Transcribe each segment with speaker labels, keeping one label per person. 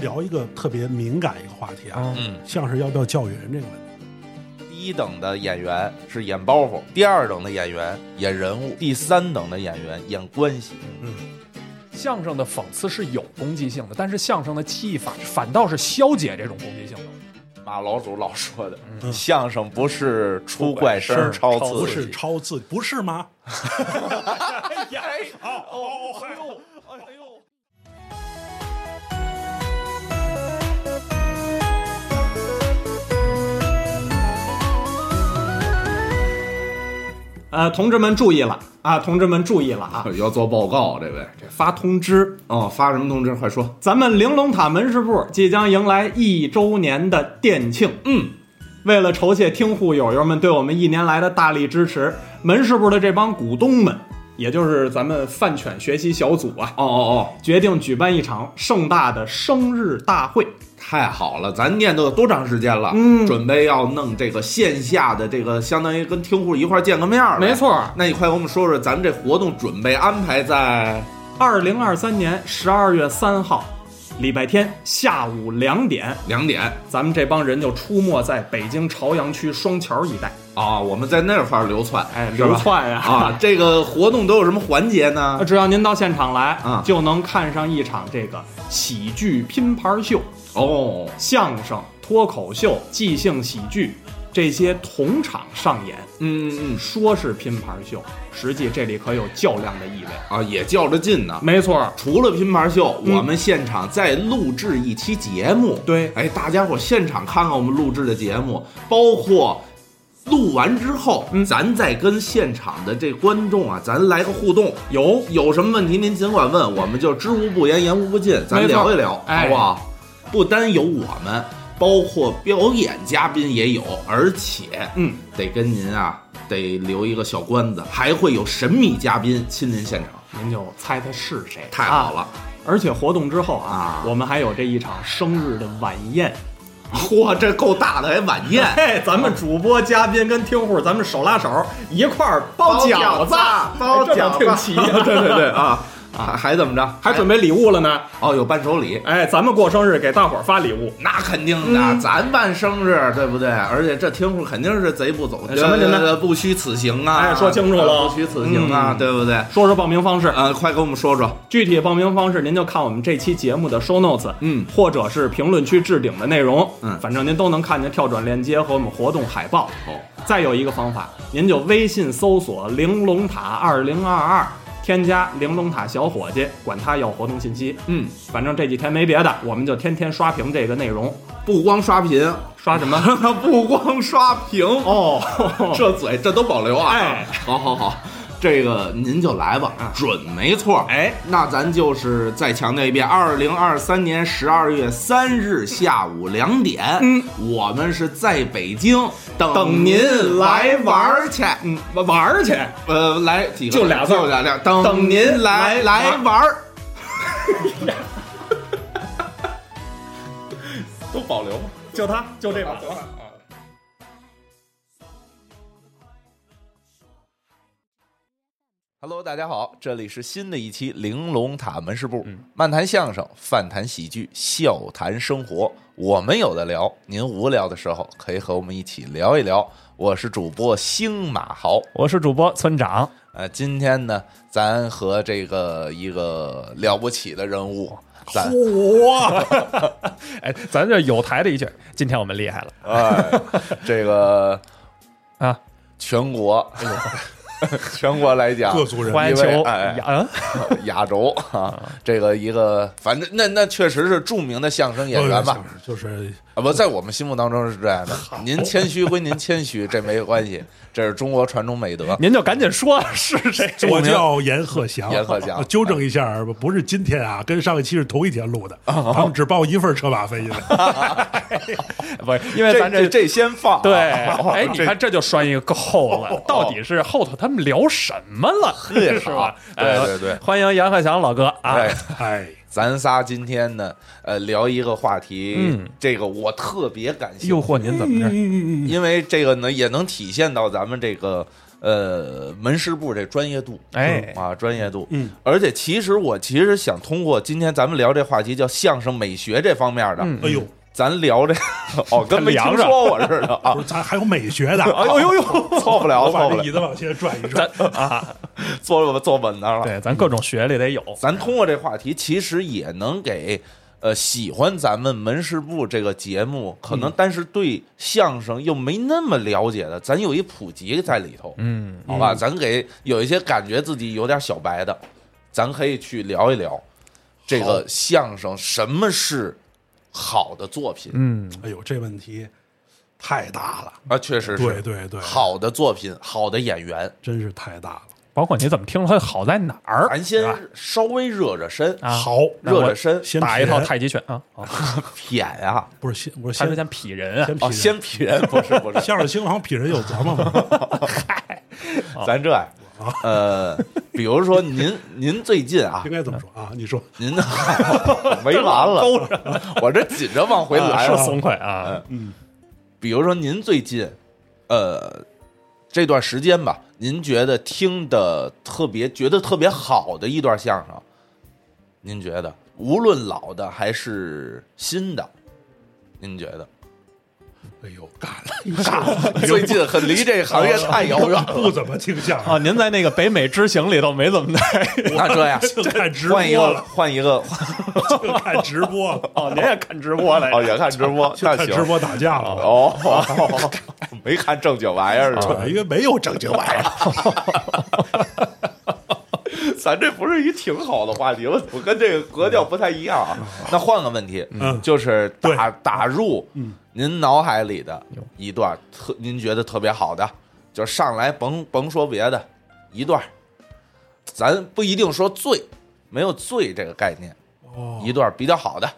Speaker 1: 聊一个特别敏感一个话题啊，
Speaker 2: 嗯，
Speaker 1: 像是要不要教育人这个问题。
Speaker 2: 第一等的演员是演包袱，第二等的演员演人物，第三等的演员演关系。
Speaker 3: 相声的讽刺是有攻击性的，但是相声的记忆法反倒是消解这种攻击性的。
Speaker 2: 马老祖老说的，
Speaker 1: 嗯
Speaker 2: 相声不是出怪声儿
Speaker 3: 出怪声
Speaker 2: 超
Speaker 3: 儿
Speaker 2: 自己，
Speaker 1: 不是超自，不是 吗？哎
Speaker 2: 哎哦
Speaker 4: 呃，同志们注意了啊！同志们注意了啊！
Speaker 5: 要做报告，这位
Speaker 4: 这发通知，
Speaker 5: 哦，发什么通知？快说！
Speaker 4: 咱们玲珑塔门市部即将迎来一周年的店庆。嗯，为了酬谢听户友友们对我们一年来的大力支持，门市部的这帮股东们，也就是咱们饭犬学习小组啊，
Speaker 5: 哦哦哦，
Speaker 4: 决定举办一场盛大的生日大会。
Speaker 5: 太好了，咱念叨多长时间了？
Speaker 4: 嗯
Speaker 5: 准备要弄这个线下的这个，相当于跟听户一块儿见个面儿。
Speaker 4: 没，错，
Speaker 5: 那你快给我们说说，咱们这活动准备安排在
Speaker 4: 二零二三年十二月三号，礼拜天下午两点，
Speaker 5: 两点
Speaker 4: 咱们这帮人就出没在北京朝阳区双桥一带。
Speaker 5: 啊、我们在那块儿流窜，
Speaker 4: 哎，
Speaker 5: 是吧
Speaker 4: 流窜呀！
Speaker 5: 啊。这个活动都有什么环节呢？
Speaker 4: 只要您到现场来，
Speaker 5: 啊
Speaker 4: 啊就能看上一场这个喜剧拼盘秀、
Speaker 5: 哦，
Speaker 4: 相声、脱口秀、即兴喜剧这些同场上演。
Speaker 5: 嗯嗯嗯，
Speaker 4: 说是拼盘秀，实际这里可有较量的意味。
Speaker 5: 啊，也较着劲呢。
Speaker 4: 没错儿，
Speaker 5: 除了拼盘秀，
Speaker 4: 嗯
Speaker 5: 我们现场再录制一期节目。
Speaker 4: 对
Speaker 5: 哎，大家伙现场看看我们录制的节目，包括录完之后，
Speaker 4: 嗯
Speaker 5: 咱再跟现场的这观众啊，咱来个互动。有有什么问题您尽管问，我们就知无不言，言无不尽，咱
Speaker 4: 没错
Speaker 5: 聊一聊，
Speaker 4: 哎
Speaker 5: 好不好？不单有我们，包括表演嘉宾也有，而且
Speaker 4: 嗯，
Speaker 5: 得跟您啊，得留一个小关子，还会有神秘嘉宾亲临现场。
Speaker 4: 您就猜猜是谁？
Speaker 5: 太好
Speaker 4: 啊！
Speaker 5: 了，
Speaker 4: 而且活动之后啊
Speaker 5: 啊，
Speaker 4: 我们还有这一场生日的晚宴。啊
Speaker 5: 嚯，这够大的，还晚 宴。
Speaker 4: 嘿，哎咱们主播、嘉宾跟听户，咱们手拉手一块儿包饺子，哎
Speaker 5: 包
Speaker 4: 这
Speaker 5: 饺
Speaker 4: 倒
Speaker 5: 子，
Speaker 4: 挺 齐呀、
Speaker 5: 对对对啊，还还怎么着？
Speaker 4: 还准备礼物了呢。
Speaker 5: 哦，有伴手礼，
Speaker 4: 哎，咱们过生日给大伙儿发礼物，
Speaker 5: 那肯定
Speaker 4: 嗯
Speaker 5: 的，咱办生日对不对？而且这听户肯定是贼不走，
Speaker 4: 什么人呢
Speaker 5: 呃不虚此行啊！
Speaker 4: 哎说清楚了
Speaker 5: 呃不虚此行啊，
Speaker 4: 嗯
Speaker 5: 对不对？
Speaker 4: 说说报名方式。
Speaker 5: 呃，快给我们说说，
Speaker 4: 具体报名方式您就看我们这期节目的 show notes，
Speaker 5: 嗯，
Speaker 4: 或者是评论区置顶的内容，
Speaker 5: 嗯
Speaker 4: 反正您都能看见跳转链接和我们活动海报。
Speaker 5: 哦，
Speaker 4: 再有一个方法，您就微信搜索“玲珑塔二零二二”，添加“玲珑塔小伙计”，管他要活动信息。
Speaker 5: 嗯，
Speaker 4: 反正这几天没别的，我们就天天刷屏这个内容，
Speaker 5: 不光刷屏，
Speaker 4: 刷什么？
Speaker 5: 不光刷屏，
Speaker 4: 哦，
Speaker 5: 这嘴这都保留啊！
Speaker 4: 哎，啊
Speaker 5: 好好好，这个您就来吧，准没错。
Speaker 4: 哎，
Speaker 5: 那咱就是再强调一遍，二零二三年十二月三日下午两点，
Speaker 4: 嗯，
Speaker 5: 我们是在北京等
Speaker 4: 等您来玩儿
Speaker 5: 去。
Speaker 4: 嗯，玩儿去。
Speaker 5: 呃，来几个？
Speaker 4: 就俩字儿
Speaker 5: 就俩俩。等
Speaker 4: 等您
Speaker 5: 您
Speaker 4: 来
Speaker 5: 来玩儿，都保留吗？
Speaker 4: 就他，就这把。
Speaker 2: Hello，大家好，这里是新的一期玲珑塔门市部，漫谈相声，饭谈喜剧，笑谈生活，我们有的聊。您无聊的时候可以和我们一起聊一聊。我是主播星马豪，
Speaker 3: 我是主播村长，
Speaker 2: 呃，今天呢，咱和这个一个了不起的人物，咱
Speaker 3: 哎，咱这有台的一句，今天我们厉害了
Speaker 2: 哎，这个
Speaker 3: 啊！
Speaker 2: 全国， 全国来讲，
Speaker 1: 各族人
Speaker 3: 花
Speaker 2: 因
Speaker 3: 篮
Speaker 2: 为
Speaker 3: 球，
Speaker 2: 哎
Speaker 3: 呀嗯，
Speaker 2: 亚洲啊，这个一个，反正那那确实是著名的相声演
Speaker 1: 哦
Speaker 2: 员吧？，
Speaker 1: 就是
Speaker 2: 啊，不在我们心目当中是这样的。您谦虚归您谦虚，这没关系，这是中国传统美德。
Speaker 3: 您就赶紧说是谁？
Speaker 1: 我 叫严鹤翔，
Speaker 2: 严鹤翔
Speaker 1: 我纠正一下，不是今天啊，跟上一期是同一天录的，
Speaker 2: 哦
Speaker 1: 他们只报一份车马费，现在
Speaker 3: 不是，因为
Speaker 2: 这
Speaker 3: 咱
Speaker 2: 这这先放啊，
Speaker 3: 对，
Speaker 2: 好
Speaker 3: 哎，你
Speaker 2: 这
Speaker 3: 看这就拴一个扣 子，到底是后头他们聊什么了，
Speaker 2: 对
Speaker 3: 是吧？
Speaker 2: 好
Speaker 3: 哎
Speaker 2: 对对对
Speaker 3: 欢迎杨鹤翔老哥啊！
Speaker 2: 哎，
Speaker 1: 哎，
Speaker 2: 咱仨今天呢，呃，聊一个话题，
Speaker 3: 嗯
Speaker 2: 这个我特别感兴趣。
Speaker 3: 诱惑您怎么着？
Speaker 2: 因为这个呢，也能体现到咱们这个呃门市部这专业度，
Speaker 3: 哎
Speaker 2: 啊专业度，
Speaker 1: 嗯，
Speaker 2: 而且其实我其实想通过今天咱们聊这话题叫相声美学这方面的，
Speaker 3: 嗯
Speaker 1: 哎呦，
Speaker 2: 咱聊这 哦跟没听
Speaker 3: 凉着
Speaker 2: 说我似的啊
Speaker 1: 不，是咱还有美学的，
Speaker 2: 哎呦呦呦，错不了
Speaker 1: 我
Speaker 2: 错
Speaker 1: 把
Speaker 2: 不
Speaker 1: 这
Speaker 2: 了
Speaker 1: 椅，子往前转一转
Speaker 3: 咱，啊，
Speaker 2: 坐坐稳当了。
Speaker 3: 对，咱各种学历得有，
Speaker 2: 咱通过这话题，其实也能给呃喜欢咱们门市部这个节目，可能但是对相声又没那么了解的，咱有一普及在里头，
Speaker 3: 嗯，
Speaker 2: 好吧？咱给有一些感觉自己有点小白的，咱可以去聊一聊这个相声什么是好的作品
Speaker 3: 嗯，
Speaker 1: 哎呦，这问题太大了，
Speaker 2: 啊，确实是
Speaker 1: 对对对，，
Speaker 2: 好的作品，好的演员，
Speaker 1: 真是太大了，
Speaker 3: 包括你怎么听它好在哪儿
Speaker 2: 咱先稍微热热身，
Speaker 3: 啊？
Speaker 1: 好，
Speaker 3: 那我
Speaker 2: 热热身，
Speaker 1: 先
Speaker 3: 打一
Speaker 1: 劈
Speaker 3: 套
Speaker 1: 人
Speaker 3: 太极拳啊！啊
Speaker 2: 舔啊，
Speaker 1: 不是先我
Speaker 3: 他
Speaker 1: 先
Speaker 3: 之前劈人啊，
Speaker 1: 先
Speaker 2: 哦，
Speaker 1: 劈人，
Speaker 2: 啊先劈人，不是不是，
Speaker 1: 相声新郎劈人有咱们 吗？
Speaker 2: 哦咱这样，呃，比如说您您最近啊
Speaker 1: 应，该怎么说啊？你说
Speaker 2: 您 没完了，我这紧着往回来
Speaker 3: 啊是
Speaker 2: 了。
Speaker 3: 松快啊，
Speaker 2: 比如说您最近，呃，这段时间吧，您觉得听的特别觉得特别好的一段相声，您觉得无论老的还是新的，您觉得
Speaker 1: 哎呦，干了，干了，
Speaker 2: 最近很离这个行业太遥远了。
Speaker 1: 不怎么听相
Speaker 3: 啊！
Speaker 1: 声，
Speaker 3: 您在那个北美之行里头没怎么在
Speaker 2: 那这样，
Speaker 1: 净看直播
Speaker 2: 换一个，
Speaker 1: 了，
Speaker 2: 换一个，
Speaker 1: 净看直 播了，
Speaker 3: 哦，您也看直播来着
Speaker 2: 哦，也看直 播，
Speaker 1: 净
Speaker 2: 那
Speaker 1: 哎看
Speaker 2: 行
Speaker 1: 直，播打架了。
Speaker 2: 哦， 没看正经玩意儿是吧？
Speaker 1: 对，因为没有正经玩意儿，
Speaker 2: 咱这不是一挺好的话题吗？ 我跟这个格调不太一样啊。那换个问题，
Speaker 1: 嗯
Speaker 2: 就是打
Speaker 1: 对嗯
Speaker 2: 打入您脑海里的一段特您觉得特别好的，就是上来甭甭说别的，一段，咱不一定说最，没有最这个概念，
Speaker 1: 哦，
Speaker 2: 一段比较好的，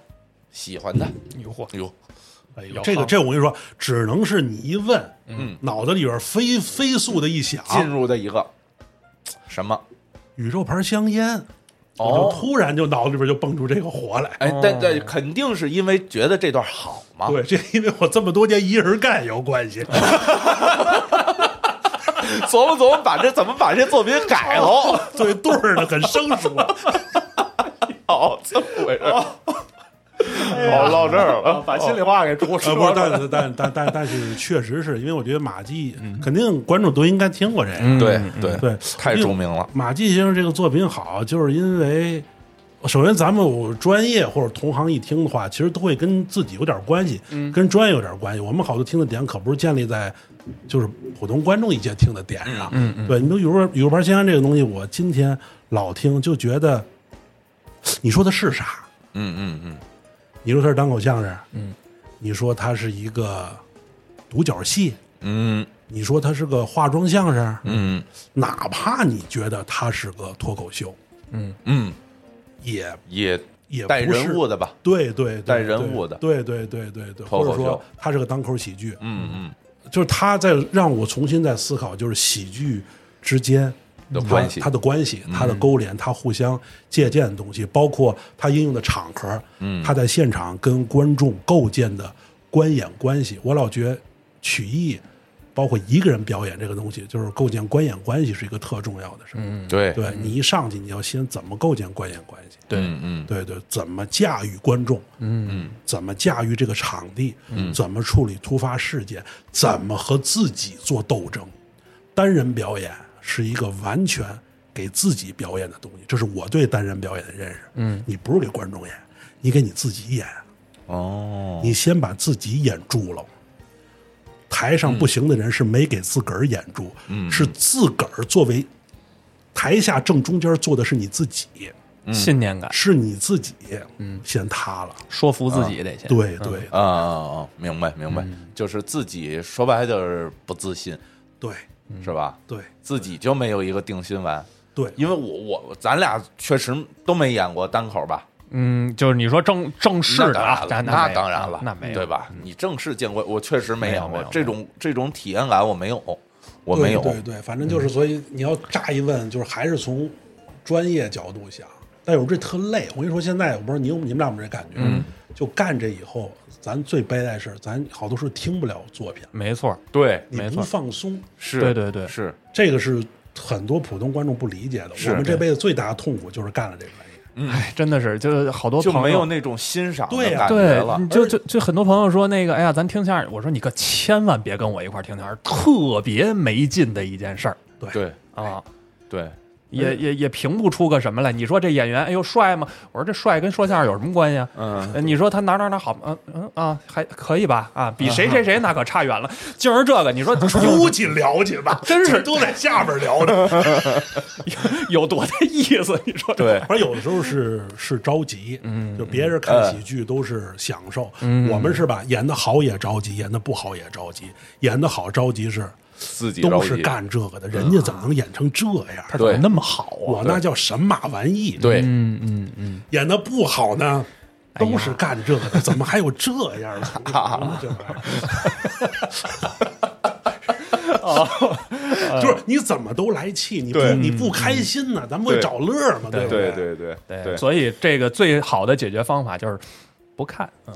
Speaker 2: 喜欢的，
Speaker 3: 哟嚯，
Speaker 2: 哟，
Speaker 1: 哎呦，这个这我跟你说，只能是你一问，
Speaker 2: 嗯，
Speaker 1: 脑子里边飞飞速的一想，
Speaker 2: 进入的一个什么？
Speaker 1: 宇宙牌香烟，我
Speaker 2: 哦
Speaker 1: 就突然就脑子里边就蹦出这个火来。
Speaker 2: 哎，但但肯定是因为觉得这段好嘛，
Speaker 1: 对，这因为我这么多年一人干有关系，
Speaker 2: 琢磨琢磨，把这怎么把这作品改喽？
Speaker 1: 所以对儿的很生疏。啊
Speaker 2: 哦，这么回事儿。哦，唠这儿了，
Speaker 3: 把心里话给说
Speaker 1: 呃，不是，
Speaker 3: 出来。
Speaker 1: 但但但但但是确实是因为我觉得马季肯定观众都应该听过这个，
Speaker 2: 对对
Speaker 1: 对，
Speaker 2: 太著名了。
Speaker 1: 马季先生这个作品好，就是因为首先咱们我专业或者同行一听的话，其实都会跟自己有点关系，跟专业有点关系。我们好多听的点可不是建立在就是普通观众意见听的点上，嗯对，你比如说《宇宙牌先生》这个东西，我今天老听就觉得，你说的是啥？
Speaker 2: 嗯嗯嗯，
Speaker 1: 你说他是单口相声，嗯，你说他是一个独角戏，
Speaker 2: 嗯
Speaker 1: 你说他是个化妆相声，
Speaker 2: 嗯
Speaker 1: 哪怕你觉得他是个脱口秀，
Speaker 2: 嗯，
Speaker 1: 也
Speaker 2: 也
Speaker 1: 也
Speaker 2: 带
Speaker 1: 不是
Speaker 2: 人物的吧？
Speaker 1: 对对对
Speaker 2: 带人物的
Speaker 1: 对对对对对，
Speaker 2: 脱
Speaker 1: 或
Speaker 2: 口秀
Speaker 1: 者说他是个单口喜剧，
Speaker 2: 嗯
Speaker 1: 就是他在让我重新在思考，就是喜剧之间
Speaker 2: 的
Speaker 1: 它
Speaker 2: 关系嗯
Speaker 1: 它的关系、它的勾连、它互相借鉴的东西，包括它应用的场合，
Speaker 2: 嗯
Speaker 1: 他在现场跟观众构建的观演关系，我老觉得曲艺。包括一个人表演这个东西，就是构建观演关系是一个特重要的事儿。
Speaker 2: 嗯，对
Speaker 1: 对你一上去，你要先怎么构建观演关系？
Speaker 2: 对，嗯
Speaker 1: 对对，怎么驾驭观众？嗯，怎么驾驭这个场地？嗯，怎么处理突发事件？怎么和自己做斗争？单人表演是一个完全给自己表演的东西，这是我对单人表演的认识。嗯，你不是给观众演，你给你自己演，
Speaker 2: 哦，
Speaker 1: 你先把自己演住了。台上不行的人是没给自个儿演住，是自个儿作为台下正中间坐的是你自己。
Speaker 2: 嗯
Speaker 3: 信念感，
Speaker 1: 是你自己，嗯，先塌了。
Speaker 3: 说服自己得先。
Speaker 1: 对对
Speaker 2: 啊啊啊，明白明白，就是自己说白了就是不自信，
Speaker 1: 对
Speaker 2: 是吧？
Speaker 1: 对
Speaker 2: 自己就没有一个定心丸，
Speaker 1: 对，
Speaker 2: 因为我我咱俩确实都没演过单口吧？
Speaker 3: 嗯，就是你说正正式的啊，
Speaker 2: 那
Speaker 3: 那没有
Speaker 2: 当然了，当然了，
Speaker 3: 那没有
Speaker 2: 对？吧？你正式见过，我确实没演
Speaker 3: 没有
Speaker 2: 过
Speaker 3: 没有
Speaker 2: 这种这种体验感，我没有，我没有。
Speaker 1: 对对对，反正就是，所以你要乍一问，就是还是从专业角度想，但有这特累。我跟你说，现在我不知道你有你们俩有没有这感觉，就干这以后，咱最悲哀的是，咱好多时候听不了作品，
Speaker 3: 没错，
Speaker 2: 对，
Speaker 1: 你
Speaker 3: 没
Speaker 1: 不
Speaker 3: 错
Speaker 1: 放松，
Speaker 2: 是，
Speaker 3: 对对对
Speaker 2: 是，
Speaker 1: 这个是很多普通观众不理解的。
Speaker 2: 是
Speaker 1: 我们这辈子最大的痛苦就是干了这个专业。
Speaker 3: 哎，真的是，就是好多
Speaker 2: 就
Speaker 3: 朋
Speaker 2: 没
Speaker 3: 友
Speaker 2: 有那种欣赏的
Speaker 1: 对呀
Speaker 2: 感觉
Speaker 3: 对，
Speaker 2: 了
Speaker 3: 你。就就就很多朋友说那个，哎呀，咱听相声，我说你可千万别跟我一块儿听相声，特别没劲的一件事儿
Speaker 2: 对
Speaker 3: 啊，
Speaker 2: 对，哎
Speaker 3: 也也也评不出个什么来。你说这演员，哎呦帅吗？我说这帅跟说相声有什么关系啊？
Speaker 2: 嗯，
Speaker 3: 呃你说他哪哪哪好吗？嗯嗯啊，还可以吧？啊，比
Speaker 2: 嗯
Speaker 3: 谁谁谁那可差远了。就是这个，你说
Speaker 1: 出去聊去吧，
Speaker 3: 真是
Speaker 1: 都在下边聊呢。
Speaker 3: 有多大意思？你说这
Speaker 2: 对，
Speaker 1: 而有的时候是是着急，嗯，就别人看喜剧都是享受，我们是吧？演的好也着急，演的不好也着急，演的好着急是
Speaker 2: 自己
Speaker 1: 都
Speaker 2: 着
Speaker 1: 是
Speaker 2: 急
Speaker 1: 干这个的，人家怎么能演成这样？
Speaker 3: 怎么
Speaker 2: 对
Speaker 3: 那么好啊？
Speaker 1: 我那叫神马玩意，
Speaker 2: 对，
Speaker 1: 演的不好呢，
Speaker 2: 哎
Speaker 1: 都是干这个的，怎么还有这样的？ 这玩意儿 就是你怎么都来气，你不
Speaker 2: 哦对嗯
Speaker 1: 你不开心呢，咱不会
Speaker 2: 对
Speaker 1: 找乐儿吗？对不
Speaker 2: 对对对
Speaker 3: 对，所以这个最好的解决方法就是不看。嗯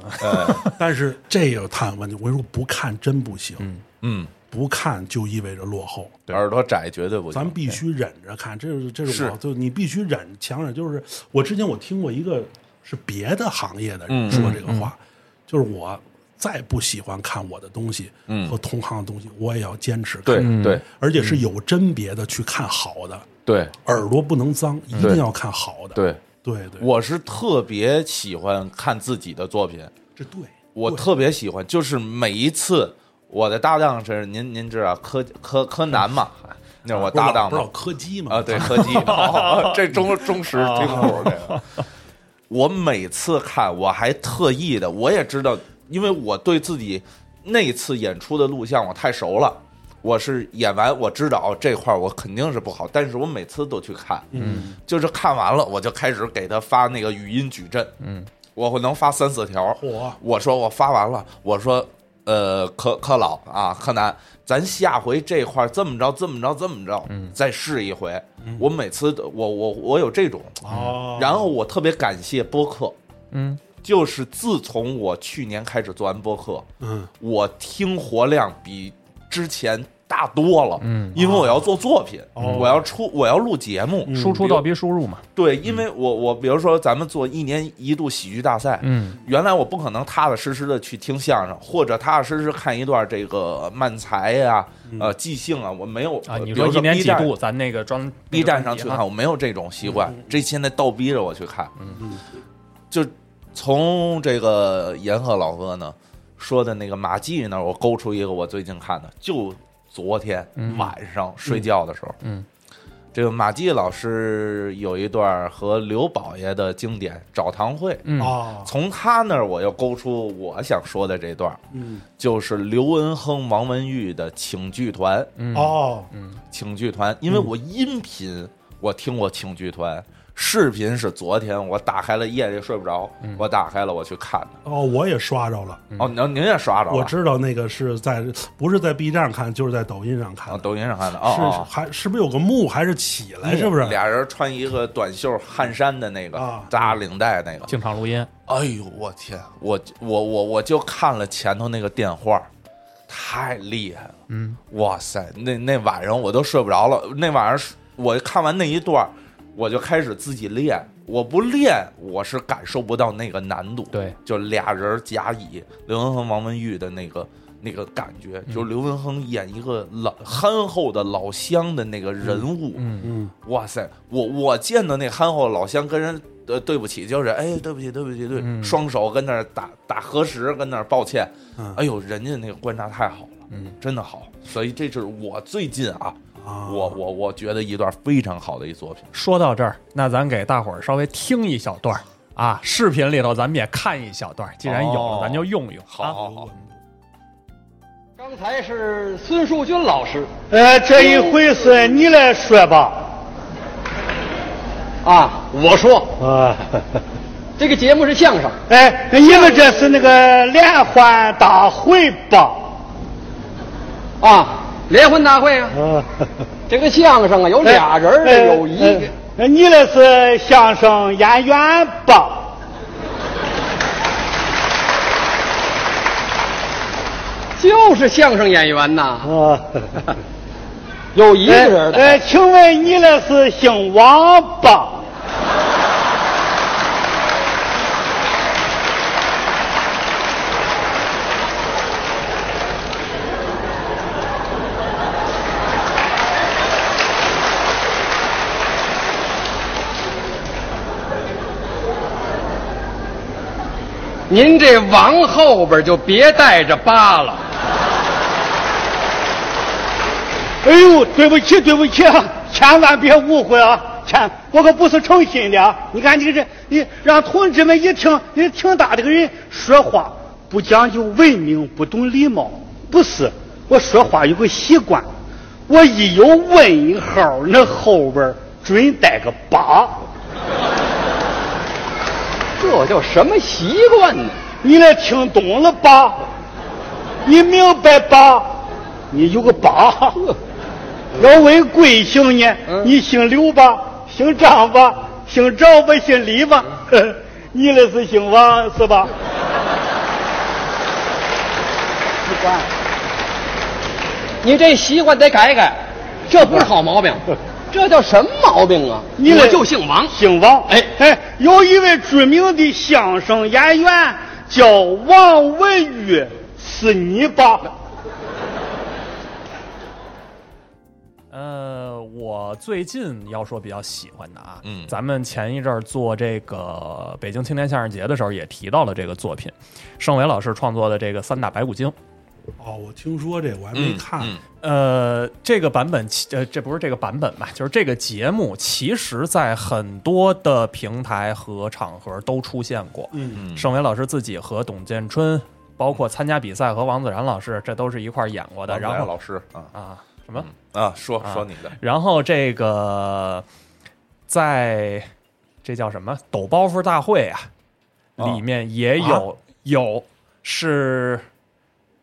Speaker 1: 但是这有探问题，我跟你说不看真不行，
Speaker 2: 嗯，
Speaker 1: 不看就意味着落后。
Speaker 2: 耳朵窄绝对不
Speaker 1: 咱
Speaker 2: 行。
Speaker 1: 必须忍着看，这是这是我
Speaker 2: 是
Speaker 1: 就你必须忍，强忍。就是我之前我听过一个是别的行业的
Speaker 2: 嗯
Speaker 1: 人说这个话，就是我再不喜欢看我的东西和同行的东西，我也要坚持看，
Speaker 2: 嗯对嗯对
Speaker 1: 而且是有甄别的去看好的，
Speaker 2: 对
Speaker 1: 耳朵不能脏，一定
Speaker 2: 对
Speaker 1: 要看好的。
Speaker 2: 对，
Speaker 1: 对对，
Speaker 2: 我是特别喜欢看自己的作品，
Speaker 1: 这对，
Speaker 2: 我特别喜欢，就是每一次我的搭档是您您知道柯柯柯南嘛，那是我搭档
Speaker 1: 不
Speaker 2: 嘛
Speaker 1: 是老，柯基嘛
Speaker 2: 啊， 对，柯基，哦这忠忠实听户这个。我每次看，我还特意的，我也知道，因为我对自己那次演出的录像我太熟了，我是演完我知道哦这块儿我肯定是不好，但是我每次都去看，嗯，就是看完了我就开始给他发那个语音矩阵，嗯，我会能发三四条，
Speaker 1: 嚯
Speaker 2: 我说我发完了，我说呃，柯柯老啊，柯南，咱下回这块儿这么着，这么着，这么着，再试一回。我每次都我我我有这种，
Speaker 1: 哦，
Speaker 2: 然后我特别感谢播客，
Speaker 3: 嗯，
Speaker 2: 就是自从我去年开始做完播客，
Speaker 1: 嗯，
Speaker 2: 我听活量比之前。大多了，嗯，因为我要做作品，我要出，我要录节目，
Speaker 3: 输出
Speaker 2: 比如
Speaker 3: 倒逼输入嘛，
Speaker 2: 对，因为我我比如说咱们做一年一度喜剧大赛，
Speaker 3: 嗯，
Speaker 2: 原来我不可能踏踏实实的去听相声，或者踏踏实实看一段这个漫才呀、呃即兴啊，我没有
Speaker 3: 嗯啊，
Speaker 2: 呃
Speaker 3: 你
Speaker 2: 比如
Speaker 3: 一
Speaker 2: 说
Speaker 3: 年
Speaker 2: B
Speaker 3: 几
Speaker 2: 站
Speaker 3: 度，咱那个装
Speaker 2: B 站上去看，
Speaker 3: 啊
Speaker 2: 我没有这种习惯，这现在倒逼着我去看，嗯，就从这个岩鹤老哥呢说的那个马季那儿，我勾出一个我最近看的，就昨天晚上睡觉的时候，
Speaker 3: 嗯嗯
Speaker 2: 这个马季老师有一段和刘宝爷的经典找堂会，
Speaker 3: 嗯
Speaker 1: 哦，
Speaker 2: 从他那儿我又勾出我想说的这段，
Speaker 1: 嗯
Speaker 2: 就是刘文亨、王文玉的请剧团，
Speaker 1: 哦，
Speaker 2: 请剧团，
Speaker 1: 嗯
Speaker 2: 因为我音频我听过请剧团，视频是昨天我打开了，夜里睡不着，
Speaker 1: 嗯
Speaker 2: 我打开了我去看的。
Speaker 1: 哦，我也刷着了。
Speaker 2: 哦，您您也刷着
Speaker 1: 嗯
Speaker 2: 了？
Speaker 1: 我知道那个是在不是在 B 站看，就是在抖音上看
Speaker 2: 啊，
Speaker 1: 的。
Speaker 2: 抖音上看的
Speaker 1: 是是
Speaker 2: 哦，
Speaker 1: 还是不是有个幕还是起来？是不是？
Speaker 2: 俩人穿一个短袖汗衫的那个
Speaker 1: 啊
Speaker 2: 扎领带那个？
Speaker 3: 经常录音，
Speaker 2: 哎呦，我天！我我我我就看了前头那个电话，太厉害了！嗯，哇塞，那那晚上我都睡不着了。那晚上我看完那一段，我就开始自己练。我不练，我是感受不到那个难度。
Speaker 3: 对，
Speaker 2: 就俩人甲乙，刘文亨、王文玉的那个那个感觉，就刘文亨演一个老憨厚的老乡的那个人物。嗯
Speaker 1: 嗯，
Speaker 2: 哇塞，我我见到那憨厚老乡跟人呃对不起，就是哎对不起对不起对，
Speaker 3: 嗯
Speaker 2: 双手跟那儿打打核实，跟那儿抱歉。
Speaker 1: 嗯
Speaker 2: 哎呦，人家那个观察太好了，嗯，真的好。所以这是我最近啊，
Speaker 1: 啊
Speaker 2: 我我我觉得一段非常好的一作品。
Speaker 3: 说到这儿，那咱给大伙儿稍微听一小段儿啊，视频里头咱们也看一小段儿，既然有了，
Speaker 2: 哦
Speaker 3: 咱就用用。
Speaker 2: 好，好好，
Speaker 6: 刚才是孙树军老师
Speaker 7: 呃，这一回是你来说吧。
Speaker 6: 啊，我说
Speaker 7: 啊，
Speaker 6: 这个节目是相声，
Speaker 7: 哎，你们这是那个联欢大会吧？
Speaker 6: 啊，联欢大会啊，
Speaker 7: 啊，
Speaker 6: 这个相声啊有俩人
Speaker 7: 哎
Speaker 6: 儿有一个，
Speaker 7: 哎你那是相声演员吧？
Speaker 6: 就是相声演员呐，
Speaker 7: 啊，
Speaker 6: 有一个
Speaker 7: 呃
Speaker 6: 人啊的
Speaker 7: 呃，请问你那是姓王吧？
Speaker 6: 您这王后边就别带着八了，
Speaker 7: 哎呦，对不起，对不起，啊，千万别误会啊！千，我可不是诚心的啊！你看你这，你让同志们一听，你听大这个人说话不讲究文明，不懂礼貌，不是？我说话有个习惯，我一有问号，那后边儿准带个八。
Speaker 6: 这叫什么习惯呢？
Speaker 7: 你来听懂了吧？你明白吧？你有个八，要问贵姓呢？
Speaker 6: 嗯
Speaker 7: 你姓刘吧？姓张吧？姓赵吧？姓李吧？
Speaker 6: 嗯
Speaker 7: 你那是姓王是吧？你管
Speaker 6: 你这习惯得改改，这不是好毛 病，这叫什么毛病啊？
Speaker 7: 你
Speaker 6: 我
Speaker 7: 嘞
Speaker 6: 就姓王，
Speaker 7: 姓王。
Speaker 6: 哎
Speaker 7: 哎，有一位著名的相声演员叫王文玉，是你吧？
Speaker 3: 呃，我最近要说比较喜欢的啊，
Speaker 2: 嗯
Speaker 3: 咱们前一阵儿做这个北京青年相声节的时候也提到了这个作品，盛伟老师创作的这个三打白骨精。
Speaker 1: 哦，我听说这，我还没
Speaker 2: 嗯
Speaker 1: 看。
Speaker 2: 嗯
Speaker 3: 呃，这个版本其呃，这不是这个版本吧？就是这个节目，其实在很多的平台和场合都出现过。嗯，盛伟老师自己和董建春，包括参加比赛和王子然老师，这都是一块儿演过的。
Speaker 2: 王
Speaker 3: 然
Speaker 2: 白
Speaker 3: 后
Speaker 2: 老师啊
Speaker 3: 啊，什么？
Speaker 2: 啊，说说你的，
Speaker 3: 然后这个在这叫什么抖包袱大会啊，
Speaker 2: 哦
Speaker 3: 里面也有、有是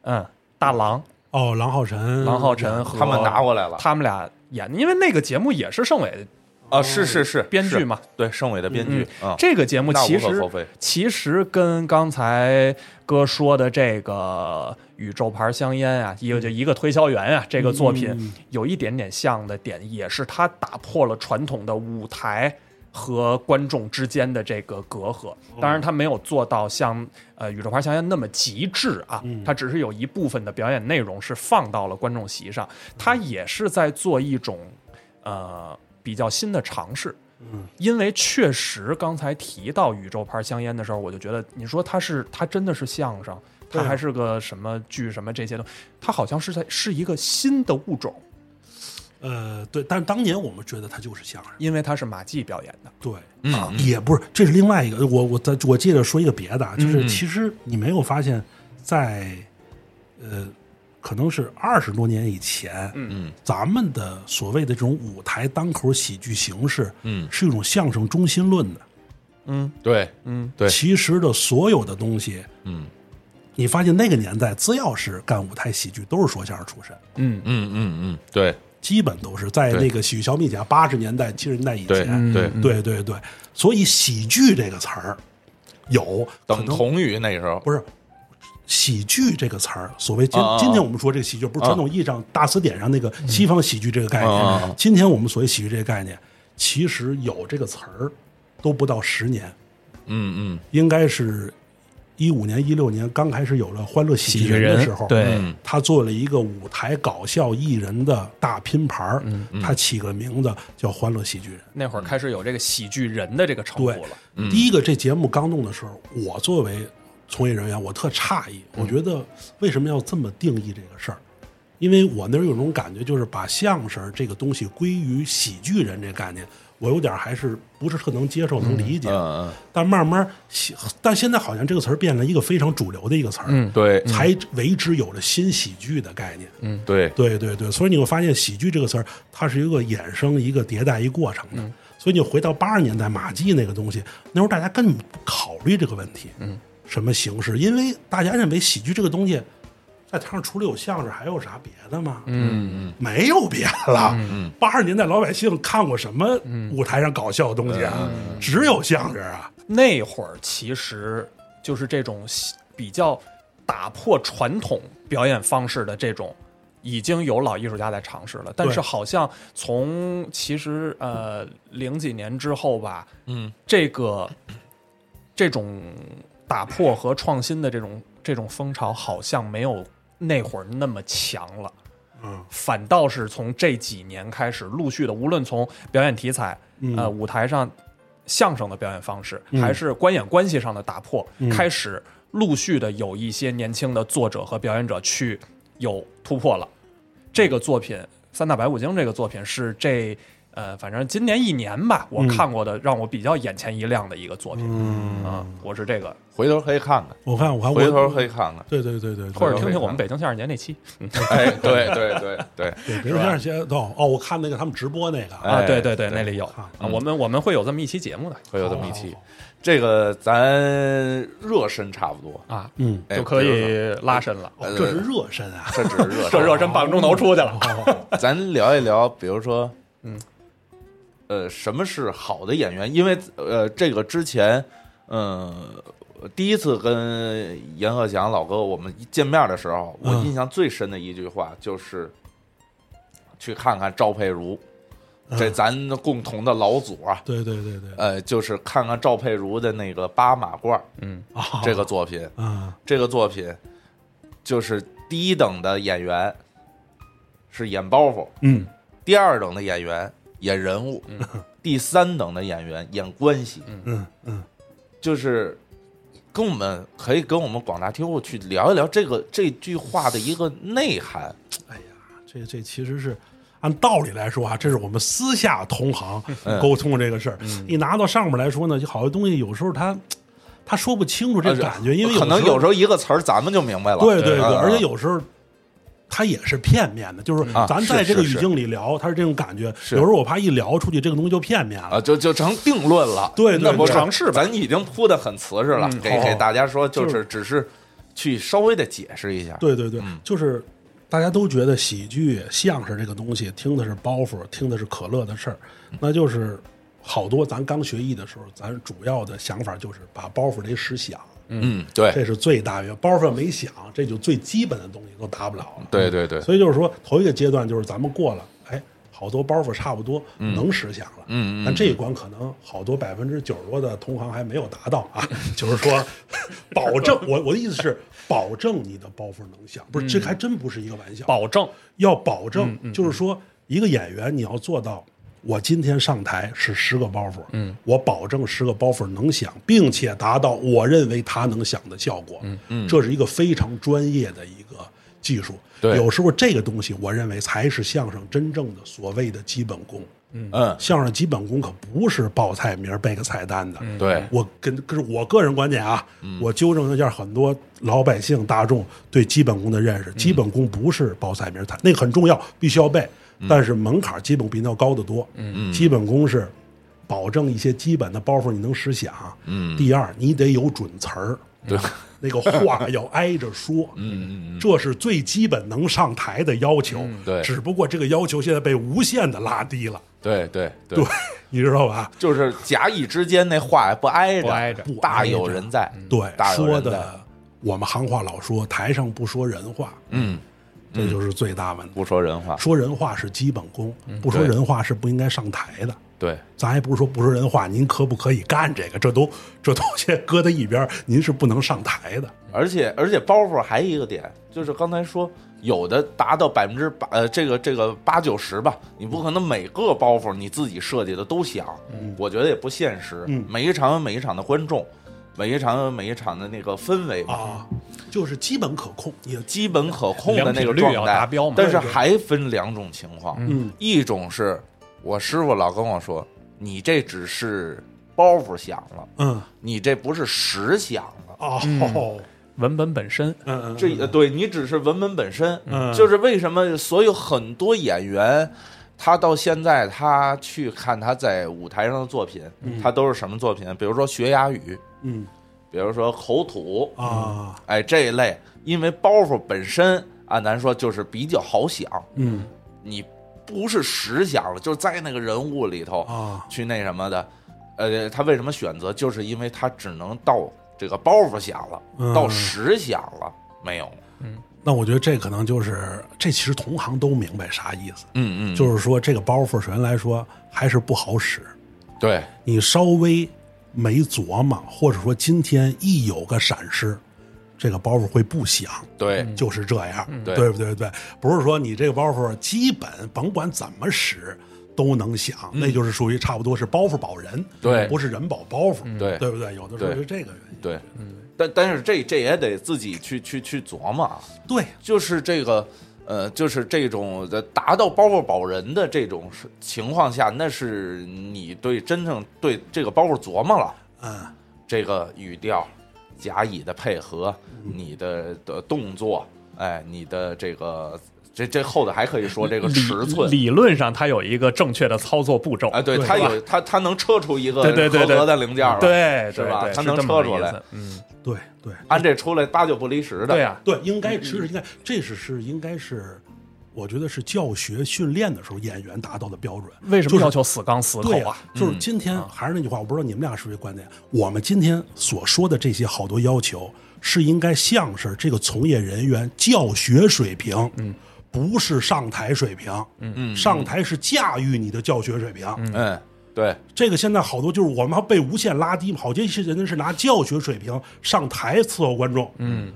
Speaker 3: 嗯大郎
Speaker 1: 哦，郎浩辰，
Speaker 3: 郎浩辰和
Speaker 2: 嗯他们拿过来了
Speaker 3: 他们俩演的，因为那个节目也是盛伟
Speaker 2: 啊，是是是，
Speaker 3: 编剧
Speaker 2: 是
Speaker 3: 嘛，
Speaker 2: 对，盛伟的编
Speaker 3: 嗯
Speaker 2: 剧啊，
Speaker 3: 这个节目
Speaker 2: 那无
Speaker 3: 其
Speaker 2: 可
Speaker 3: 实
Speaker 2: 厚非
Speaker 3: 其实跟刚才哥说的这个宇宙牌香烟啊，一个
Speaker 2: 嗯
Speaker 3: 就一个推销员啊，这个作品有一点点像的点，也是他打破了传统的舞台。和观众之间的这个隔阂，
Speaker 2: 嗯
Speaker 3: 当然他没有做到像呃宇宙牌香烟那么极致啊，
Speaker 2: 嗯
Speaker 3: 他只是有一部分的表演内容是放到了观众席上，
Speaker 2: 嗯
Speaker 3: 他也是在做一种呃比较新的尝试，因为确实刚才提到宇宙牌香烟的时候，我就觉得你说它是它真的是相声，它还是个什么剧什么这些东西，它好像是在是一个新的物种，
Speaker 1: 呃，对，但是当年我们觉得他就是相声，
Speaker 3: 因为它是马季表演的。
Speaker 2: 嗯
Speaker 1: 对，啊，也不是，这是另外一个。我我再我接着说一个别的，啊，
Speaker 2: 嗯
Speaker 1: 就是其实你没有发现在，呃，可能是二十多年以前，嗯，咱们的所谓的这种舞台单口喜剧形式，
Speaker 2: 嗯
Speaker 1: 是一种相声中心论的。
Speaker 2: 对，嗯对，
Speaker 1: 其实的所有的东西，
Speaker 2: 嗯
Speaker 1: 你发现那个年代，只要是干舞台喜剧，都是说相声出身。
Speaker 2: 嗯嗯嗯，对
Speaker 1: 基本都是在
Speaker 2: 对
Speaker 1: 那个喜剧小品甲八十年代、七十年代以
Speaker 2: 对
Speaker 1: 前，
Speaker 2: 对，
Speaker 1: 对对对，所以喜剧这个词儿有可
Speaker 2: 等
Speaker 1: 能
Speaker 2: 同于那时候
Speaker 1: 不是喜剧这个词儿。所谓今
Speaker 2: 啊啊啊
Speaker 1: 今天我们说这个喜剧，不是传统意义上大词典上那个西方喜剧这个概
Speaker 2: 啊啊啊
Speaker 1: 念。今天我们所谓喜剧这个概念，其实有这个词儿都不到十年，
Speaker 2: 嗯嗯
Speaker 1: 应该是一五年、一六年刚开始有了《欢乐喜剧人》的时候，
Speaker 3: 对
Speaker 2: 嗯
Speaker 1: 他做了一个舞台搞笑艺人的大拼盘儿，他起个名字叫《欢乐喜剧人》。
Speaker 3: 那会儿开始有这个喜剧人的这个称呼
Speaker 1: 对
Speaker 3: 了，，
Speaker 2: 嗯
Speaker 1: 第一个这节目刚弄的时候，我作为从业人员，我特诧异，
Speaker 2: 嗯
Speaker 1: 我觉得为什么要这么定义这个事儿？因为我那儿有种感觉，就是把相声这个东西归于喜剧人这概念，我有点还是不是特能接受、能理解。
Speaker 2: 嗯
Speaker 1: 但慢慢喜，但现在好像这个词儿变了一个非常主流的一个词儿，
Speaker 2: 嗯，对
Speaker 1: 才为之有了新喜剧的概念。嗯，
Speaker 2: 对
Speaker 1: 对对对，所以你会发现喜剧这个词儿，它是一个衍生、一个迭代、一个过程的。所以你回到八十年代马季那个东西，那时候大家根本不考虑这个问题，嗯，什么形式？因为大家认为喜剧这个东西，在台上除了有相声，还有啥别的吗？嗯，没有别的了。八十、年代老百姓看过什么舞台上搞笑的东西啊？只有相声啊。
Speaker 3: 那会儿其实就是这种喜比较打破传统表演方式的这种。已经有老艺术家在尝试了，但是
Speaker 1: 对
Speaker 3: 好像从其实呃零几年之后吧，
Speaker 2: 嗯，
Speaker 3: 这个这种打破和创新的这种这种风潮，好像没有那会儿那么强了。
Speaker 1: 嗯，
Speaker 3: 反倒是从这几年开始，陆续的，无论从表演题材、
Speaker 1: 嗯
Speaker 3: 呃舞台上相声的表演方式，
Speaker 1: 嗯
Speaker 3: 还是观演关系上的打破，
Speaker 2: 嗯
Speaker 3: 开始陆续的有一些年轻的作者和表演者去有突破了。这个作品《三大白骨精》这个作品是这呃，反正今年一年吧，
Speaker 2: 嗯
Speaker 3: 我看过的让我比较眼前一亮的一个作品。嗯啊，我是这个，
Speaker 2: 回头可以看看，
Speaker 1: 我看我还
Speaker 2: 回头
Speaker 1: 我
Speaker 2: 可以看看。
Speaker 1: 对对对对，对
Speaker 3: 或者
Speaker 2: 回头
Speaker 3: 听
Speaker 2: 可以
Speaker 3: 听我们
Speaker 2: 看
Speaker 3: 北京相声节那期
Speaker 2: 哎，对对对对，
Speaker 1: 对，比如像些哦哦，我看那个他们直播那个，
Speaker 2: 哎
Speaker 3: 啊，对对对，
Speaker 2: 对
Speaker 3: 那里有啊，
Speaker 2: 嗯
Speaker 3: 我们我们会有这么一期节目的
Speaker 2: 会有这么一期
Speaker 1: 好好。
Speaker 2: 这个咱热身差不多，
Speaker 3: 啊，
Speaker 1: 嗯，
Speaker 2: 哎
Speaker 3: 就可
Speaker 2: 比如说
Speaker 3: 以拉伸了，
Speaker 1: 哦这是热身啊，哦
Speaker 2: 这只是
Speaker 3: 这
Speaker 2: 热身，
Speaker 3: 热身半个钟头出去
Speaker 2: 哦
Speaker 3: 了。
Speaker 2: 咱聊一聊，比如说，嗯，呃，什么是好的演员？因为呃，这个之前，嗯、第一次跟阎鹤祥老哥我们见面的时候，我
Speaker 1: 嗯
Speaker 2: 印象最深的一句话就是，去看看赵佩茹，这咱共同的老祖啊。
Speaker 1: 对对对对，
Speaker 2: 呃，就是看看赵佩茹的那个《八马褂》
Speaker 1: 啊，
Speaker 2: 这个作品，
Speaker 1: 啊，
Speaker 2: 这个作品就是第一等的演员是演包袱，
Speaker 1: 嗯，
Speaker 2: 第二等的演员演人物， 第三等的演员演关系，
Speaker 1: 嗯嗯
Speaker 2: 就是跟我们可以跟我们广大听众去聊一聊这个这句话的一个内涵。
Speaker 1: 哎呀，这这其实是按道理来说啊，这是我们私下同行
Speaker 2: 嗯
Speaker 1: 沟通这个事儿。一拿到上面来说呢，就好多东西有时候他他说不清楚这感觉，因为
Speaker 2: 啊呃可能有
Speaker 1: 有
Speaker 2: 时候一个词儿咱们就明白了，
Speaker 1: 对对对，
Speaker 2: 嗯
Speaker 1: 而且有时候。它也是片面的，就是
Speaker 2: 啊
Speaker 1: 咱在
Speaker 2: 是
Speaker 1: 这个
Speaker 2: 是
Speaker 1: 语
Speaker 2: 是
Speaker 1: 境里聊，它是这种感觉。有时候我怕一聊出去，这个东西就片面
Speaker 2: 啊，
Speaker 1: 了。
Speaker 2: 就就成定论了。
Speaker 1: 对对
Speaker 2: 那不是
Speaker 1: 对嗯
Speaker 3: 尝试吧
Speaker 2: 咱已经铺的很瓷实了，给
Speaker 1: 好
Speaker 2: 给大家说，就
Speaker 1: 就是
Speaker 2: 只是去稍微的解释一下。
Speaker 1: 对对对
Speaker 2: 嗯，
Speaker 1: 就是大家都觉得喜剧、相声这个东西，听的是包袱，听的是可乐的事儿，那就是好多咱刚学艺的时候，咱主要的想法就是把包袱得使响，
Speaker 2: 嗯，对
Speaker 1: 这是最大原因。包袱没响，这就最基本的东西都达不了了。
Speaker 2: 对对对，
Speaker 1: 所以就是说，头一个阶段就是咱们过了，哎，好多包袱差不多能实现了，
Speaker 2: 嗯嗯嗯
Speaker 1: 但这一关可能好多百分之九十多的同行还没有达到啊， 就是说，保证我我的意思是，保证你的包袱能响，不是这还真不是一个玩笑，
Speaker 3: 保证
Speaker 1: 要保证，就是说一个演员你要做到。我今天上台是十个包袱，嗯，我保证十个包袱能响，并且达到我认为它能响的效果，嗯嗯，这是一个非常专业的一个技术。
Speaker 2: 对
Speaker 1: 有时候这个东西，我认为才是相声真正的所谓的基本功。
Speaker 2: 嗯，
Speaker 1: 相声基本功可不是报菜名儿背个菜单的，
Speaker 2: 对，
Speaker 1: 我跟可是我个人观点啊，我纠正一下很多老百姓大众对基本功的认识。基本功不是报菜名儿菜，那个很重要，必须要背，但是门槛儿基本比那高得多。嗯，基本功是保证一些基本的包袱你能实响。嗯，第二，你得有准词儿。
Speaker 2: 对，
Speaker 1: 那个话要挨着说，嗯，这是最基本能上台的要求。
Speaker 2: 对
Speaker 1: 只不过这个要求现在被无限的拉低了，
Speaker 2: 对对对，
Speaker 1: 你知道吧？
Speaker 2: 就是甲乙之间那话也不挨着，
Speaker 3: 不挨着
Speaker 1: 不
Speaker 2: 大
Speaker 1: 挨
Speaker 2: 有
Speaker 1: 着嗯
Speaker 2: 人在，
Speaker 1: 对，
Speaker 2: 嗯大有
Speaker 1: 说
Speaker 2: 人在，
Speaker 1: 的我们行话老说，台上不说人话，
Speaker 2: 嗯，
Speaker 1: 这就是最大问题。
Speaker 2: 不说人话，
Speaker 1: 说人话是基本功，不说
Speaker 2: 嗯对
Speaker 1: 人话是不应该上台的。
Speaker 2: 对，
Speaker 1: 咱也不是说不说人话，您可不可以干这个？这都这东西搁在一边儿，您是不能上台的。
Speaker 2: 而且而且包袱还有一个点，就是刚才说有的达到百分之八，呃，这个这个八九十吧，你不可能每个包袱你自己设计的都响，
Speaker 3: 嗯
Speaker 2: 我觉得也不现实。
Speaker 1: 嗯
Speaker 2: 每一场有每一场的观众，每一场有每一场的那个氛围嘛，
Speaker 1: 啊，就是基本可控，也
Speaker 2: 基本可控的那个
Speaker 3: 良品率
Speaker 2: 状
Speaker 3: 要
Speaker 2: 态，
Speaker 3: 达标嘛
Speaker 2: 但是
Speaker 1: 对对
Speaker 2: 还分两种情况，
Speaker 1: 嗯
Speaker 2: 一种是我师傅老跟我说，你这只是包袱响了，
Speaker 1: 嗯
Speaker 2: 你这不是实响了。
Speaker 1: 哦
Speaker 3: 文本本身
Speaker 1: 嗯嗯
Speaker 2: 嗯这呃对你只是文本本身，就是为什么所有很多演员，他到现在他去看他在舞台上的作品，他都是什么作品？比如说学哑语，
Speaker 1: 嗯
Speaker 2: 比如说口吐，
Speaker 1: 啊
Speaker 2: 哎这一类，因为包袱本身按咱说就是比较好想，
Speaker 1: 嗯
Speaker 2: 你不是实想了，就是在那个人物里头
Speaker 1: 啊
Speaker 2: 去那什么的。呃，他为什么选择？就是因为他只能到这个包袱响了，
Speaker 1: 嗯
Speaker 2: 到实响了，没有，
Speaker 1: 那我觉得这可能就是，这其实同行都明白啥意思。
Speaker 2: 嗯嗯，
Speaker 1: 就是说这个包袱，首先来说还是不好使。
Speaker 2: 对，
Speaker 1: 你稍微没琢磨，或者说今天一有个闪失，这个包袱会不响。
Speaker 2: 对，
Speaker 3: 嗯
Speaker 1: 就是这样，
Speaker 2: 嗯对
Speaker 1: 对不对？对，不是说你这个包袱基本甭管怎么使都能响，那就是属于差不多是包袱保人，
Speaker 2: 嗯对嗯
Speaker 1: 不是人保包袱，
Speaker 2: 对
Speaker 1: 对不对？有的时候
Speaker 2: 对
Speaker 1: 是这个原因，
Speaker 2: 对，
Speaker 3: 嗯
Speaker 2: 但但是这这也得自己去去去琢磨啊，
Speaker 1: 对，
Speaker 2: 就是这个，呃，就是这种的达到包袱保人的这种是情况下，那是你对真正对这个包袱琢磨了，
Speaker 1: 嗯，
Speaker 2: 这个语调、甲乙的配合、
Speaker 3: 嗯
Speaker 2: 你的的动作，哎，你的这个这这后头还可以说这个尺寸。
Speaker 3: 理论上它有一个正确的操作步骤
Speaker 2: 哎，对，
Speaker 1: 对
Speaker 2: 它
Speaker 1: 吧
Speaker 2: 有它它能车出一个
Speaker 3: 对对对
Speaker 2: 合
Speaker 3: 对
Speaker 2: 格的零件儿来，
Speaker 3: 对，
Speaker 2: 是
Speaker 3: 对
Speaker 2: 吧
Speaker 3: 对
Speaker 2: 它
Speaker 3: 是
Speaker 2: 能
Speaker 3: 这么
Speaker 2: 车
Speaker 3: 个
Speaker 2: 出
Speaker 3: 意
Speaker 2: 来
Speaker 3: 思，嗯，
Speaker 1: 对对
Speaker 2: 按这出来八九不离十的，
Speaker 3: 对啊，
Speaker 1: 对，应该其实应该这是是应该是，我觉得是教学训练的时候演员达到的标准。
Speaker 3: 为什
Speaker 1: 就
Speaker 3: 么
Speaker 1: 是
Speaker 3: 要求死钢死口
Speaker 1: 对
Speaker 3: 啊？，
Speaker 1: 就是今天还是那句话，我不知道你们俩是不是这观点。我们今天所说的这些好多要求，是应该像是这个从业人员教学水平，嗯，不是上台水平，嗯，上台是驾驭你的教学水平。
Speaker 2: 嗯，对，
Speaker 1: 这个现在好多就是我们还被无限拉低，好些人家是拿教学水平上台伺候观众，嗯，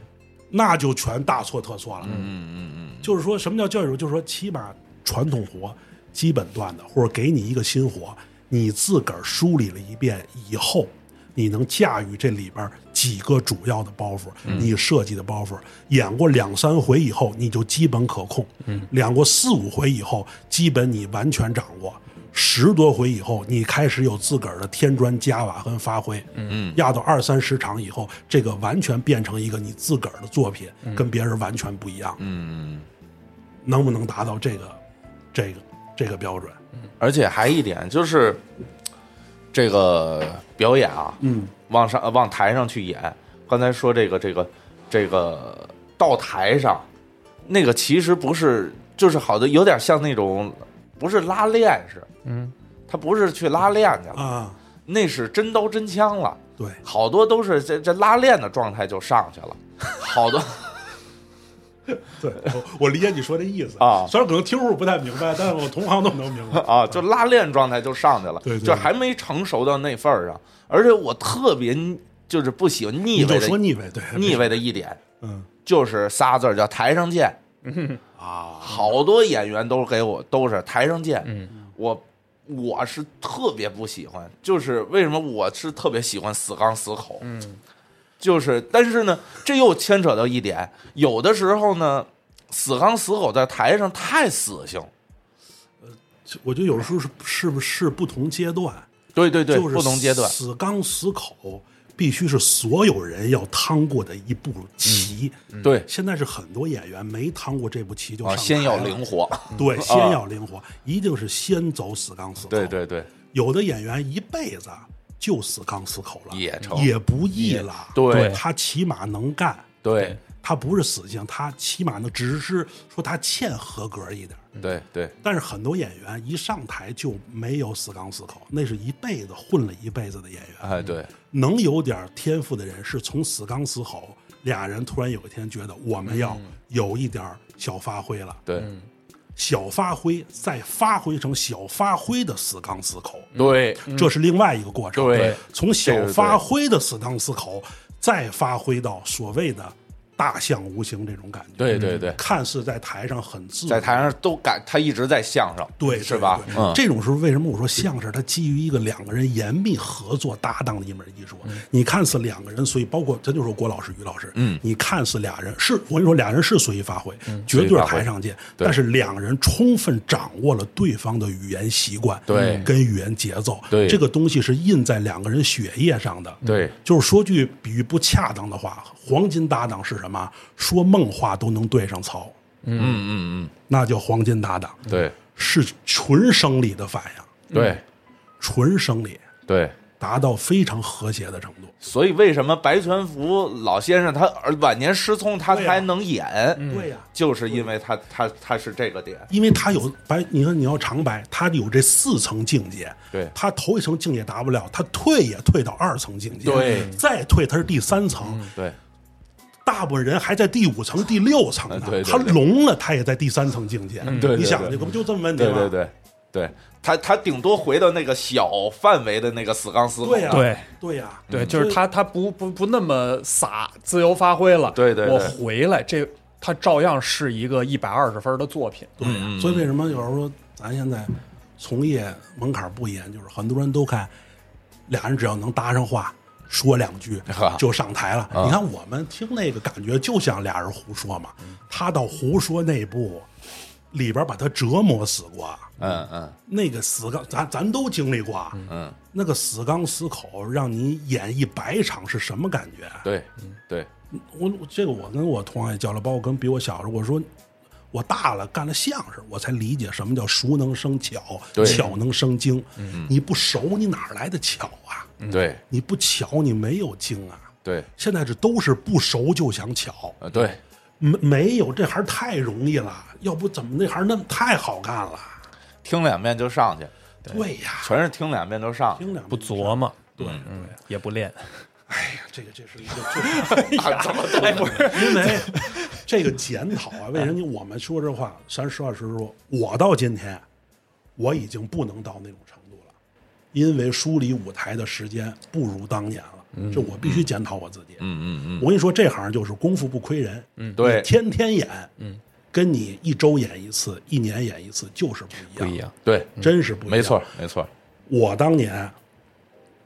Speaker 1: 那就全大错特错了。嗯嗯嗯，就是说什么叫教育？就是说起码传统活、基本段子，或者给你一个新活，你自个儿梳理了一遍以后。你能驾驭这里边几个主要的包袱，你设计的包袱，演过两三回以后，你就基本可控；演过四五回以后，基本你完全掌握。十多回以后，你开始有自个儿的添砖加瓦跟发挥。嗯，压到二三十场以后，这个完全变成一个你自个儿的作品，跟别人完全不一样。嗯，能不能达到这个这个这个标准？
Speaker 2: 而且还一点就是，这个表演啊，嗯，往上呃往台上去演，刚才说这个这个这个到台上，那个其实不是，就是好的有点像那种不是拉练似的，嗯，他不是去拉练去了，
Speaker 1: 啊，
Speaker 2: 那是真刀真枪了，
Speaker 1: 对，
Speaker 2: 好多都是这这拉练的状态就上去了，好多。
Speaker 1: 对，我 我理解你说这意思
Speaker 2: 啊
Speaker 1: 虽然可能听户不太明白，但是我同行都能 明白
Speaker 2: 啊，就拉练状态就上去了，
Speaker 1: 对对
Speaker 2: 就还没成熟到那份儿上。而且我特别就是不喜欢
Speaker 1: 你
Speaker 2: 腻
Speaker 1: 就
Speaker 2: 味
Speaker 1: 说
Speaker 2: 的
Speaker 1: 腻歪，对，
Speaker 2: 腻歪的一点，
Speaker 1: 嗯，
Speaker 2: 就是仨字儿叫台上见。
Speaker 1: 啊，
Speaker 2: 好多演员都给我都是台上见，嗯，我我是特别不喜欢，就是为什么我是特别喜欢死刚死口，嗯，就是但是呢，这又牵扯到一点，有的时候呢，死刚死口在台上太死性，
Speaker 1: 我觉得有的时候是是不是不同阶段，
Speaker 2: 对对对，
Speaker 1: 就是
Speaker 2: 不同阶段，
Speaker 1: 死刚死口必须是所有人要趟过的一步棋。
Speaker 2: 对，
Speaker 1: 现在是很多演员没趟过这步棋就上、
Speaker 2: 啊，嗯先要灵，活，嗯啊
Speaker 1: 对，先要灵活，一定是先走死刚死口。
Speaker 2: 对对对
Speaker 1: 有的演员一辈子就死刚死口了，
Speaker 2: 也
Speaker 1: 也
Speaker 2: 成
Speaker 1: 不易了。
Speaker 2: 对对
Speaker 1: 他起码能干，
Speaker 2: 对
Speaker 1: 他不是死性，他起码呢，只是说他欠合格一点。
Speaker 2: 对对，
Speaker 1: 但是很多演员一上台就没有死刚死口，那是一辈子混了一辈子的演员。
Speaker 2: 哎对，
Speaker 1: 能有点天赋的人，是从死刚死吼，俩人突然有一天觉得我们要
Speaker 2: 嗯
Speaker 1: 有一点小发挥了，
Speaker 2: 对
Speaker 1: 小发挥再发挥成小发挥的死刚死口，
Speaker 2: 对
Speaker 1: 这是另外一个过程。
Speaker 2: 嗯对
Speaker 1: 从小发挥的死刚死口，再发挥到所谓的大象无形这种感觉。
Speaker 2: 对对对，
Speaker 1: 看似在台上很自如
Speaker 2: 在台上都感他一直在相声，
Speaker 1: 对，对
Speaker 2: 是吧？
Speaker 1: 对
Speaker 2: 嗯，
Speaker 1: 这种时候为什么我说相声它基于一个两个人严密合作搭档的一门艺术？
Speaker 2: 嗯
Speaker 1: 你看似两个人，所以包括咱就说郭老师、于老师，嗯，你看似俩人是我跟你说俩人是随意发挥，绝
Speaker 2: 嗯随
Speaker 1: 对
Speaker 2: 意
Speaker 1: 是
Speaker 2: 发挥
Speaker 1: 台上见，
Speaker 2: 对
Speaker 1: 但是两人充分掌握了对方的语言习惯，
Speaker 2: 对
Speaker 1: 跟语言节奏，
Speaker 2: 对
Speaker 1: 这个东西是印在两个人血液上的，
Speaker 2: 对
Speaker 1: 就是说句比喻不恰当的话，黄金搭档是什么？说梦话都能对上槽，
Speaker 2: 嗯嗯嗯，
Speaker 1: 那叫黄金搭档。
Speaker 2: 对
Speaker 1: 是纯生理的反应，
Speaker 2: 对
Speaker 1: 纯生理
Speaker 2: 对。
Speaker 1: 达到非常和谐的程度。
Speaker 2: 所以为什么白全福老先生他而晚年失聪，他
Speaker 1: 对呀
Speaker 2: 还能演？
Speaker 1: 对呀
Speaker 2: 就是因为他他他是这个点，
Speaker 1: 因为他有白，你看你要长白，他有这四层境界。
Speaker 2: 对
Speaker 1: 他头一层境界达不了，他退也退到二层境界，
Speaker 2: 对嗯
Speaker 1: 再退他是第三层。
Speaker 2: 对
Speaker 1: 大大部分人还在第五层、第六层呢，
Speaker 2: 啊对对对嗯
Speaker 1: 他聋了，他也在第三层境界。
Speaker 2: 对对
Speaker 1: 你想，
Speaker 2: 对
Speaker 1: 这不就这么问题
Speaker 2: 对
Speaker 1: 吗？
Speaker 2: 对对对，他他顶多回到那个小范围的那个死刚死狗
Speaker 1: 对呀、
Speaker 3: 对
Speaker 1: 对呀、
Speaker 2: 嗯
Speaker 3: 对，就是他他不不不那么洒，自由发挥了。
Speaker 2: 对对对
Speaker 3: 我回来这他照样是一个一百二十分的作品。
Speaker 1: 对呀、所以为什么有时候说咱现在从业门槛不严，就是很多人都看俩人只要能搭上话。说两 句就上台了。你看我们听那个感觉就像俩人胡说嘛，他到胡说那步里边把他折磨死过，
Speaker 2: 嗯嗯，
Speaker 1: 那个死刚，咱咱都经历过，嗯，那个死刚死口，让你演一百场是什么感觉？啊
Speaker 2: 对对，
Speaker 1: 我我这个我跟我同行也交流，包括跟比我小时候，我说我大了干了相声，我才理解什么叫熟能生巧，
Speaker 2: 对
Speaker 1: 巧能生精。你不熟，你哪儿来的巧啊？
Speaker 2: 对
Speaker 1: 你不巧，你没有精啊。
Speaker 2: 对
Speaker 1: 现在这都是不熟就想巧，
Speaker 2: 呃对，
Speaker 1: 没没有这行太容易了，要不怎么那行那么太好干了？
Speaker 2: 听两遍就上去，
Speaker 1: 对呀，
Speaker 2: 全是听两遍就上去，
Speaker 1: 听两
Speaker 3: 不
Speaker 1: 足。
Speaker 3: 琢磨，对， 嗯，也不练，
Speaker 1: 哎这个这是一个最。
Speaker 2: 啊怎么不是？
Speaker 1: 因为这个检讨 啊，为什么我们说这话？咱实话实说，我到今天我已经不能到那种程度了，因为梳理舞台的时间不如当年了。这我必须检讨我自己。
Speaker 2: 嗯嗯嗯
Speaker 1: 我跟你说，这行就是功夫不亏人。嗯，
Speaker 2: 对
Speaker 1: 天天演，嗯，跟你一周演一次，一年演一次就是不一样，
Speaker 3: 样。
Speaker 2: 对，
Speaker 1: 真是不一样。
Speaker 2: 嗯没错，没错，
Speaker 1: 我当年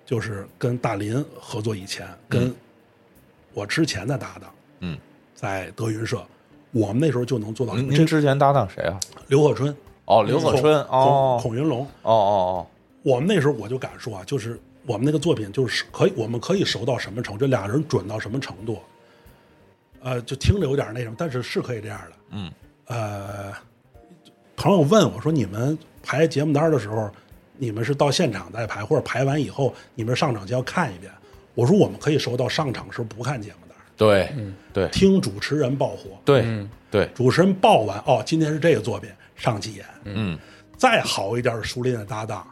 Speaker 1: 就是跟大林合作以前，跟我之前的搭档，
Speaker 2: 嗯，
Speaker 1: 在德云社，我们那时候就能做到什
Speaker 2: 您
Speaker 1: 么？
Speaker 2: 您
Speaker 1: 这
Speaker 2: 之前搭档谁啊？
Speaker 1: 刘鹤春，
Speaker 2: 哦，刘鹤春，
Speaker 1: 孔
Speaker 2: 哦
Speaker 1: 孔，孔云龙，
Speaker 2: 哦哦
Speaker 1: 我们那时候我就敢说啊，就是我们那个作品就是可以，我们可以熟到什么程度，这俩人准到什么程度，呃，就听着有点那什么，但是是可以这样的。
Speaker 2: 嗯，
Speaker 1: 呃，朋友问我说，你们排节目单的时候，你们是到现场再排，或者排完以后你们上场就要看一遍？我说我们可以熟到上场时候不看节目单，
Speaker 2: 对对
Speaker 1: 听主持人爆火，
Speaker 2: 对对，
Speaker 1: 主持人报完哦，今天是这个作品上去演，
Speaker 2: 嗯，
Speaker 1: 再好一点儿熟练的搭档，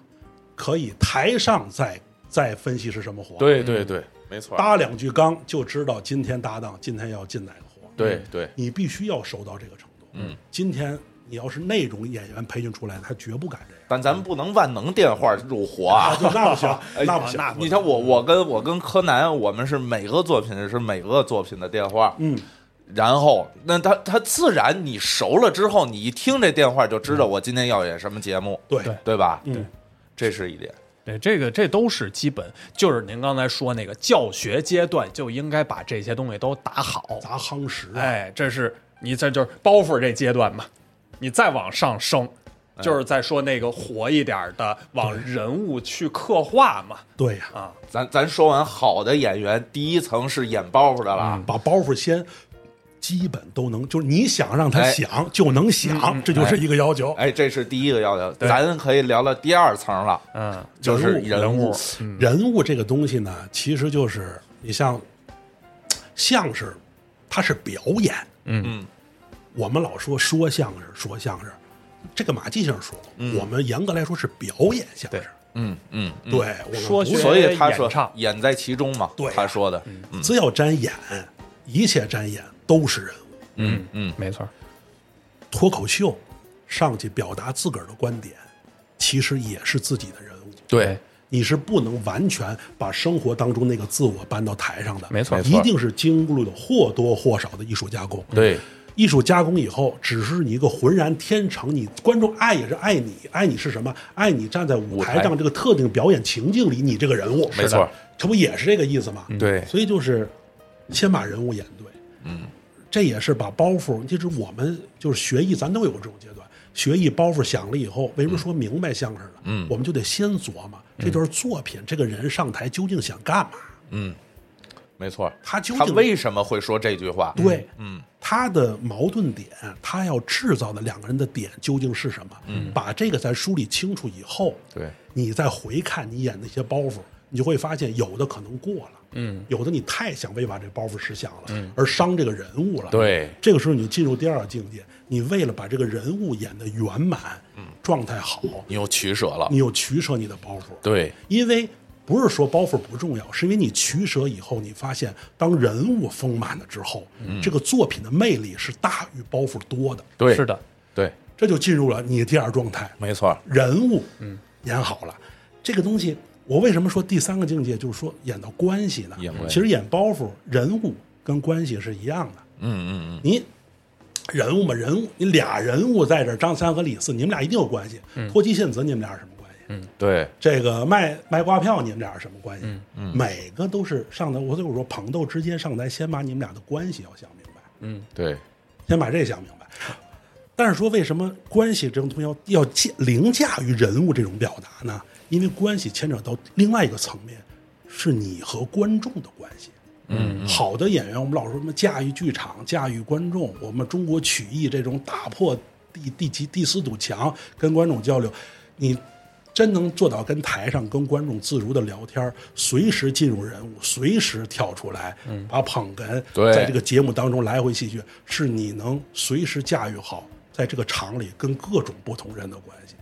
Speaker 1: 可以台上再再分析是什么活，，
Speaker 2: 对对对，没错，
Speaker 1: 搭两句刚就知道今天搭档今天要进哪个活，
Speaker 2: 对对
Speaker 1: 你必须要熟到这个程度，嗯，今天你要是那种演员培训出来的，他绝不敢 这样，
Speaker 2: 但咱不能万能电话入伙啊
Speaker 1: 啊，！就那不行
Speaker 2: 哎，
Speaker 1: 那不行，那不行
Speaker 2: 你看我，我跟我跟柯南，我们是每个作品是每个作品的电话，
Speaker 1: 嗯，
Speaker 2: 然后那他他自然你熟了之后，你一听这电话就知道我今天要演什么节目，
Speaker 1: 对
Speaker 3: 对
Speaker 2: 对吧？
Speaker 1: 嗯，
Speaker 2: 这是一点，
Speaker 3: 对，这个这都是基本，就是您刚才说那个教学阶段就应该把这些东西都打好。
Speaker 1: 砸夯实啊，
Speaker 3: 哎，这是你这就是包袱这阶段嘛，你再往上升，
Speaker 2: 哎
Speaker 3: 就是在说那个活一点儿的，往人物去刻画嘛。
Speaker 1: 对呀、
Speaker 2: 咱咱说完好的演员，第一层是演包袱的了，
Speaker 1: 把包袱先。基本都能，就是你想让他
Speaker 2: 哎嗯
Speaker 1: 想就能想，这就是一个要求。
Speaker 2: 哎，这是第一个要求，咱可以聊聊第二层了，
Speaker 3: 嗯，
Speaker 2: 就是人
Speaker 1: 人
Speaker 2: 物，嗯
Speaker 1: 人物这个东西呢，其实就是你像相声，它是表演。
Speaker 2: 嗯，
Speaker 1: 我们老说说相声，说相声，这个马季先生说过，我们严格来说是表演相声。
Speaker 2: 嗯嗯，嗯
Speaker 1: 对，我们
Speaker 3: 说
Speaker 1: 不是
Speaker 3: 学
Speaker 2: 所以他说
Speaker 3: 演唱
Speaker 2: 演在其中嘛，
Speaker 1: 对啊
Speaker 2: 他说的，
Speaker 1: 只要沾演，一切沾演都是人物。
Speaker 2: 嗯嗯，
Speaker 3: 没错，
Speaker 1: 脱口秀上去表达自个儿的观点，其实也是自己的人物。
Speaker 3: 哎
Speaker 2: 对，
Speaker 1: 你是不能完全把生活当中那个自我搬到台上的，
Speaker 3: 没错没
Speaker 2: 错
Speaker 1: 一定是经过了或多或少的艺术加工。
Speaker 2: 对，
Speaker 1: 艺术加工以后，只是你一个浑然天成，你观众爱也是爱你，爱你是什么？爱你站在舞台
Speaker 2: 舞
Speaker 1: 上这个特定表演情境里，你这个人物，
Speaker 2: 没错，
Speaker 1: 这不也是这个意思吗？
Speaker 2: 对
Speaker 1: 所以就是先把人物演对，嗯，这也是把包袱，就是我们就是学艺，咱都有这种阶段。学艺包袱响了以后，为什么说明白相声了？嗯，我们就得先琢磨这段作品，这个人上台究竟想干嘛？
Speaker 2: 没错，
Speaker 1: 他究
Speaker 2: 他
Speaker 1: 竟
Speaker 2: 为什么会说这句话？
Speaker 1: 对，嗯，他的矛盾点，他要制造的两个人的点究竟是什么？嗯，把这个咱梳理清楚以后，
Speaker 2: 对，
Speaker 1: 你再回看你演那些包袱，你就会发现有的可能过了，嗯，有的你太想为把这包袱实想了，而伤这个人物了。
Speaker 2: 对
Speaker 1: 这个时候你进入第二境界，你为了把这个人物演得圆满，嗯，状态好，
Speaker 2: 你有取舍了
Speaker 1: 你，又取舍你的包袱，
Speaker 2: 对
Speaker 1: 因为。不是说包袱不重要，是因为你取舍以后，你发现当人物丰满了之后，
Speaker 2: 嗯
Speaker 1: 这个作品的魅力是大于包袱多的，
Speaker 2: 对，
Speaker 3: 是的，
Speaker 2: 对，
Speaker 1: 这就进入了你的第二状态。
Speaker 2: 没错，
Speaker 1: 人物，嗯，演好了，这个东西，我为什么说第三个境界就是说演到关系呢
Speaker 2: 演关？系
Speaker 1: 其实演包袱，人物跟关系是一样的。
Speaker 2: 嗯嗯嗯，
Speaker 1: 你人物嘛，人物，你俩人物在这儿，张三和李四，你们俩一定有关系。
Speaker 2: 嗯
Speaker 1: 脱妻献子，你们俩是什么关系？
Speaker 2: 对，
Speaker 1: 这个卖卖挂票，你们俩是什么关系？每个都是上台，我所以我说捧逗之间上台，先把你们俩的关系要想明白，
Speaker 2: 对，
Speaker 1: 先把这想明白。但是说为什么关系这种东西要要介凌驾于人物这种表达呢？因为关系牵扯到另外一个层面，是你和观众的关系。嗯，好的演员，我们老说什么驾驭剧场、驾驭观众，我们中国曲艺这种打破第第几第四堵墙，跟观众交流，你真能做到跟台上跟观众自如的聊天儿，随时进入人物，随时跳出来，把捧哏
Speaker 2: 对
Speaker 1: 在这个节目当中来回戏谑，是你能随时驾驭好在这个场里跟各种不同人的关系。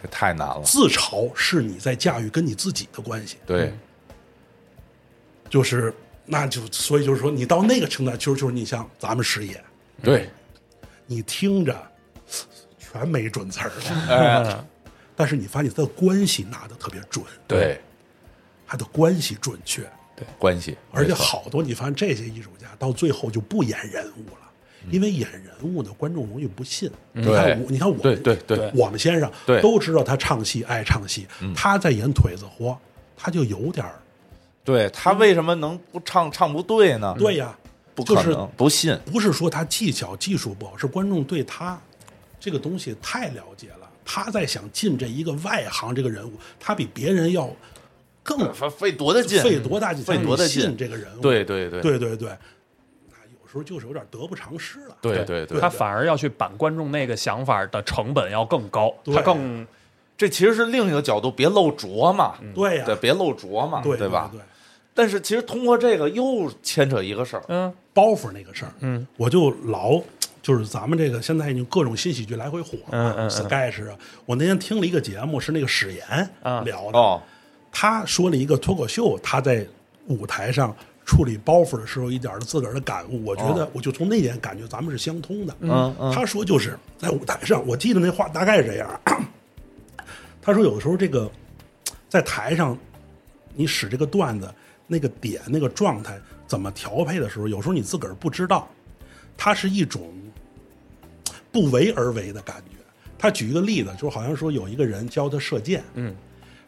Speaker 2: 这太难了，
Speaker 1: 自嘲是你在驾驭跟你自己的关系，
Speaker 2: 对，
Speaker 1: 就是那就所以就是说，你到那个程度，就是就是你像咱们师爷，
Speaker 2: 对，
Speaker 1: 你听着全没准词儿了，
Speaker 2: 哎，
Speaker 1: 但是你发现他的关系拿的特别准，，
Speaker 2: 对，
Speaker 1: 他的关系准确，
Speaker 2: 关系，
Speaker 1: 而且
Speaker 2: 没错，
Speaker 1: 好多你发现这些艺术家到最后就不演人物了。因为演人物呢，观众容易不信。你看我，你看我，
Speaker 2: 嗯对对对
Speaker 1: 我们先生
Speaker 2: 对嗯
Speaker 1: 都知道他唱戏爱唱戏，他在演腿子活，他就有点儿
Speaker 2: 对他为什么能不唱唱不对呢？，
Speaker 1: 对呀，
Speaker 2: 嗯不
Speaker 1: 就
Speaker 2: 可
Speaker 1: 是
Speaker 2: 能，不信，
Speaker 1: 不是说他技巧技术不好，是观众对他这个东西太了解了，他在想进这一个外行这个人物，他比别人要更
Speaker 2: 呃费费多大劲，
Speaker 1: 费多大劲才
Speaker 2: 费多
Speaker 1: 能
Speaker 2: 大劲
Speaker 1: 信这个人物？
Speaker 2: 对对对
Speaker 1: 对对对，那有时候就是有点得不偿失了。
Speaker 2: 对对对
Speaker 3: 他，反而要去板观众那个想法的成本要更高，
Speaker 1: 对
Speaker 3: 他更
Speaker 2: 这其实是另一个角度，别漏琢磨，
Speaker 1: 嗯对呀
Speaker 2: 对，别漏琢磨，
Speaker 1: 对
Speaker 2: 吧？
Speaker 1: 对，
Speaker 2: 但是其实通过这个又牵扯一个事儿，
Speaker 3: 嗯
Speaker 1: 包袱那个事儿，嗯，我就老就是咱们这个现在已经各种新喜剧来回火
Speaker 3: 嗯
Speaker 1: 了
Speaker 3: 嗯嗯
Speaker 1: ，sketch 啊，我那天听了一个节目，是那个史岩
Speaker 3: 啊
Speaker 1: 聊的，
Speaker 2: 哦，
Speaker 1: 他说了一个脱口秀，他在舞台上处理包袱的时候一点儿自个儿的感悟，我觉得我就从那点感觉咱们是相通的。嗯，他说就是在舞台上，我记得那话大概是这样。 他说有时候这个在台上你使这个段子那个点那个状态怎么调配的时候，有时候你自个儿不知道，它是一种不为而为的感觉。他举一个例子，就是好像说有一个人教他射箭，嗯，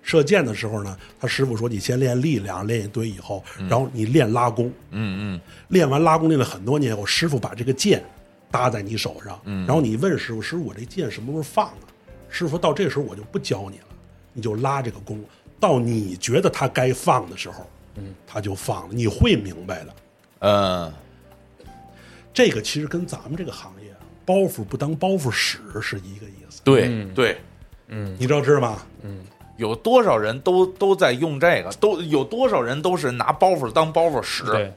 Speaker 1: 射箭的时候呢，他师傅说你先练力量，练一堆以后，然后你练拉弓，
Speaker 2: 嗯嗯嗯，
Speaker 1: 练完拉弓练了很多年以后，师傅把这个箭搭在你手上，
Speaker 2: 嗯
Speaker 1: 然后你问师傅，师傅我这箭什么时候放啊？师傅说到这时候我就不教你了，你就拉这个弓，到你觉得它该放的时候，嗯，它就放了，你会明白的。
Speaker 2: 嗯，
Speaker 1: 这个其实跟咱们这个行业包袱不当包袱使是一个意思，
Speaker 2: 对对，
Speaker 1: 你知道知道吗？
Speaker 2: 有多少人都都在用这个，都有多少人都是拿包袱当包袱使，
Speaker 3: 对，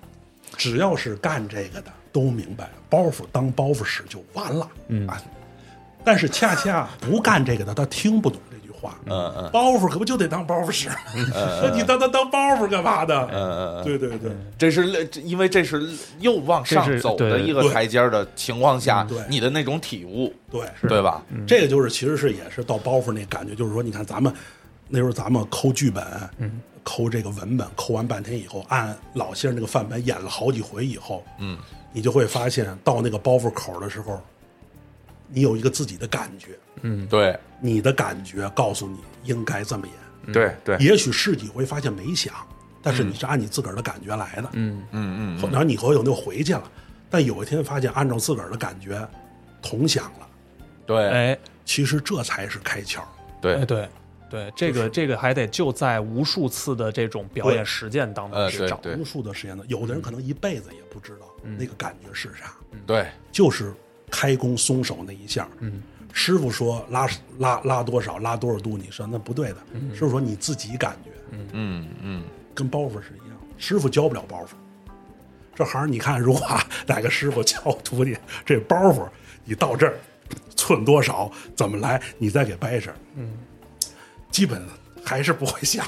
Speaker 1: 只要是干这个的都明白，包袱当包袱使就完了。嗯啊，但是恰恰不干这个的，他听不懂这句话。嗯嗯，包袱可不就得当包袱使？ 你当当当包袱干嘛的？嗯嗯，对对对，
Speaker 2: 这是这因为这是又往
Speaker 3: 这
Speaker 2: 上
Speaker 3: 是
Speaker 2: 走的
Speaker 3: 对
Speaker 2: 一个
Speaker 1: 对
Speaker 2: 台阶儿的情况下
Speaker 1: 嗯对，
Speaker 2: 你的那种体悟，
Speaker 1: 对
Speaker 2: 对吧？
Speaker 1: 这个就是其实是也是到包袱那感觉，就是说，你看咱们那时候咱们抠剧本，嗯，抠这个文本，抠完半天以后，按老先生那个范本演了好几回以后，嗯，你就会发现到那个包袱口的时候，你有一个自己的感觉，嗯
Speaker 2: 对
Speaker 1: 你的感觉告诉你应该这么演，
Speaker 2: 对对，
Speaker 1: 也许是你会发现没想，但是你是按你自个儿的感觉来的，嗯嗯嗯，然后你可能就回去了，但有一天发现按照自个儿的感觉同想了，
Speaker 2: 对
Speaker 3: 哎
Speaker 1: 其实这才是开窍。
Speaker 3: 哎
Speaker 2: 对，
Speaker 3: 对对，这个这个还得就在无数次的这种表演实践当
Speaker 2: 呃
Speaker 3: 中去
Speaker 2: 对
Speaker 3: 找，
Speaker 2: 对嗯
Speaker 1: 无数的实验的，有的人可能一辈子也不知道那个感觉是啥，
Speaker 2: 对，
Speaker 1: 就是开弓松手那一下。嗯，师傅说拉拉拉多少，拉多少度，你说那不对的。师傅说你自己感觉，
Speaker 2: 嗯嗯，
Speaker 1: 跟包袱是一样，师傅教不了包袱。这行儿你看，如果啊哪个师傅教徒弟这包袱，你到这儿寸多少，怎么来，你再给掰扯，嗯，基本还是不会想。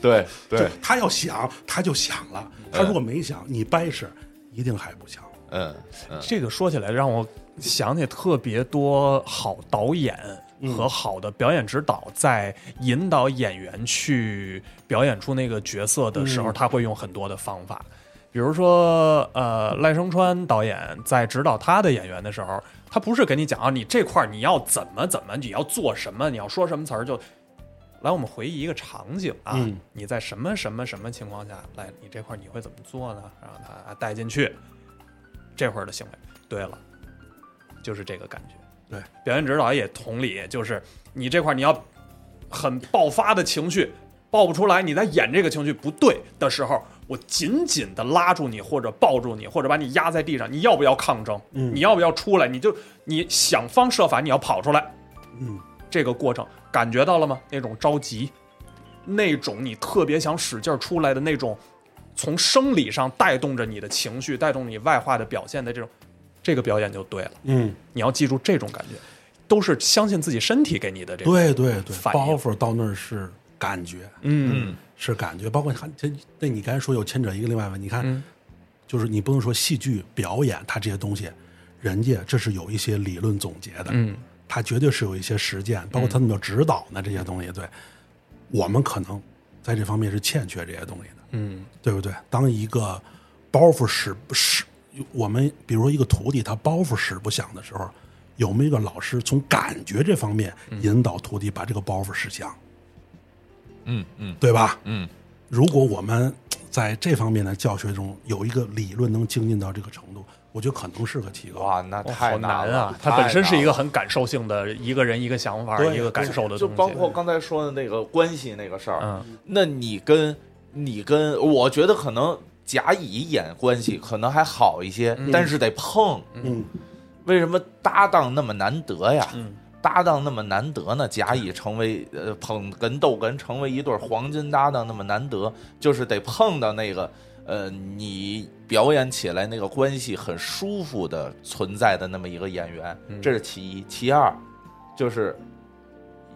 Speaker 2: 对
Speaker 1: 就
Speaker 2: 对，
Speaker 1: 他要想，他就想了；
Speaker 3: 嗯
Speaker 1: 他如果没想，你掰扯，一定还不想。
Speaker 2: 嗯嗯
Speaker 3: 这个说起来让我想起特别多好导演和好的表演指导在引导演员去表演出那个角色的时候，他会用很多的方法，比如说呃，赖声川导演在指导他的演员的时候，他不是给你讲啊，你这块儿你要怎么怎么，你要做什么，你要说什么词儿就。来，我们回忆一个场景啊，你在什么什么什么情况下，来，你这块儿你会怎么做呢？让他啊带进去，这会儿的行为。对了，就是这个感觉。
Speaker 1: 对，
Speaker 3: 表演指导也同理，就是你这块儿你要很爆发的情绪爆不出来，你在演这个情绪不对的时候，我紧紧的拉住你，或者抱住你，或者把你压在地上，你要不要抗争？你要不要出来？你就你想方设法你要跑出来。
Speaker 1: 嗯，
Speaker 3: 这个过程感觉到了吗？那种着急，那种你特别想使劲儿出来的那种，从生理上带动着你的情绪，带动你外化的表现的这种，这个表演就对了。
Speaker 1: 嗯，
Speaker 3: 你要记住这种感觉，都是相信自己身体给你的这个。
Speaker 1: 对对对，
Speaker 3: 反应
Speaker 1: 包袱到那儿是感觉，
Speaker 3: 嗯，
Speaker 1: 是感觉。包括你看，这那你刚才说有牵扯一个另外问题，你看，
Speaker 3: 嗯
Speaker 1: 就是你不能说戏剧表演它这些东西，人家这是有一些理论总结的，
Speaker 3: 嗯，
Speaker 1: 它绝对是有一些实践，包括他们的指导呢，这些东西。对，我们可能在这方面是欠缺这些东西的，
Speaker 3: 嗯，
Speaker 1: 对不对？当一个包袱使使我们，比如说一个徒弟他包袱使不响的时候，有没有一个老师从感觉这方面引导徒弟把这个包袱使响，
Speaker 2: 嗯嗯
Speaker 1: 对吧？
Speaker 2: 嗯，
Speaker 1: 如果我们在这方面的教学中有一个理论能精进到这个程度，我觉得可能是个提高。
Speaker 2: 哇，那
Speaker 3: 哇
Speaker 2: 太
Speaker 3: 好难
Speaker 2: 了
Speaker 3: 啊！它本身是一个
Speaker 2: 太难了
Speaker 3: 很感受性的，一个人一个想法，
Speaker 1: 对
Speaker 3: 一个感受的东西。
Speaker 2: 就包括刚才说的那个关系那个事儿，
Speaker 3: 嗯
Speaker 2: 那你跟你跟，我觉得可能甲乙演关系可能还好一些，但是得碰。
Speaker 1: 嗯，
Speaker 2: 为什么搭档那么难得呀？
Speaker 3: 嗯
Speaker 2: 搭档那么难得呢？甲乙成为呃捧哏逗哏成为一对黄金搭档那么难得，就是得碰到那个呃你表演起来那个关系很舒服的存在的那么一个演员，这是其一。其二就是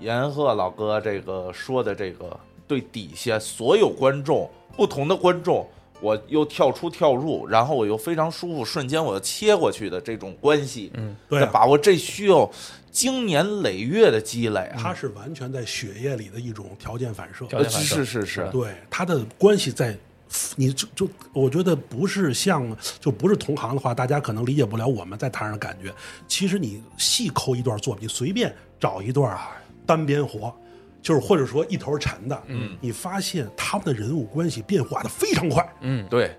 Speaker 2: 严鹤老哥这个说的这个对底下所有观众不同的观众。我又跳出跳入，然后我又非常舒服，瞬间我又切过去的这种关系，嗯，
Speaker 1: 对
Speaker 2: 的
Speaker 1: 啊
Speaker 2: 把握，这需要经年累月的积累啊。呃
Speaker 1: 它是完全在血液里的一种条件嗯反射。
Speaker 3: 条件反射
Speaker 2: 是是是，
Speaker 1: 对，它的关系在，你就就我觉得不是像就不是同行的话，大家可能理解不了我们在台上的感觉。其实你细抠一段作品，你随便找一段啊单边活，就是或者说一头沉的，嗯，你发现他们的人物关系变化的非常快，
Speaker 2: 对，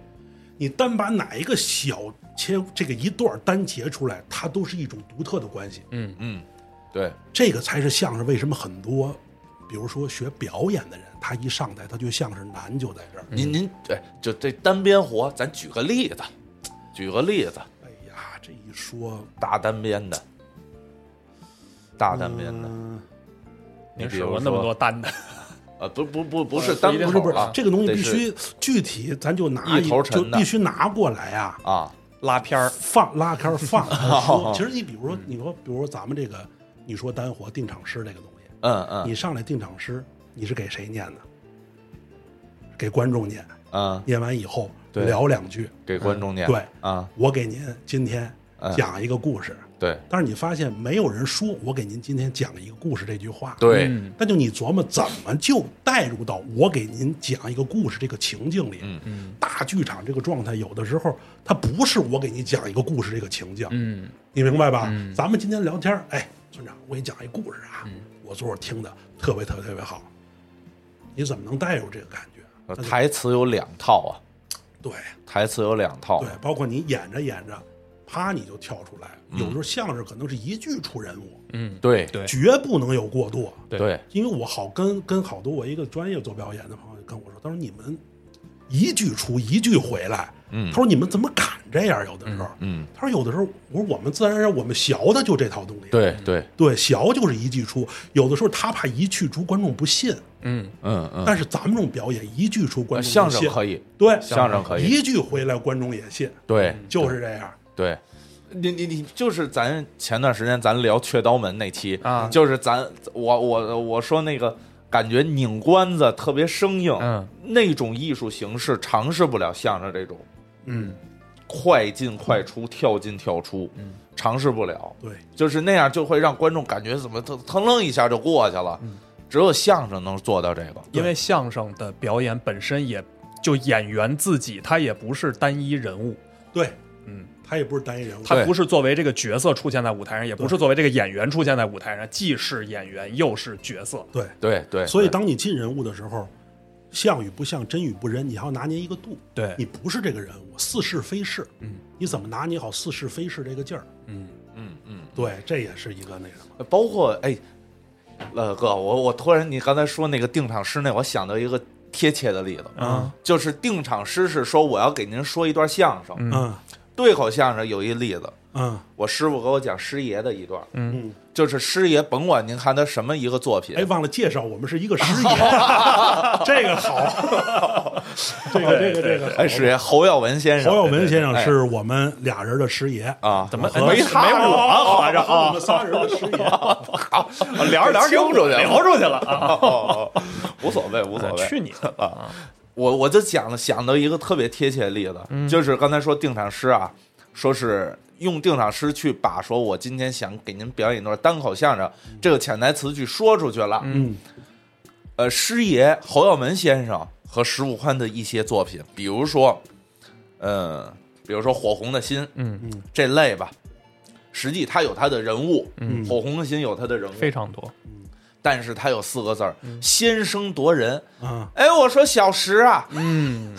Speaker 1: 你单把哪一个小切这个一段单截出来，它都是一种独特的关系。嗯，
Speaker 2: 嗯，对，
Speaker 1: 这个才是相声为什么很多，比如说学表演的人，他一上台他就相声难就在这儿。
Speaker 2: 您您对，就这单边活，咱举个例子，举个例子，
Speaker 1: 哎呀，这一说，
Speaker 2: 大单边的，大单边的，
Speaker 1: 嗯、
Speaker 2: 你
Speaker 3: 您
Speaker 2: 比
Speaker 3: 使
Speaker 2: 如
Speaker 3: 过那么多
Speaker 2: 说，单，
Speaker 3: 单的，
Speaker 2: 呃，不不不，不是
Speaker 3: 呃
Speaker 2: 单啊
Speaker 3: 不一定
Speaker 1: 不是不是，这个东西必
Speaker 2: 得
Speaker 1: 须具体，咱就拿
Speaker 2: 一头沉
Speaker 1: 就
Speaker 2: 的
Speaker 1: 必须拿过来啊，
Speaker 2: 啊，
Speaker 3: 拉片儿，
Speaker 1: 放拉开儿 放着说。其实你比如
Speaker 2: 嗯
Speaker 1: 说，你说比如说咱们这个，你说单活定场诗这个东西，
Speaker 2: 嗯嗯
Speaker 1: 你上来定场诗，你是给谁念的？给观众念。
Speaker 2: 嗯，
Speaker 1: 念完以后
Speaker 2: 对
Speaker 1: 聊两句。
Speaker 2: 给观众
Speaker 1: 嗯
Speaker 2: 念，
Speaker 1: 对
Speaker 2: 啊，
Speaker 1: 我给您今天
Speaker 2: 嗯
Speaker 1: 讲一个故事，
Speaker 2: 对
Speaker 1: 但是你发现没有人说我给您今天讲一个故事这句话。，
Speaker 2: 对，
Speaker 3: 嗯
Speaker 1: 那就你琢磨怎么就带入到我给您讲一个故事这个情境里。
Speaker 2: 嗯
Speaker 1: 嗯，大剧场这个状态有的时候它不是我给你讲一个故事这个情境，
Speaker 3: 嗯，嗯
Speaker 1: 你明白吧？咱们今天聊天儿，哎，村长，我给你讲一故事啊，我昨儿听的特别特别特别好，你怎么能带入这个感觉？
Speaker 2: 呃台词有两套啊，
Speaker 1: 对。
Speaker 2: 台词有两套
Speaker 1: 对，，包括你演着演着，啪你就跳出来。有时候相声可能是一句出人物，
Speaker 2: 对
Speaker 3: 嗯对
Speaker 1: 绝不能有过度。
Speaker 3: 对
Speaker 2: 对
Speaker 1: 因为我好跟跟好多我一个专业做表演的朋友跟我说，他说你们一句出一句回来，
Speaker 2: 嗯
Speaker 1: 他说你们怎么敢这样？有的时候，
Speaker 2: 嗯，
Speaker 1: 他说有的时候，我说我们自然而然我们学的就这套东西，
Speaker 2: 对对，
Speaker 1: 对，学就是一句出，有的时候他怕一句出观众不信，
Speaker 2: 嗯嗯，
Speaker 1: 但是咱们这种表演一句出观众
Speaker 2: 相
Speaker 1: 不
Speaker 2: 声
Speaker 1: 信
Speaker 2: 可以，
Speaker 1: 对
Speaker 2: 相声可以
Speaker 1: 一句回来观众也信，
Speaker 2: 对
Speaker 1: 就是这样。
Speaker 2: 对，你你你就是咱前段时间咱聊雀刀门那期
Speaker 3: 啊
Speaker 2: 就是咱我我我说那个感觉拧关子特别生硬，
Speaker 3: 嗯，
Speaker 2: 那种艺术形式尝试不了相声这种，
Speaker 3: 嗯，
Speaker 2: 快进快出、跳进跳出，嗯，尝试不了，
Speaker 1: 对，
Speaker 2: 就是那样就会让观众感觉怎么腾腾楞一下就过去了，只有相声能做到这个，
Speaker 3: 因为相声的表演本身也就演员自己，他也不是单一人物，
Speaker 1: 对，
Speaker 3: 嗯，
Speaker 1: 他也不是单一人物，
Speaker 3: 他
Speaker 2: 对
Speaker 3: 不是作为这个角色出现在舞台上，也不是作为这个演员出现在舞台上，既是演员又是角色。
Speaker 1: 对，
Speaker 2: 对对，
Speaker 1: 所以
Speaker 2: 对
Speaker 1: 当你进人物的时候，像与不像，真与不真，你还要拿捏一个度。
Speaker 3: 对
Speaker 1: 你不是这个人物，似是非是，
Speaker 3: 嗯，
Speaker 1: 你怎么拿捏好似是非是这个劲儿？
Speaker 2: 嗯嗯。
Speaker 1: 对，这也是一个那什么。
Speaker 2: 包括哎，乐哥，我我突然你刚才说那个定场诗那，我想到一个贴切的例子，
Speaker 3: 嗯，
Speaker 2: 就是定场诗是说我要给您说一段相声，
Speaker 3: 嗯
Speaker 1: 嗯
Speaker 2: 对口相声有一例子，
Speaker 1: 嗯
Speaker 2: 我师傅给我讲师爷的一段，
Speaker 1: 嗯，
Speaker 2: 就是师爷甭管您看他什么一个作品
Speaker 1: 哎，，忘了介绍，我们是一个师 爷，这个好，这个这个这个好。
Speaker 2: 哎，师爷侯耀文先生，
Speaker 1: 侯耀文先生
Speaker 2: 哎
Speaker 1: 是我们俩人的师 爷，
Speaker 2: 啊，怎
Speaker 3: 么
Speaker 2: 没他
Speaker 3: 没我
Speaker 2: 合着
Speaker 1: 我
Speaker 2: 啊
Speaker 1: 们？仨人的师爷。
Speaker 2: 好，聊 着聊着给出去了，
Speaker 3: 聊出去了啊！
Speaker 2: 哦，哦 无所谓，无所谓。
Speaker 3: 去你的
Speaker 2: 啊！我我就想了想到一个特别贴切的例子，就是刚才说定场诗啊，说是用定场诗去把说我今天想给您表演一段单口相声这个潜台词去说出去了。
Speaker 1: 嗯，
Speaker 2: 呃，师爷侯耀文先生和石富宽的一些作品，比如说，呃，比如说《火红的心》，
Speaker 3: 嗯
Speaker 2: 嗯，这类吧。实际他有他的人物，
Speaker 1: 嗯
Speaker 2: 火红的心》有他的人物，
Speaker 3: 非常多，
Speaker 2: 但是他有四个字儿：先声夺人。
Speaker 1: 啊，
Speaker 2: 哎，我说小石啊，嗯，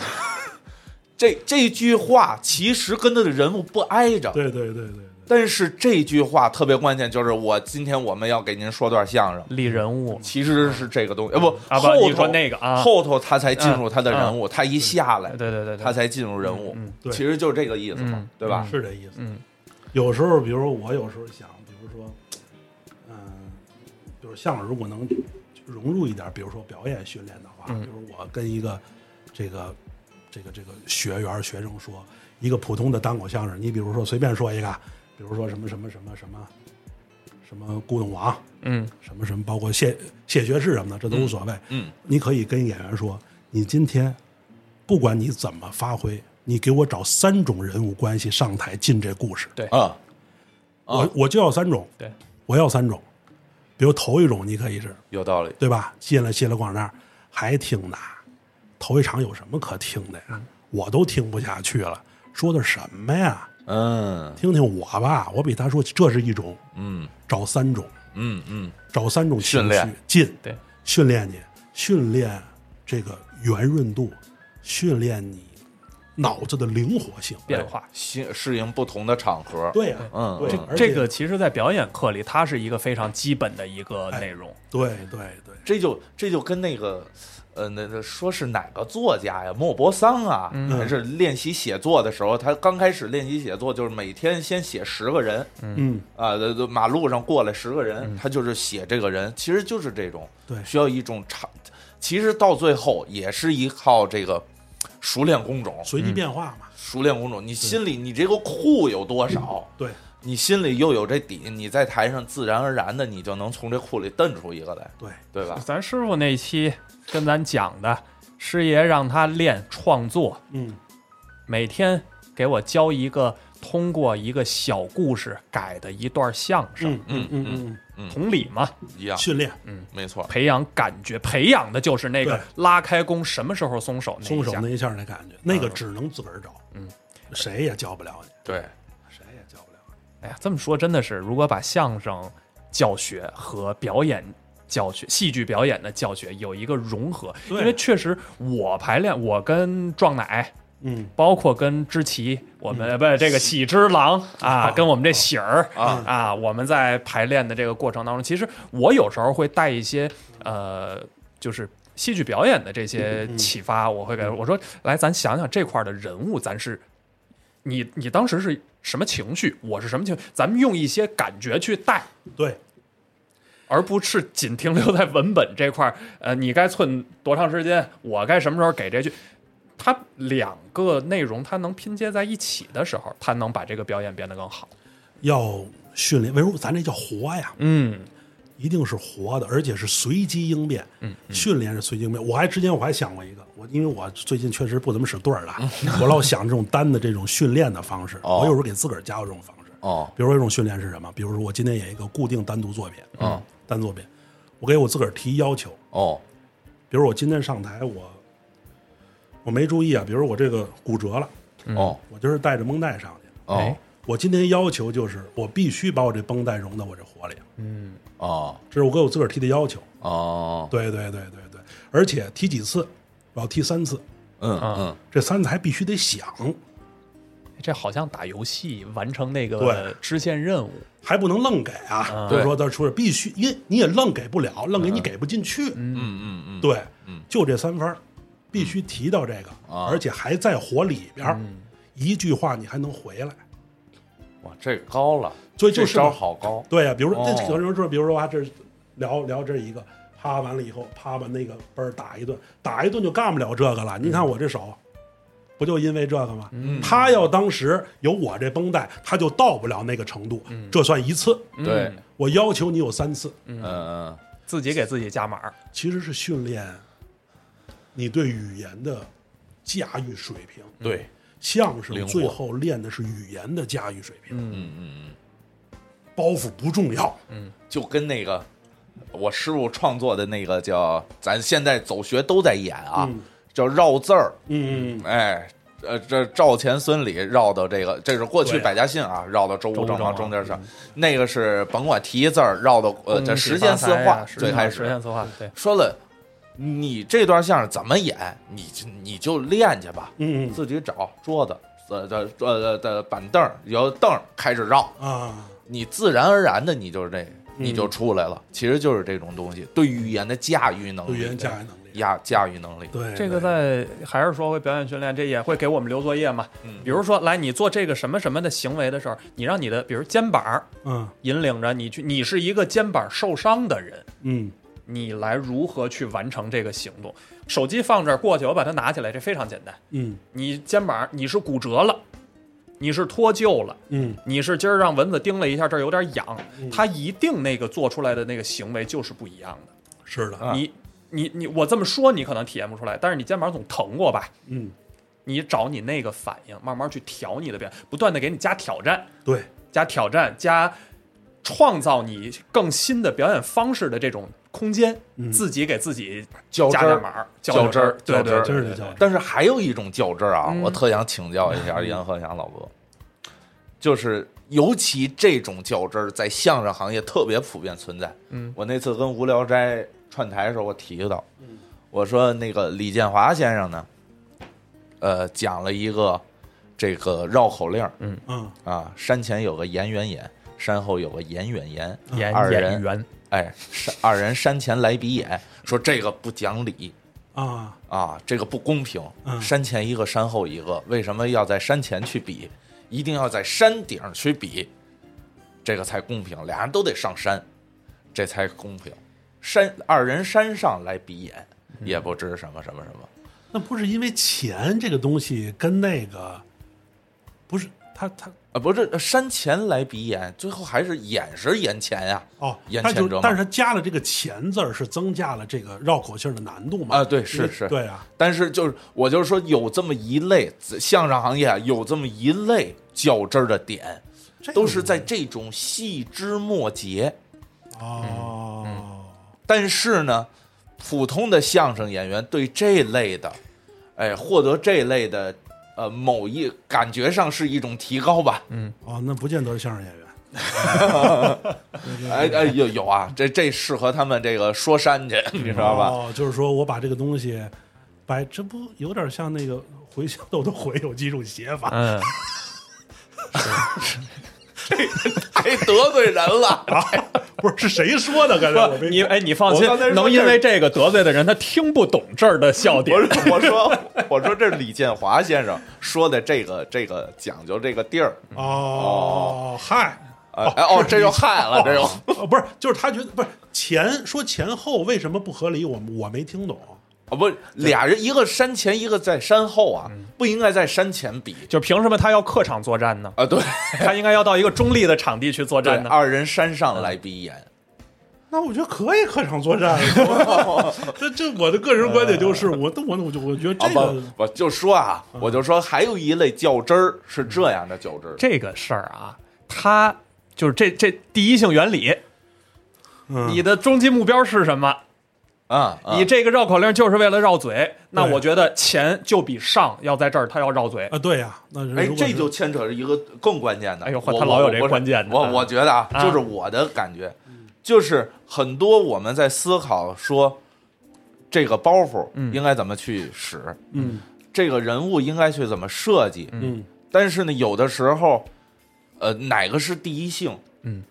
Speaker 2: 这这句话其实跟他的人物不挨着，
Speaker 1: 对对对对对。
Speaker 2: 但是这句话特别关键，就是我今天我们要给您说段相声，
Speaker 3: 立人物，
Speaker 2: 其实是这个东西，呃、不，
Speaker 3: 啊不
Speaker 2: 后
Speaker 3: 你
Speaker 2: 头
Speaker 3: 说那个啊嗯
Speaker 2: 后头他才进入他的人物，他一下来，
Speaker 3: 对对对对，
Speaker 2: 他才进入人物，
Speaker 1: 对
Speaker 2: 其实就是这个意思嘛，
Speaker 3: 嗯
Speaker 2: 对吧？
Speaker 1: 是这意思。
Speaker 3: 嗯，
Speaker 1: 有时候，比如说我有时候想，比如说，嗯、就是相声如果能融入一点，比如说表演训练的话，比如我跟一个这个这个这个学员学生说一个普通的单口相声，你比如说随便说一个，比如说什么什么什么什么什么古董王，
Speaker 3: 嗯
Speaker 1: 什么什么，包括谢谢学士什么的，这都无所谓。
Speaker 2: 嗯嗯
Speaker 1: 你可以跟演员说，你今天不管你怎么发挥，你给我找三种人物关系上台进这故事。
Speaker 3: 嗯
Speaker 2: 啊，
Speaker 1: 我我就要三种，
Speaker 3: 啊对，
Speaker 1: 我要三种。比如头一种你可以是，
Speaker 2: 有道理，
Speaker 1: 对吧？进了谢了广那儿还听呢，头一场有什么可听的
Speaker 3: 嗯
Speaker 1: 呀？我都听不下去了，说的什么呀？
Speaker 2: 嗯
Speaker 1: 听听我吧，我比他说这是一种，
Speaker 2: 嗯
Speaker 1: 找三种。
Speaker 2: 嗯嗯，
Speaker 1: 找三种情
Speaker 2: 训
Speaker 1: 绪
Speaker 2: 练
Speaker 1: 进，
Speaker 3: 对，
Speaker 1: 训练你，训练这个圆润度，训练你脑子的灵活性。
Speaker 3: 变化。
Speaker 2: 适适应不同的场合，
Speaker 1: 对呀、
Speaker 2: 嗯
Speaker 1: 对
Speaker 2: 这
Speaker 1: 而且
Speaker 3: 这个其实，在表演课里，它是一个非常基本的一个
Speaker 2: 哎
Speaker 3: 内容。
Speaker 1: 对对对，
Speaker 2: 这就这就跟那个，呃，那那说是哪个作家呀？莫泊桑啊，
Speaker 1: 嗯
Speaker 2: 还是练习写作的时候，他刚开始练习写作就是每天先写十个人，
Speaker 1: 嗯，
Speaker 2: 啊、呃呃马路上过来十个人，他就是写这个人，其实就是这种，
Speaker 1: 对
Speaker 2: 需要一种长，其实到最后也是依靠这个熟练工种，
Speaker 1: 随机变化嘛，
Speaker 2: 熟练工种，你心里你这个库有多少？
Speaker 1: 对，
Speaker 2: 你心里又有这底，你在台上自然而然的你就能从这库里蹬出一个来，
Speaker 1: 对
Speaker 2: 对吧？
Speaker 3: 咱师傅那期跟咱讲的，师爷让他练创作，
Speaker 1: 嗯，
Speaker 3: 每天给我教一个通过一个小故事改的一段相声
Speaker 1: 嗯。嗯嗯嗯
Speaker 3: 同理嘛，
Speaker 2: 一
Speaker 1: 嗯，，
Speaker 2: 样
Speaker 1: 训练
Speaker 2: 没错。
Speaker 3: 培养感觉，培养的就是那个
Speaker 1: 对
Speaker 3: 拉开弓什么时候松手那一
Speaker 1: 松手
Speaker 3: 下
Speaker 1: 那一下那感觉，那个只能自个儿找，嗯，谁也教不了你，
Speaker 2: 对，
Speaker 1: 谁也教不了你。
Speaker 3: 哎呀，这么说真的是，如果把相声教学和表演教学、戏剧表演的教学有一个融合，因
Speaker 1: 对
Speaker 3: 为确实我排练，我跟壮奶。
Speaker 1: 嗯，
Speaker 3: 包括跟知奇，我们呃不、这个喜之郎啊，跟我们这喜儿
Speaker 2: 啊
Speaker 3: 啊，我们在排练的这个过程当中，其实我有时候会带一些呃，就是戏剧表演的这些启发，我会给我说，来，咱想想这块儿的人物，咱是你你当时是什么情绪，我是什么情绪，咱们用一些感觉去带，
Speaker 1: 嗯对，
Speaker 3: 而不是仅停留在文本这块儿。呃，你该寸多长时间，我该什么时候给这句，它两个内容它能拼接在一起的时候，它能把这个表演变得更好。
Speaker 1: 要训练，为什么咱这叫活呀？
Speaker 3: 嗯，
Speaker 1: 一定是活的，而且是随机应变。嗯，训练是随机应变。我还之前我还想过一个，我因为我最近确实不怎么使对儿了 啊，我老想这种单的这种训练的方式。
Speaker 2: 哦
Speaker 1: 我有时候给自个儿加过这种方式。
Speaker 2: 哦
Speaker 1: 比如说一种训练是什么？比如说我今天演一个固定单独作品，嗯，单作品，我给我自个儿提要求，
Speaker 2: 哦，
Speaker 1: 比如我今天上台，我我没注意啊，比如我这个骨折了，
Speaker 2: 哦
Speaker 1: 我就是带着绷带上去。哎
Speaker 2: 哦
Speaker 1: 我今天要求就是，我必须把我这绷带融到我这活里，
Speaker 2: 哦
Speaker 1: 这是我给我自个儿提的要求。
Speaker 2: 哦，
Speaker 1: 对对对对对，而且提几次，我要提三次，
Speaker 2: 嗯嗯，
Speaker 1: 这三次还必须得响，
Speaker 3: 这好像打游戏完成那
Speaker 1: 对
Speaker 3: 个支线任务，
Speaker 1: 还不能愣给啊。就是说，他说必须，因为你也愣给不了，愣给你给不进去。嗯
Speaker 2: 嗯嗯嗯
Speaker 1: 对，就这三分儿，必须提到这个，而且还在火里边儿，一句话你还能回来。
Speaker 2: 哇，这高了，
Speaker 1: 所以就是
Speaker 2: 这招好高
Speaker 1: 对啊呀、比如说
Speaker 2: 哦
Speaker 1: 这可能说，比如说啊，这是聊聊这一个，啪完了以后，啪把那个嘣儿打一顿，打一顿就干不了这个了。你看我这手，不就因为这个吗？他要当时有我这绷带，他就到不了那个程度。这算一次，
Speaker 2: 对，
Speaker 1: 我要求你有三次，
Speaker 2: 嗯嗯
Speaker 3: 自己给自己加码。
Speaker 1: 其实是训练你对语言的驾驭水平。
Speaker 2: 对，
Speaker 1: 相
Speaker 2: 灵
Speaker 1: 声
Speaker 2: 活
Speaker 1: 最后练的是语言的驾驭水平。嗯嗯嗯，包袱不重要。
Speaker 2: 就跟那个我师傅创作的那个叫，咱现在走学都在演啊，叫绕字儿，
Speaker 1: 嗯嗯。
Speaker 2: 哎。呃，这赵钱孙李绕到这个，这是过去
Speaker 1: 对啊
Speaker 2: 百家姓啊，绕到周
Speaker 3: 周
Speaker 2: 吴
Speaker 3: 吴
Speaker 2: 郑
Speaker 3: 郑
Speaker 2: 王
Speaker 3: 王
Speaker 2: 中间上，那个是甭管提一字儿，绕到
Speaker 3: 嗯
Speaker 2: 呃，这实现四
Speaker 3: 啊
Speaker 2: 化最开
Speaker 3: 实
Speaker 2: 始
Speaker 3: 现四化，对，
Speaker 2: 说了，你这段相声怎么演，你就你就练去吧，
Speaker 1: 嗯
Speaker 2: 自己找桌子，呃这呃的板凳儿，有凳儿开始绕，
Speaker 1: 啊，
Speaker 2: 你自然而然的你就是
Speaker 1: 嗯
Speaker 2: 这，你就出来了。其实就是这种东西，对语言的驾驭能力，
Speaker 1: 语言驾驭能力，
Speaker 2: 压驾驭能力，
Speaker 1: 对
Speaker 3: 这个
Speaker 1: 对
Speaker 3: 在还是说回表演训练，这也会给我们留作业嘛。比如说，来你做这个什么什么的行为的时候，你让你的比如肩膀
Speaker 1: 嗯
Speaker 3: 引领着你去，你是一个肩膀受伤的人，
Speaker 1: 嗯
Speaker 3: 你来如何去完成这个行动？手机放这儿过去，我把它拿起来，这非常简单。
Speaker 1: 嗯
Speaker 3: 你肩膀你是骨折了，你是脱臼了。
Speaker 1: 嗯
Speaker 3: 你是今儿让蚊子叮了一下，这儿有点痒，他一定那个做出来的那个行为就是不一样的。
Speaker 1: 是
Speaker 2: 啊
Speaker 1: 的，
Speaker 3: 你你你，我这么说你可能体验不出来，但是你肩膀总疼过吧？
Speaker 1: 嗯
Speaker 3: 你找你那个反应，慢慢去调你的变，不断的给你加挑战，
Speaker 1: 对，
Speaker 3: 加挑战，加创造你更新的表演方式的这种空间，自己给自己
Speaker 2: 嗯较真
Speaker 3: 加
Speaker 2: 儿
Speaker 3: 点码儿，较
Speaker 2: 真儿
Speaker 3: 对
Speaker 2: 较真
Speaker 3: 对
Speaker 2: 儿
Speaker 1: 真
Speaker 3: 对
Speaker 1: 是
Speaker 3: 对
Speaker 1: 得
Speaker 3: 对，
Speaker 1: 较真。
Speaker 2: 但是还有一种较真儿啊，我特想请教一下严鹤翔老哥，就是尤其这种较真儿在相声行业特别普遍存在。嗯，我那次跟无聊斋串台的时候，我提到，我说那个李建华先生呢，呃，讲了一个这个绕口令，嗯
Speaker 1: 嗯
Speaker 2: 啊，山前有个严元眼，山后有个严远言，
Speaker 3: 演
Speaker 2: 二
Speaker 3: 演
Speaker 2: 人
Speaker 3: 员
Speaker 2: 哎，山二人山前来比眼，说这个不讲理。
Speaker 1: 啊，
Speaker 2: 啊，这个不公平，
Speaker 1: 嗯
Speaker 2: 山前一个，山后一个，为什么要在山前去比？一定要在山顶去比，这个才公平。俩人都得上山，这才公平。山二人山上来比眼，
Speaker 1: 嗯
Speaker 2: 也不知什么什么什么。
Speaker 1: 那不是因为钱这个东西跟那个不是他他
Speaker 2: 啊，不是山前来比眼，最后还是眼是眼前呀、
Speaker 1: 哦，
Speaker 2: 眼
Speaker 1: 他
Speaker 2: 前
Speaker 1: 就
Speaker 2: 折磨
Speaker 1: 但是他加了这个“钱”字儿，是增加了这个绕口信儿的难度嘛？
Speaker 2: 啊对
Speaker 1: 因为
Speaker 2: 是是
Speaker 1: 对啊，
Speaker 2: 但是就是我就是说有这么一类相声行业啊有这么一类较真儿的点，
Speaker 1: 这个
Speaker 2: 都是在这种细枝末节。嗯
Speaker 1: 哦，
Speaker 2: 但是呢，普通的相声演员对这类的，哎，获得这类的，呃，某一感觉上是一种提高吧。嗯，
Speaker 1: 哦，那不见得是相声演员。
Speaker 2: 哎哎，有有啊，这这适合他们这个说山去，你知道吧？
Speaker 1: 哦，就是说我把这个东西，把这不有点像那个茴 香豆的茴有几种写法？
Speaker 3: 嗯，
Speaker 2: 这哎得罪人了。
Speaker 1: 不是是谁说的？刚才我
Speaker 3: 不，
Speaker 1: 没
Speaker 3: 你哎，你放心
Speaker 2: 我刚才，说
Speaker 3: 能因为这个得罪的人，他听不懂这儿的笑点
Speaker 2: 我。说我说我说这是李建华先生说的这个这个讲究这个地儿，
Speaker 1: 哦，嗨，
Speaker 2: 哎哎哦，这又害了，这又
Speaker 1: 哦，不是，就是他觉得不是前说前后为什么不合理，我我没听懂。
Speaker 2: 啊不，俩人一个山前一个在山后啊，不应该在山前比
Speaker 3: 就凭什么他要客场作战呢？
Speaker 2: 啊，对，
Speaker 3: 他应该要到一个中立的场地去作
Speaker 2: 对，
Speaker 3: 战呢。
Speaker 2: 二人山上来比眼，
Speaker 1: 那我觉得可以客场作战 了。这这我的个人观点就是，我我我就我觉得
Speaker 2: 哎啊
Speaker 1: 这个
Speaker 2: 不，我就说啊，我就说还有一类较真儿是这样的较真儿，
Speaker 3: 这个事儿啊，他就是这这第一性原理，
Speaker 1: 嗯
Speaker 3: 你的终极目标是什么？
Speaker 2: 啊，啊
Speaker 3: 你这个绕口令就是为了绕嘴，那
Speaker 1: 对
Speaker 3: 我觉得前就比上要在这儿，他要绕嘴。
Speaker 1: 啊，对呀，那如果
Speaker 2: 哎
Speaker 1: 是，
Speaker 2: 这就牵扯一个更关键的。
Speaker 3: 哎呦嚯
Speaker 2: 我
Speaker 3: 他老有这
Speaker 2: 我我
Speaker 3: 关键的
Speaker 2: 我
Speaker 3: 啊
Speaker 2: 我觉得啊，
Speaker 3: 啊
Speaker 2: 就是我的感觉，就是很多我们在思考说，这个包袱
Speaker 3: 嗯
Speaker 2: 应该怎么去使，
Speaker 1: 嗯
Speaker 2: 这个人物应该去怎么设计。
Speaker 1: 嗯
Speaker 2: 但是呢，有的时候，呃，哪个是第一性？
Speaker 3: 嗯，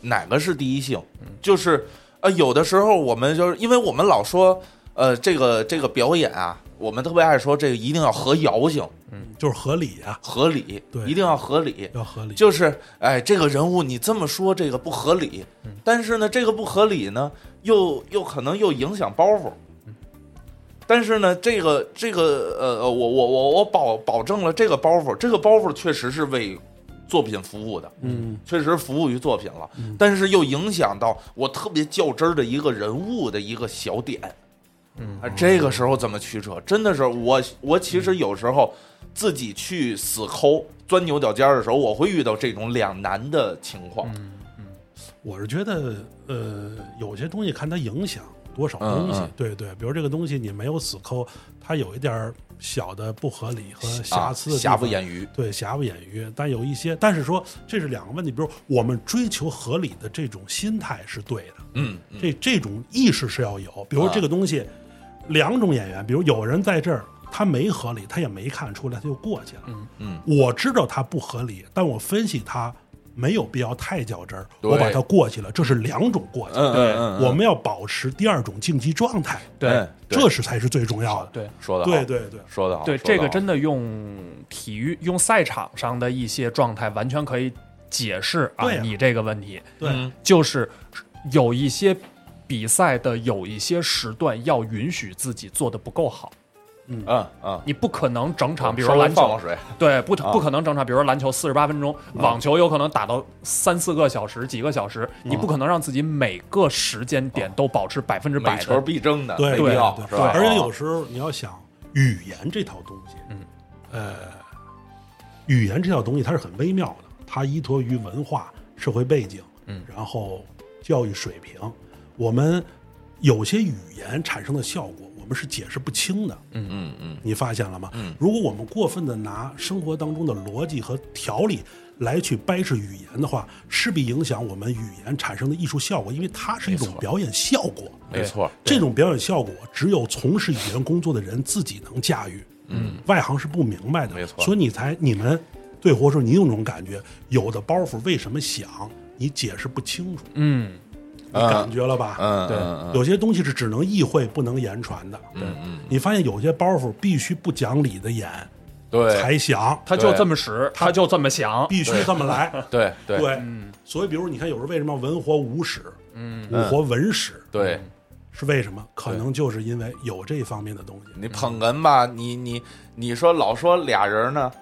Speaker 2: 哪个是第一性？就是呃，有的时候我们就是因为我们老说，呃，这个这个表演啊，我们特别爱说这个一定要合摇性。
Speaker 1: 就是合理呀，
Speaker 2: 合理，
Speaker 1: 对
Speaker 2: 一定要合理。
Speaker 1: 要合理。
Speaker 2: 就是，哎，这个人物你这么说，这个不合理，但是呢，这个不合理呢，又又可能又影响包袱。但是呢，这个这个呃，呃我我我我保保证了这个包袱，这个包袱确实是为作品服务的，
Speaker 1: 嗯
Speaker 2: 确实服务于作品了，但是又影响到我特别较真儿的一个人物的一个小点。嗯，这个时候怎么取舍？真的是我，我其
Speaker 1: 嗯
Speaker 2: 实有时候自己去死抠、钻牛角尖儿的时候，我会遇到这种两难的情况。
Speaker 1: 嗯我是觉得，呃，有些东西看它影响多少东西，
Speaker 2: 嗯嗯
Speaker 1: 对对，比如这个东西你没有死抠，它有一点儿小的不合理和
Speaker 2: 啊
Speaker 1: 瑕疵的地方、
Speaker 2: 瑕不掩瑜。
Speaker 1: 对，瑕不掩瑜。但有一些，但是说这是两个问题，比如我们追求合理的这种心态是对的，
Speaker 2: 嗯，
Speaker 1: 这这种意识是要有。比如
Speaker 2: 啊
Speaker 1: 这个东西，两种演员，比如有人在这儿他没合理，他也没看出来，他就过去了。嗯
Speaker 2: 嗯，
Speaker 1: 我知道他不合理，但我分析他没有必要太较真儿，
Speaker 2: 对
Speaker 1: 我把他过去了，这是两种过去。
Speaker 2: 嗯
Speaker 3: 对
Speaker 2: 嗯嗯，
Speaker 1: 我们要保持第二种竞技状态，
Speaker 3: 对
Speaker 1: 这是才是最重要的。
Speaker 3: 对
Speaker 2: 说的
Speaker 1: 对对对，
Speaker 2: 说哎的好，
Speaker 3: 对，
Speaker 2: 说得
Speaker 3: 这个
Speaker 2: 好
Speaker 3: 真的用体育、用赛场上的一些状态，完全可以解释啊
Speaker 1: 对呀
Speaker 3: 你这个问题。
Speaker 1: 对
Speaker 2: 嗯
Speaker 3: 就是有一些比赛的有一些时段要允许自己做的不够好，
Speaker 2: 嗯嗯，
Speaker 3: 你不可能整啊场，比如
Speaker 2: 稍
Speaker 3: 说
Speaker 2: 微
Speaker 3: 篮
Speaker 2: 放放
Speaker 3: 球，
Speaker 2: 水，
Speaker 3: 对，不
Speaker 2: 啊
Speaker 3: 不可能整场，比如说篮球四十八分钟，网球有可能打到三四个小时、几个小时，
Speaker 2: 啊
Speaker 3: 你不可能让自己每个时间点都保持百分之
Speaker 2: 每
Speaker 3: 百
Speaker 2: 球
Speaker 3: 的。
Speaker 2: 必争的，
Speaker 1: 对
Speaker 2: 没
Speaker 1: 对
Speaker 2: 必要
Speaker 1: 对
Speaker 2: 是吧？
Speaker 1: 而且有时候你要想语言这套东西，嗯，呃，语言这套东西它是很微妙的，它依托于文化、社会背景，嗯，然后教育水平，我们有些语言产生的效果，我们是解释不清的，嗯
Speaker 2: 嗯嗯
Speaker 1: 你发现了吗？嗯，如果我们过分的拿生活当中的逻辑和条理来去掰扯语言的话，势必影响我们语言产生的艺术效果，因为它是一种表演效果。
Speaker 2: 没错，
Speaker 1: 这种表演效果只有从事语言工作的人自己能驾驭，嗯，外行是不明白的，
Speaker 2: 没错
Speaker 1: 所以你才你们对活说，你有种感觉，有的包袱为什么响，你解释不清楚，
Speaker 3: 嗯，
Speaker 1: 你感觉了吧？
Speaker 2: 啊嗯
Speaker 3: 对
Speaker 2: 嗯嗯
Speaker 1: 有些东西是只能意会不能言传的，对，你发现有些包袱必须不讲理的演
Speaker 2: 对
Speaker 1: 才响，
Speaker 3: 他就这么使，他就这么想。
Speaker 1: 必须这么来，
Speaker 2: 对 对嗯
Speaker 1: 对，所以比如你看，有时候为什么文活武史，嗯，武活文史
Speaker 2: 对。
Speaker 1: 是为什么？可能就是因为有这方面的东西，
Speaker 2: 你捧哏吧，你你你说老说俩人呢，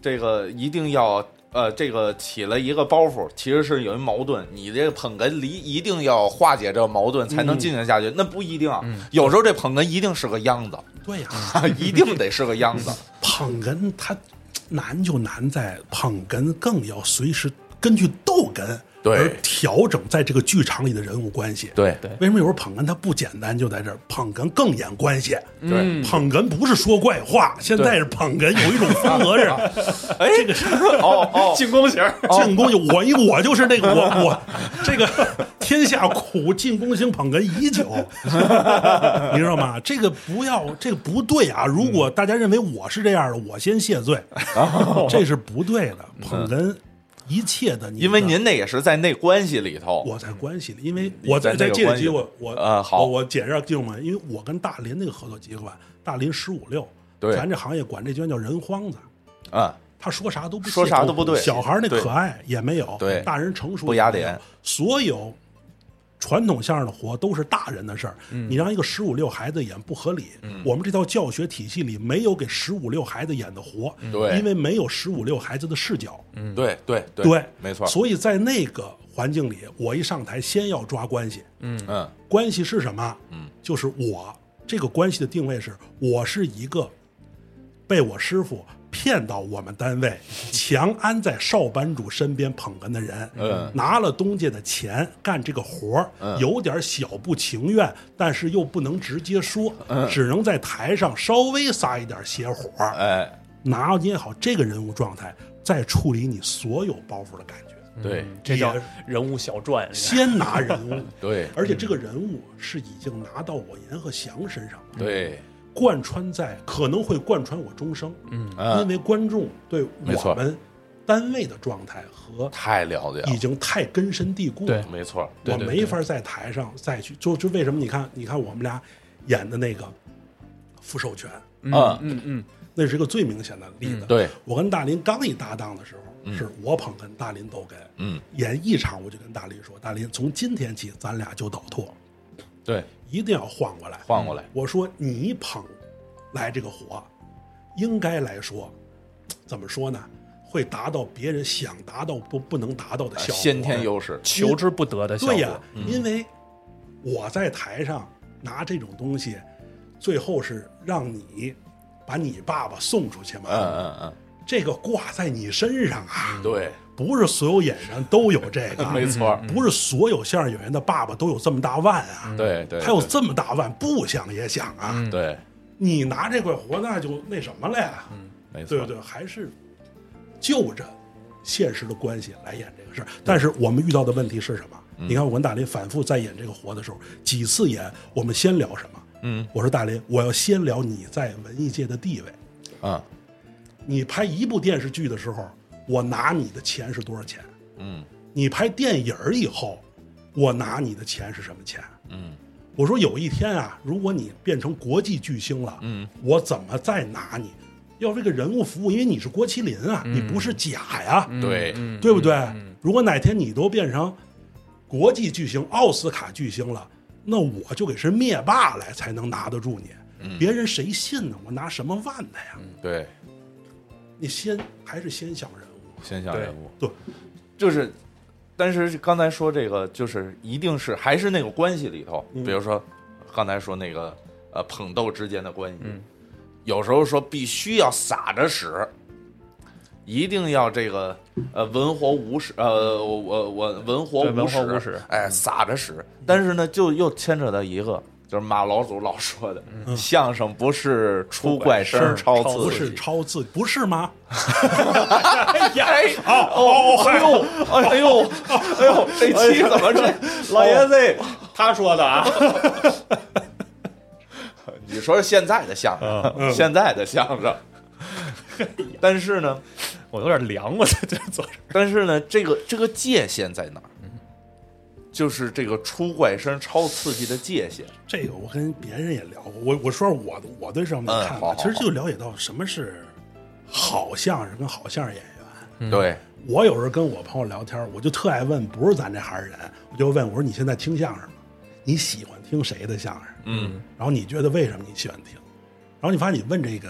Speaker 2: 这个一定要呃，这个起了一个包袱，其实是有一矛盾，你这个捧哏离一定要化解这个矛盾才
Speaker 1: 嗯
Speaker 2: 能进行下去，那不一定啊，有时候这捧哏一定是个秧子，
Speaker 1: 对呀、
Speaker 2: 一定得是个秧子，
Speaker 1: 捧哏它难就难在捧哏更要随时根据逗哏
Speaker 2: 对
Speaker 1: 而调整在这个剧场里的人物关系。
Speaker 2: 对
Speaker 3: 对
Speaker 1: 为什么有时候捧哏它不简单？就在这儿，捧哏更演关系。
Speaker 2: 对，
Speaker 1: 捧哏不是说怪话，现在是捧哏有一种风格是，哎，这个是
Speaker 2: 哦哦，
Speaker 3: 进攻型，
Speaker 1: 进攻型，我一我就是那个我我这个 天下苦进攻型捧哏已久， 你知道吗？这个不要，这个不对啊！如果大家认为我是这样的，我先谢罪，
Speaker 2: 哦
Speaker 1: 这是不对的。捧哏一切的你的，
Speaker 2: 嗯因为您那也是在那关系里头，
Speaker 1: 我在关系里，因为我在
Speaker 2: 你在
Speaker 1: 在这
Speaker 2: 这个
Speaker 1: 个
Speaker 2: 关系
Speaker 1: 机会，我
Speaker 2: 啊好
Speaker 1: 我我解释听众们，因为我跟大林那个合作机构啊，大林十五六，
Speaker 2: 对
Speaker 1: 咱这行业管这圈叫人荒子。
Speaker 2: 啊，
Speaker 1: 他说啥都不
Speaker 2: 说啥
Speaker 1: 屑
Speaker 2: 都不对
Speaker 1: 小孩儿那
Speaker 2: 对
Speaker 1: 可爱也没有，
Speaker 2: 对
Speaker 1: 大人成熟
Speaker 2: 不压脸
Speaker 1: 也没有，所有传统相声的活都是大人的事儿，
Speaker 2: 嗯
Speaker 1: 你让一个十五六孩子演不合理。我们这套教学体系里没有给十五六孩子演的活，
Speaker 2: 嗯对
Speaker 1: 因为没有十五六孩子的视角，
Speaker 2: 嗯，对对对
Speaker 1: 对，
Speaker 2: 没错，
Speaker 1: 所以在那个环境里，我一上台先要抓关系，
Speaker 2: 嗯
Speaker 1: 关系是什么？嗯，就是我这个关系的定位是，我是一个被我师傅骗到我们单位，强安在少班主身边捧哏的人，
Speaker 2: 嗯
Speaker 1: 拿了东家的钱干这个活儿，有点小不情愿，但是又不能直接说，只能在台上稍微撒一点邪火，
Speaker 2: 哎，
Speaker 1: 拿捏好这个人物状态，再处理你所有包袱的感觉。
Speaker 2: 对
Speaker 3: 这叫
Speaker 1: 也
Speaker 3: 人物小传。
Speaker 1: 先拿人物，
Speaker 2: 对
Speaker 1: 而且这个人物是已经拿到我阎鹤祥身上了，
Speaker 2: 对，
Speaker 1: 贯穿在可能会贯穿我终生，嗯，
Speaker 2: 嗯
Speaker 1: 因为观众对
Speaker 2: 没错
Speaker 1: 我们单位的状态和
Speaker 2: 太了解
Speaker 1: 已
Speaker 2: 了，
Speaker 1: 经太根深蒂固了，
Speaker 3: 对
Speaker 2: 没错，
Speaker 1: 我没法在台上再去，就就为什么你看，你看我们俩演的那个《福寿全》，
Speaker 2: 嗯
Speaker 3: 嗯嗯，
Speaker 1: 那是一个最明显的例子。
Speaker 2: 对，
Speaker 1: 我跟大林刚一搭档的时候，是我捧哏，大林逗哏。
Speaker 2: 嗯，
Speaker 1: 演一场我就跟大林说：“大林，从今天起咱俩就倒脱，
Speaker 2: 对，
Speaker 1: 一定要换过来。”嗯
Speaker 2: 换过来，
Speaker 1: 我说你捧来这个活，应该来说，怎么说呢？会达到别人想达到不不能达到的效果。
Speaker 2: 呃啊先天优势，
Speaker 3: 求之不得的效
Speaker 1: 对呀
Speaker 3: 果。、
Speaker 2: 嗯
Speaker 1: 因为我在台上拿这种东西，最后是让你把你爸爸送出去嘛。
Speaker 2: 嗯嗯
Speaker 1: 这个挂在你身上啊，
Speaker 2: 嗯，嗯对，
Speaker 1: 不是所有演员都有这个，
Speaker 2: 没错，
Speaker 1: 不是所有相声演员的爸爸都有这么大腕啊，
Speaker 2: 嗯对对，
Speaker 1: 他有这么大腕，不想也想啊，
Speaker 2: 对，
Speaker 1: 你拿这块活那就那什么了呀，
Speaker 2: 嗯没错
Speaker 1: 对不，对？还是就着现实的关系来演这个事儿。但是我们遇到的问题是什么？
Speaker 2: 嗯
Speaker 1: 你看我跟大林反复在演这个活的时候，几次演，我们先聊什么？
Speaker 2: 嗯，
Speaker 1: 我说大林，我要先聊你在文艺界的地位。
Speaker 2: 嗯
Speaker 1: 你拍一部电视剧的时候，我拿你的钱是多少钱？
Speaker 2: 嗯
Speaker 1: 你拍电影儿以后，我拿你的钱是什么钱？
Speaker 2: 嗯，
Speaker 1: 我说有一天啊，如果你变成国际巨星了，嗯，我怎么再拿你？要为这个人物服务，因为你是郭麒麟啊，你不是
Speaker 2: 嗯
Speaker 1: 假呀，
Speaker 2: 对，
Speaker 1: 对不对？
Speaker 2: 嗯
Speaker 1: 如果哪天你都变成国际巨星、奥斯卡巨星了，那我就给是灭霸来才能拿得住你，
Speaker 2: 嗯
Speaker 1: 别人谁信呢？我拿什么腕子呀？
Speaker 2: 对，
Speaker 1: 你先还是先想人物，
Speaker 2: 先想人物，
Speaker 1: 对，
Speaker 2: 就是，但是刚才说这个，就是一定是还是那个关系里头，比如说刚才说那个呃捧逗之间的关系，有时候说必须要撒着使，一定要这个呃文活武使，呃我我我文活
Speaker 3: 对文
Speaker 2: 武
Speaker 3: 活武
Speaker 2: 使
Speaker 3: 使，
Speaker 2: 哎撒着使，但是呢就又牵扯到一个。就是马老祖老说的，相声不是出怪声儿
Speaker 3: 出怪声儿
Speaker 2: 超
Speaker 1: 不
Speaker 2: 自己
Speaker 1: 是，超自，不是吗？
Speaker 2: 哎呀，哦哦，哎呦，哎呦，哎呦，这期怎么这老爷子？
Speaker 3: 他说的啊，
Speaker 2: 你说现在的相声，现在的相声，但是呢，
Speaker 3: 我有点凉，我在这坐着。
Speaker 2: 但是呢，这个这个界限在哪儿？就是这个出怪声、超刺激的界限。
Speaker 1: 这个我跟别人也聊过，我我说说我的我对这方面的看
Speaker 2: 嗯好
Speaker 1: 法，
Speaker 2: 好
Speaker 1: 其实就了解到什么是好相声跟好相声演员。
Speaker 2: 对，
Speaker 1: 我有时候跟我朋友聊天，我就特爱问，不是咱这行人，我就问我说你现在听相声吗？你喜欢听谁的相声？
Speaker 2: 嗯，
Speaker 1: 然后你觉得为什么你喜欢听？然后你发现你问这个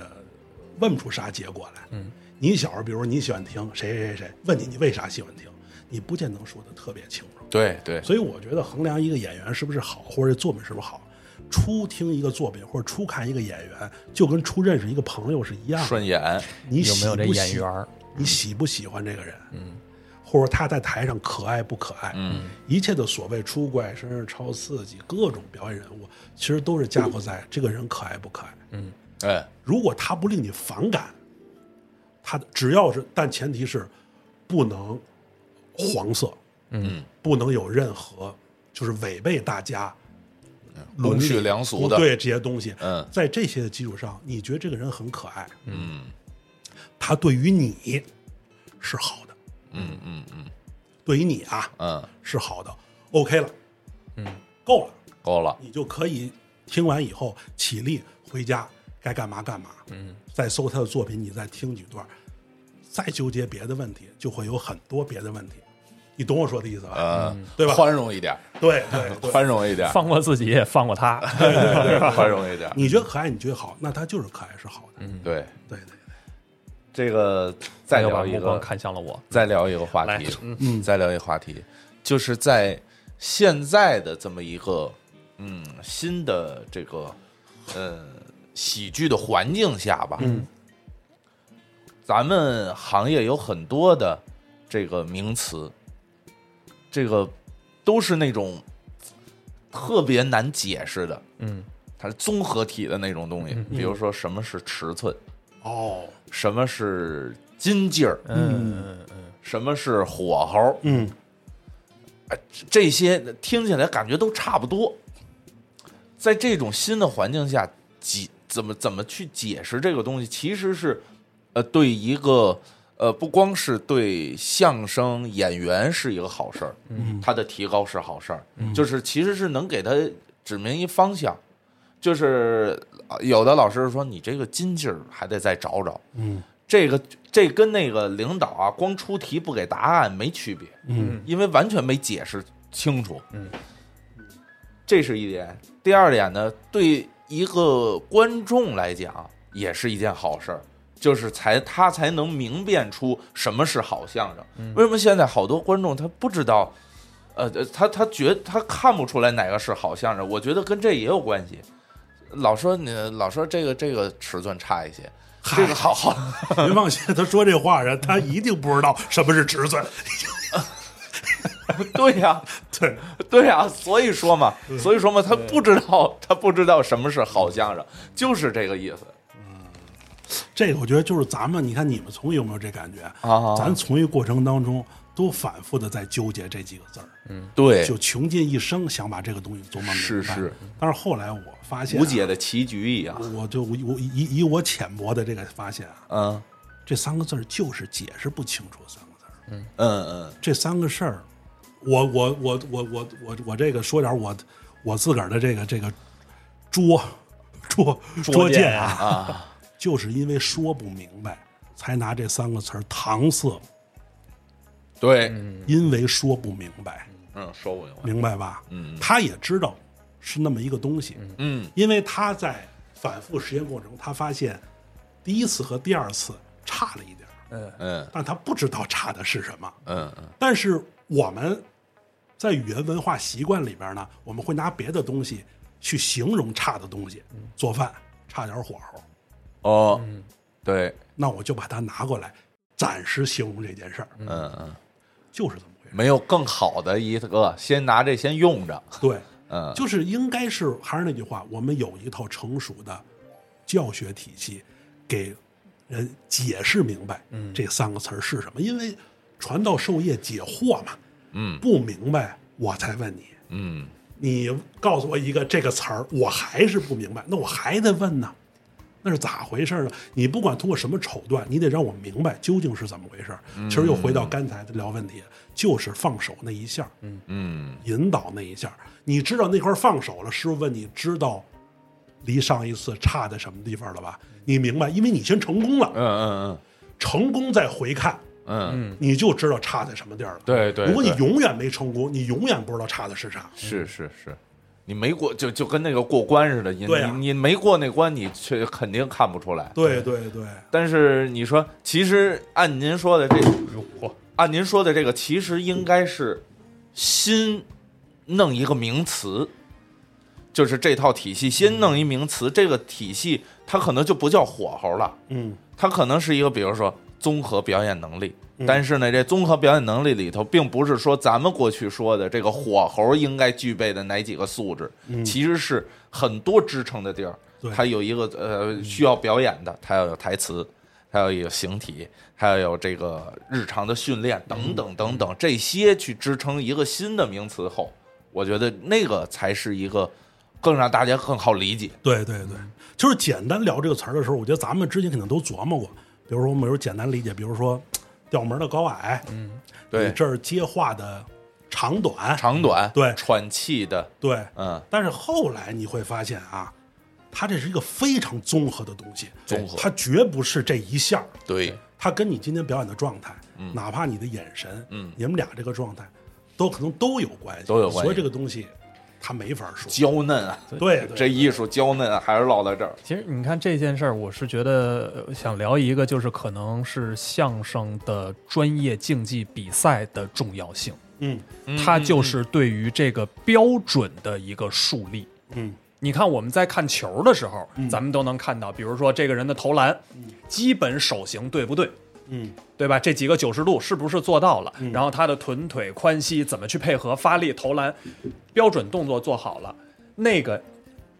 Speaker 1: 问不出啥结果来。嗯，你小时候比如说你喜欢听谁谁谁谁，问你你为啥喜欢听，你不见能说的特别清楚。
Speaker 2: 对对，
Speaker 1: 所以我觉得衡量一个演员是不是好，或者作品是不是好，初听一个作品或者初看一个演员，就跟初认识一个朋友是一样的。
Speaker 2: 顺眼，
Speaker 1: 你
Speaker 3: 有没有这
Speaker 1: 喜不喜
Speaker 3: 眼缘儿？嗯
Speaker 1: 你喜不喜欢这个人？嗯，或者他在台上可爱不可爱？嗯，一切的所谓出怪声、超刺激、各种表演人物，其实都是架构在这个人可爱不可爱。
Speaker 2: 哎，
Speaker 1: 如果他不令你反感，他只要是，但前提是不能黄色，嗯，不能有任何就是违背大家
Speaker 2: 公
Speaker 1: 伦理
Speaker 2: 序良俗的，
Speaker 1: 对这些东西，
Speaker 2: 嗯
Speaker 1: 在这些的基础上，你觉得这个人很可爱，嗯，他对于你是好的，
Speaker 2: 嗯嗯嗯
Speaker 1: 对于你啊
Speaker 2: 嗯，
Speaker 1: 是好的，OK 了，嗯，够了，
Speaker 2: 够了，
Speaker 1: 你就可以听完以后起立回家，该干嘛干嘛。嗯，再搜他的作品，你再听几段，再纠结别的问题，就会有很多别的问题。你懂我说的意思吧？
Speaker 2: 呃，
Speaker 1: 嗯对吧
Speaker 2: 宽容一点，
Speaker 1: 对对 对，
Speaker 2: 宽容一点，
Speaker 3: 放过自己，也放过他。
Speaker 2: 宽容一点。
Speaker 1: 你觉得可爱，你觉得好，那他就是可爱是好的。
Speaker 2: 对，
Speaker 1: 对对对，
Speaker 2: 这个
Speaker 3: 他
Speaker 2: 再
Speaker 3: 又哎把
Speaker 2: 聊一
Speaker 3: 目光
Speaker 2: 个，
Speaker 3: 看向了我。
Speaker 2: 再聊一个话
Speaker 3: 来
Speaker 2: 题，嗯，再聊一个话题，就是在现在的这么一个嗯新的这个呃喜剧的环境下吧，嗯，咱们行业有很多的这个名词，这个都是那种特别难解释的，
Speaker 3: 嗯，
Speaker 2: 它是综合体的那种东西，比如说什么是尺寸，
Speaker 1: 哦，
Speaker 2: 什么是筋劲儿，
Speaker 3: 嗯，
Speaker 2: 什么是火候，哎
Speaker 1: 嗯，
Speaker 2: 这些听起来感觉都差不多。在这种新的环境下，解怎么怎么去解释这个东西，其实是呃对一个呃不光是对相声演员是一个好事儿，嗯，他的提高是好事儿，就是其实是能给他指明一方向。就是呃有的老师说你这个筋劲儿还得再找找，
Speaker 1: 嗯，
Speaker 2: 这个这跟那个领导啊光出题不给答案没区别，
Speaker 1: 嗯，
Speaker 2: 因为完全没解释清楚，嗯，这是一点。第二点呢，对一个观众来讲也是一件好事儿，就是才他才能明辨出什么是好相声。为什么现在好多观众他不知道？呃，呃他他觉他看不出来哪个是好相声，我觉得跟这也有关系。老说你老说这个这个尺寸差一些，这个好好
Speaker 1: 您放心，他说这话人，他一定不知道什么是尺寸。
Speaker 2: 对呀、
Speaker 1: 对，嗯
Speaker 2: 对呀、所以说嘛，所以说嘛，他不知道，他不知道什么是好相声，就是这个意思。
Speaker 1: 这个我觉得就是咱们，你看你们从艺有没有这感觉？
Speaker 2: 啊
Speaker 1: 咱从艺过程当中都反复的在纠结这几个字儿，
Speaker 2: 对
Speaker 1: 就穷尽一生想把这个东西琢磨明白。
Speaker 2: 是是，
Speaker 1: 但是后来我发现、啊，
Speaker 2: 无解的棋局一样。
Speaker 1: 我就我我以以我浅薄的这个发现啊，
Speaker 2: 嗯
Speaker 1: 这三个字儿就是解释不清楚三个字儿。
Speaker 2: 嗯嗯，
Speaker 1: 这三个事儿，我我我我我我我这个说点儿我我自个儿的这个这个拙拙拙见啊就是因为说不明白，才拿这三个词儿搪塞，
Speaker 2: 对，
Speaker 1: 因为说不明白，
Speaker 2: 嗯，说不明白。
Speaker 1: 明白吧？嗯，他也知道是那么一个东西，
Speaker 2: 嗯，
Speaker 1: 因为他在反复实验过程中，他发现第一次和第二次差了一点儿，
Speaker 2: 嗯
Speaker 1: 但他不知道差的是什么。
Speaker 2: 嗯嗯，
Speaker 1: 但是我们在语言文化习惯里边呢，我们会拿别的东西去形容差的东西。做饭差点火候，
Speaker 2: 哦，
Speaker 1: 嗯
Speaker 2: 对，
Speaker 1: 那我就把它拿过来，暂时形容这件事儿，
Speaker 2: 嗯嗯，
Speaker 1: 就是这么回事。
Speaker 2: 没有更好的一个，先拿这先用着。
Speaker 1: 对，
Speaker 2: 嗯
Speaker 1: 就是应该是还是那句话，我们有一套成熟的教学体系，给人解释明白这三个词儿是什么。因为传道授业解惑嘛，
Speaker 2: 嗯
Speaker 1: 不明白我才问你，
Speaker 2: 嗯，
Speaker 1: 你告诉我一个这个词儿，我还是不明白，那我还得问呢，那是咋回事呢？你不管通过什么手段，你得让我明白究竟是怎么回事。
Speaker 2: 嗯
Speaker 1: 其实又回到刚才的聊问题，就是放手那一下，嗯嗯，引导那一下，你知道那块放手了，师傅问你知道离上一次差在什么地方了吧？你明白，因为你先成功了，
Speaker 2: 嗯嗯
Speaker 1: 成功再回看，
Speaker 2: 嗯嗯，
Speaker 1: 你就知道差在什么地儿了。
Speaker 2: 对对
Speaker 1: 如果你
Speaker 2: 对
Speaker 1: 永远没成功，你永远不知道差的是啥。
Speaker 2: 是是是。你没过就就跟那个过关似的，你
Speaker 1: 对啊
Speaker 2: 你你没过那关，你却肯定看不出来。
Speaker 1: 对对对，
Speaker 2: 但是你说，其实按您说的这，按您说的这个，其实应该是新弄一个名词，就是这套体系先弄一名词，这个体系它可能就不叫火候了，
Speaker 1: 嗯。
Speaker 2: 它可能是一个，比如说综合表演能力。但是呢，这综合表演能力里头，并不是说咱们过去说的这个火候应该具备的哪几个素质，其实是很多支撑的地儿
Speaker 1: 对。
Speaker 2: 它有一个呃需要表演的，它要有台词，它要有形体，还要有这个日常的训练等等等等，这些去支撑一个新的名词后，我觉得那个才是一个更让大家更好理解。
Speaker 1: 对对对，就是简单聊这个词儿的时候，我觉得咱们之前肯定都琢磨过。比如说，我们有时候简单理解，比如说调门的高矮，嗯，
Speaker 2: 对
Speaker 1: 你这儿接话的长短，
Speaker 2: 长短，
Speaker 1: 对
Speaker 2: 喘气的，
Speaker 1: 对，
Speaker 2: 嗯，
Speaker 1: 但是后来你会发现啊，它这是一个非常综合的东西，
Speaker 2: 综合
Speaker 1: 它绝不是这一项儿，
Speaker 2: 对，
Speaker 1: 它跟你今天表演的状态，
Speaker 2: 嗯
Speaker 1: 哪怕你的眼神，嗯，你们俩这个状态，都可能都有关系，
Speaker 2: 都有关系
Speaker 1: 所以这个东西，他没法说。
Speaker 2: 娇嫩啊，
Speaker 1: 对，
Speaker 2: 这
Speaker 1: 对
Speaker 2: 艺术娇嫩啊还是落在这儿。
Speaker 3: 其实你看这件事儿，我是觉得呃想聊一个，就是可能是相声的专业竞技比赛的重要性。
Speaker 1: 嗯
Speaker 3: 它就是对于这个标准的一个树立。
Speaker 1: 嗯，
Speaker 3: 你看我们在看球的时候，咱们都能看到，比如说这个人的投篮，基本手型对不对？
Speaker 1: 嗯，
Speaker 3: 对吧？这几个九十度是不是做到了？然后他的臀腿宽膝怎么去配合发力投篮，标准动作做好了，那个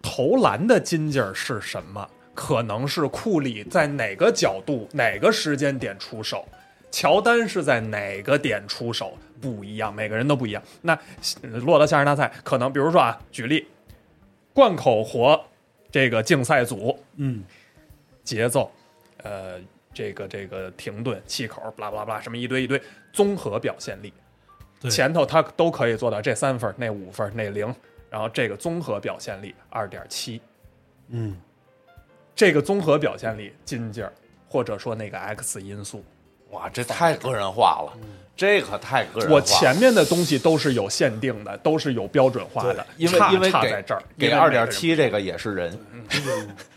Speaker 3: 投篮的筋劲儿是什么？可能是库里在哪个角度、哪个时间点出手，乔丹是在哪个点出手，不一样，每个人都不一样。那呃落到相声大赛，可能比如说啊，举例，贯口活这个竞赛组，
Speaker 1: 嗯，
Speaker 3: 节奏，呃，这个这个停顿、气口，巴拉巴拉巴拉，什么一堆一堆，综合表现力。
Speaker 1: 对
Speaker 3: 前头他都可以做到这三分儿、那五分儿、那零，然后这个综合表现力二点七，
Speaker 1: 嗯，
Speaker 3: 这个综合表现力劲劲儿，或者说那个 X 因素，
Speaker 2: 哇，这太个人化了，这可太个人化
Speaker 3: 嗯我
Speaker 2: 了。
Speaker 3: 前面的东西都是有限定的，都是有标准化的，
Speaker 2: 因为
Speaker 3: 差
Speaker 2: 因为
Speaker 3: 差
Speaker 2: 给
Speaker 3: 在这儿，
Speaker 2: 给
Speaker 3: 因为
Speaker 2: 二
Speaker 3: 每个嗯
Speaker 2: 点
Speaker 3: 人
Speaker 2: 七这个也是人，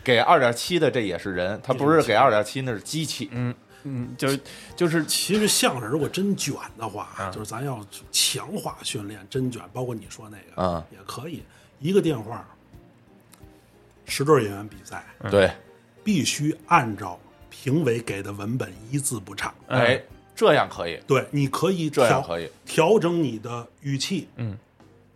Speaker 2: 给二点七的这也是人，他不是给二点七那是机器。嗯，
Speaker 3: 嗯，就是
Speaker 2: 哎
Speaker 3: 就是
Speaker 1: 其实相声如果真卷的话，
Speaker 2: 啊
Speaker 1: 就是咱要强化训练，真卷，包括你说那个，
Speaker 2: 嗯
Speaker 1: 也可以一个电话，十对演员比赛，
Speaker 3: 嗯
Speaker 2: 对，
Speaker 1: 必须按照评委给的文本一字不差。
Speaker 3: 嗯
Speaker 2: 哎，这样可以。
Speaker 1: 对，你可以
Speaker 2: 这样
Speaker 1: 调
Speaker 2: 可以
Speaker 1: 调整你的语气，嗯，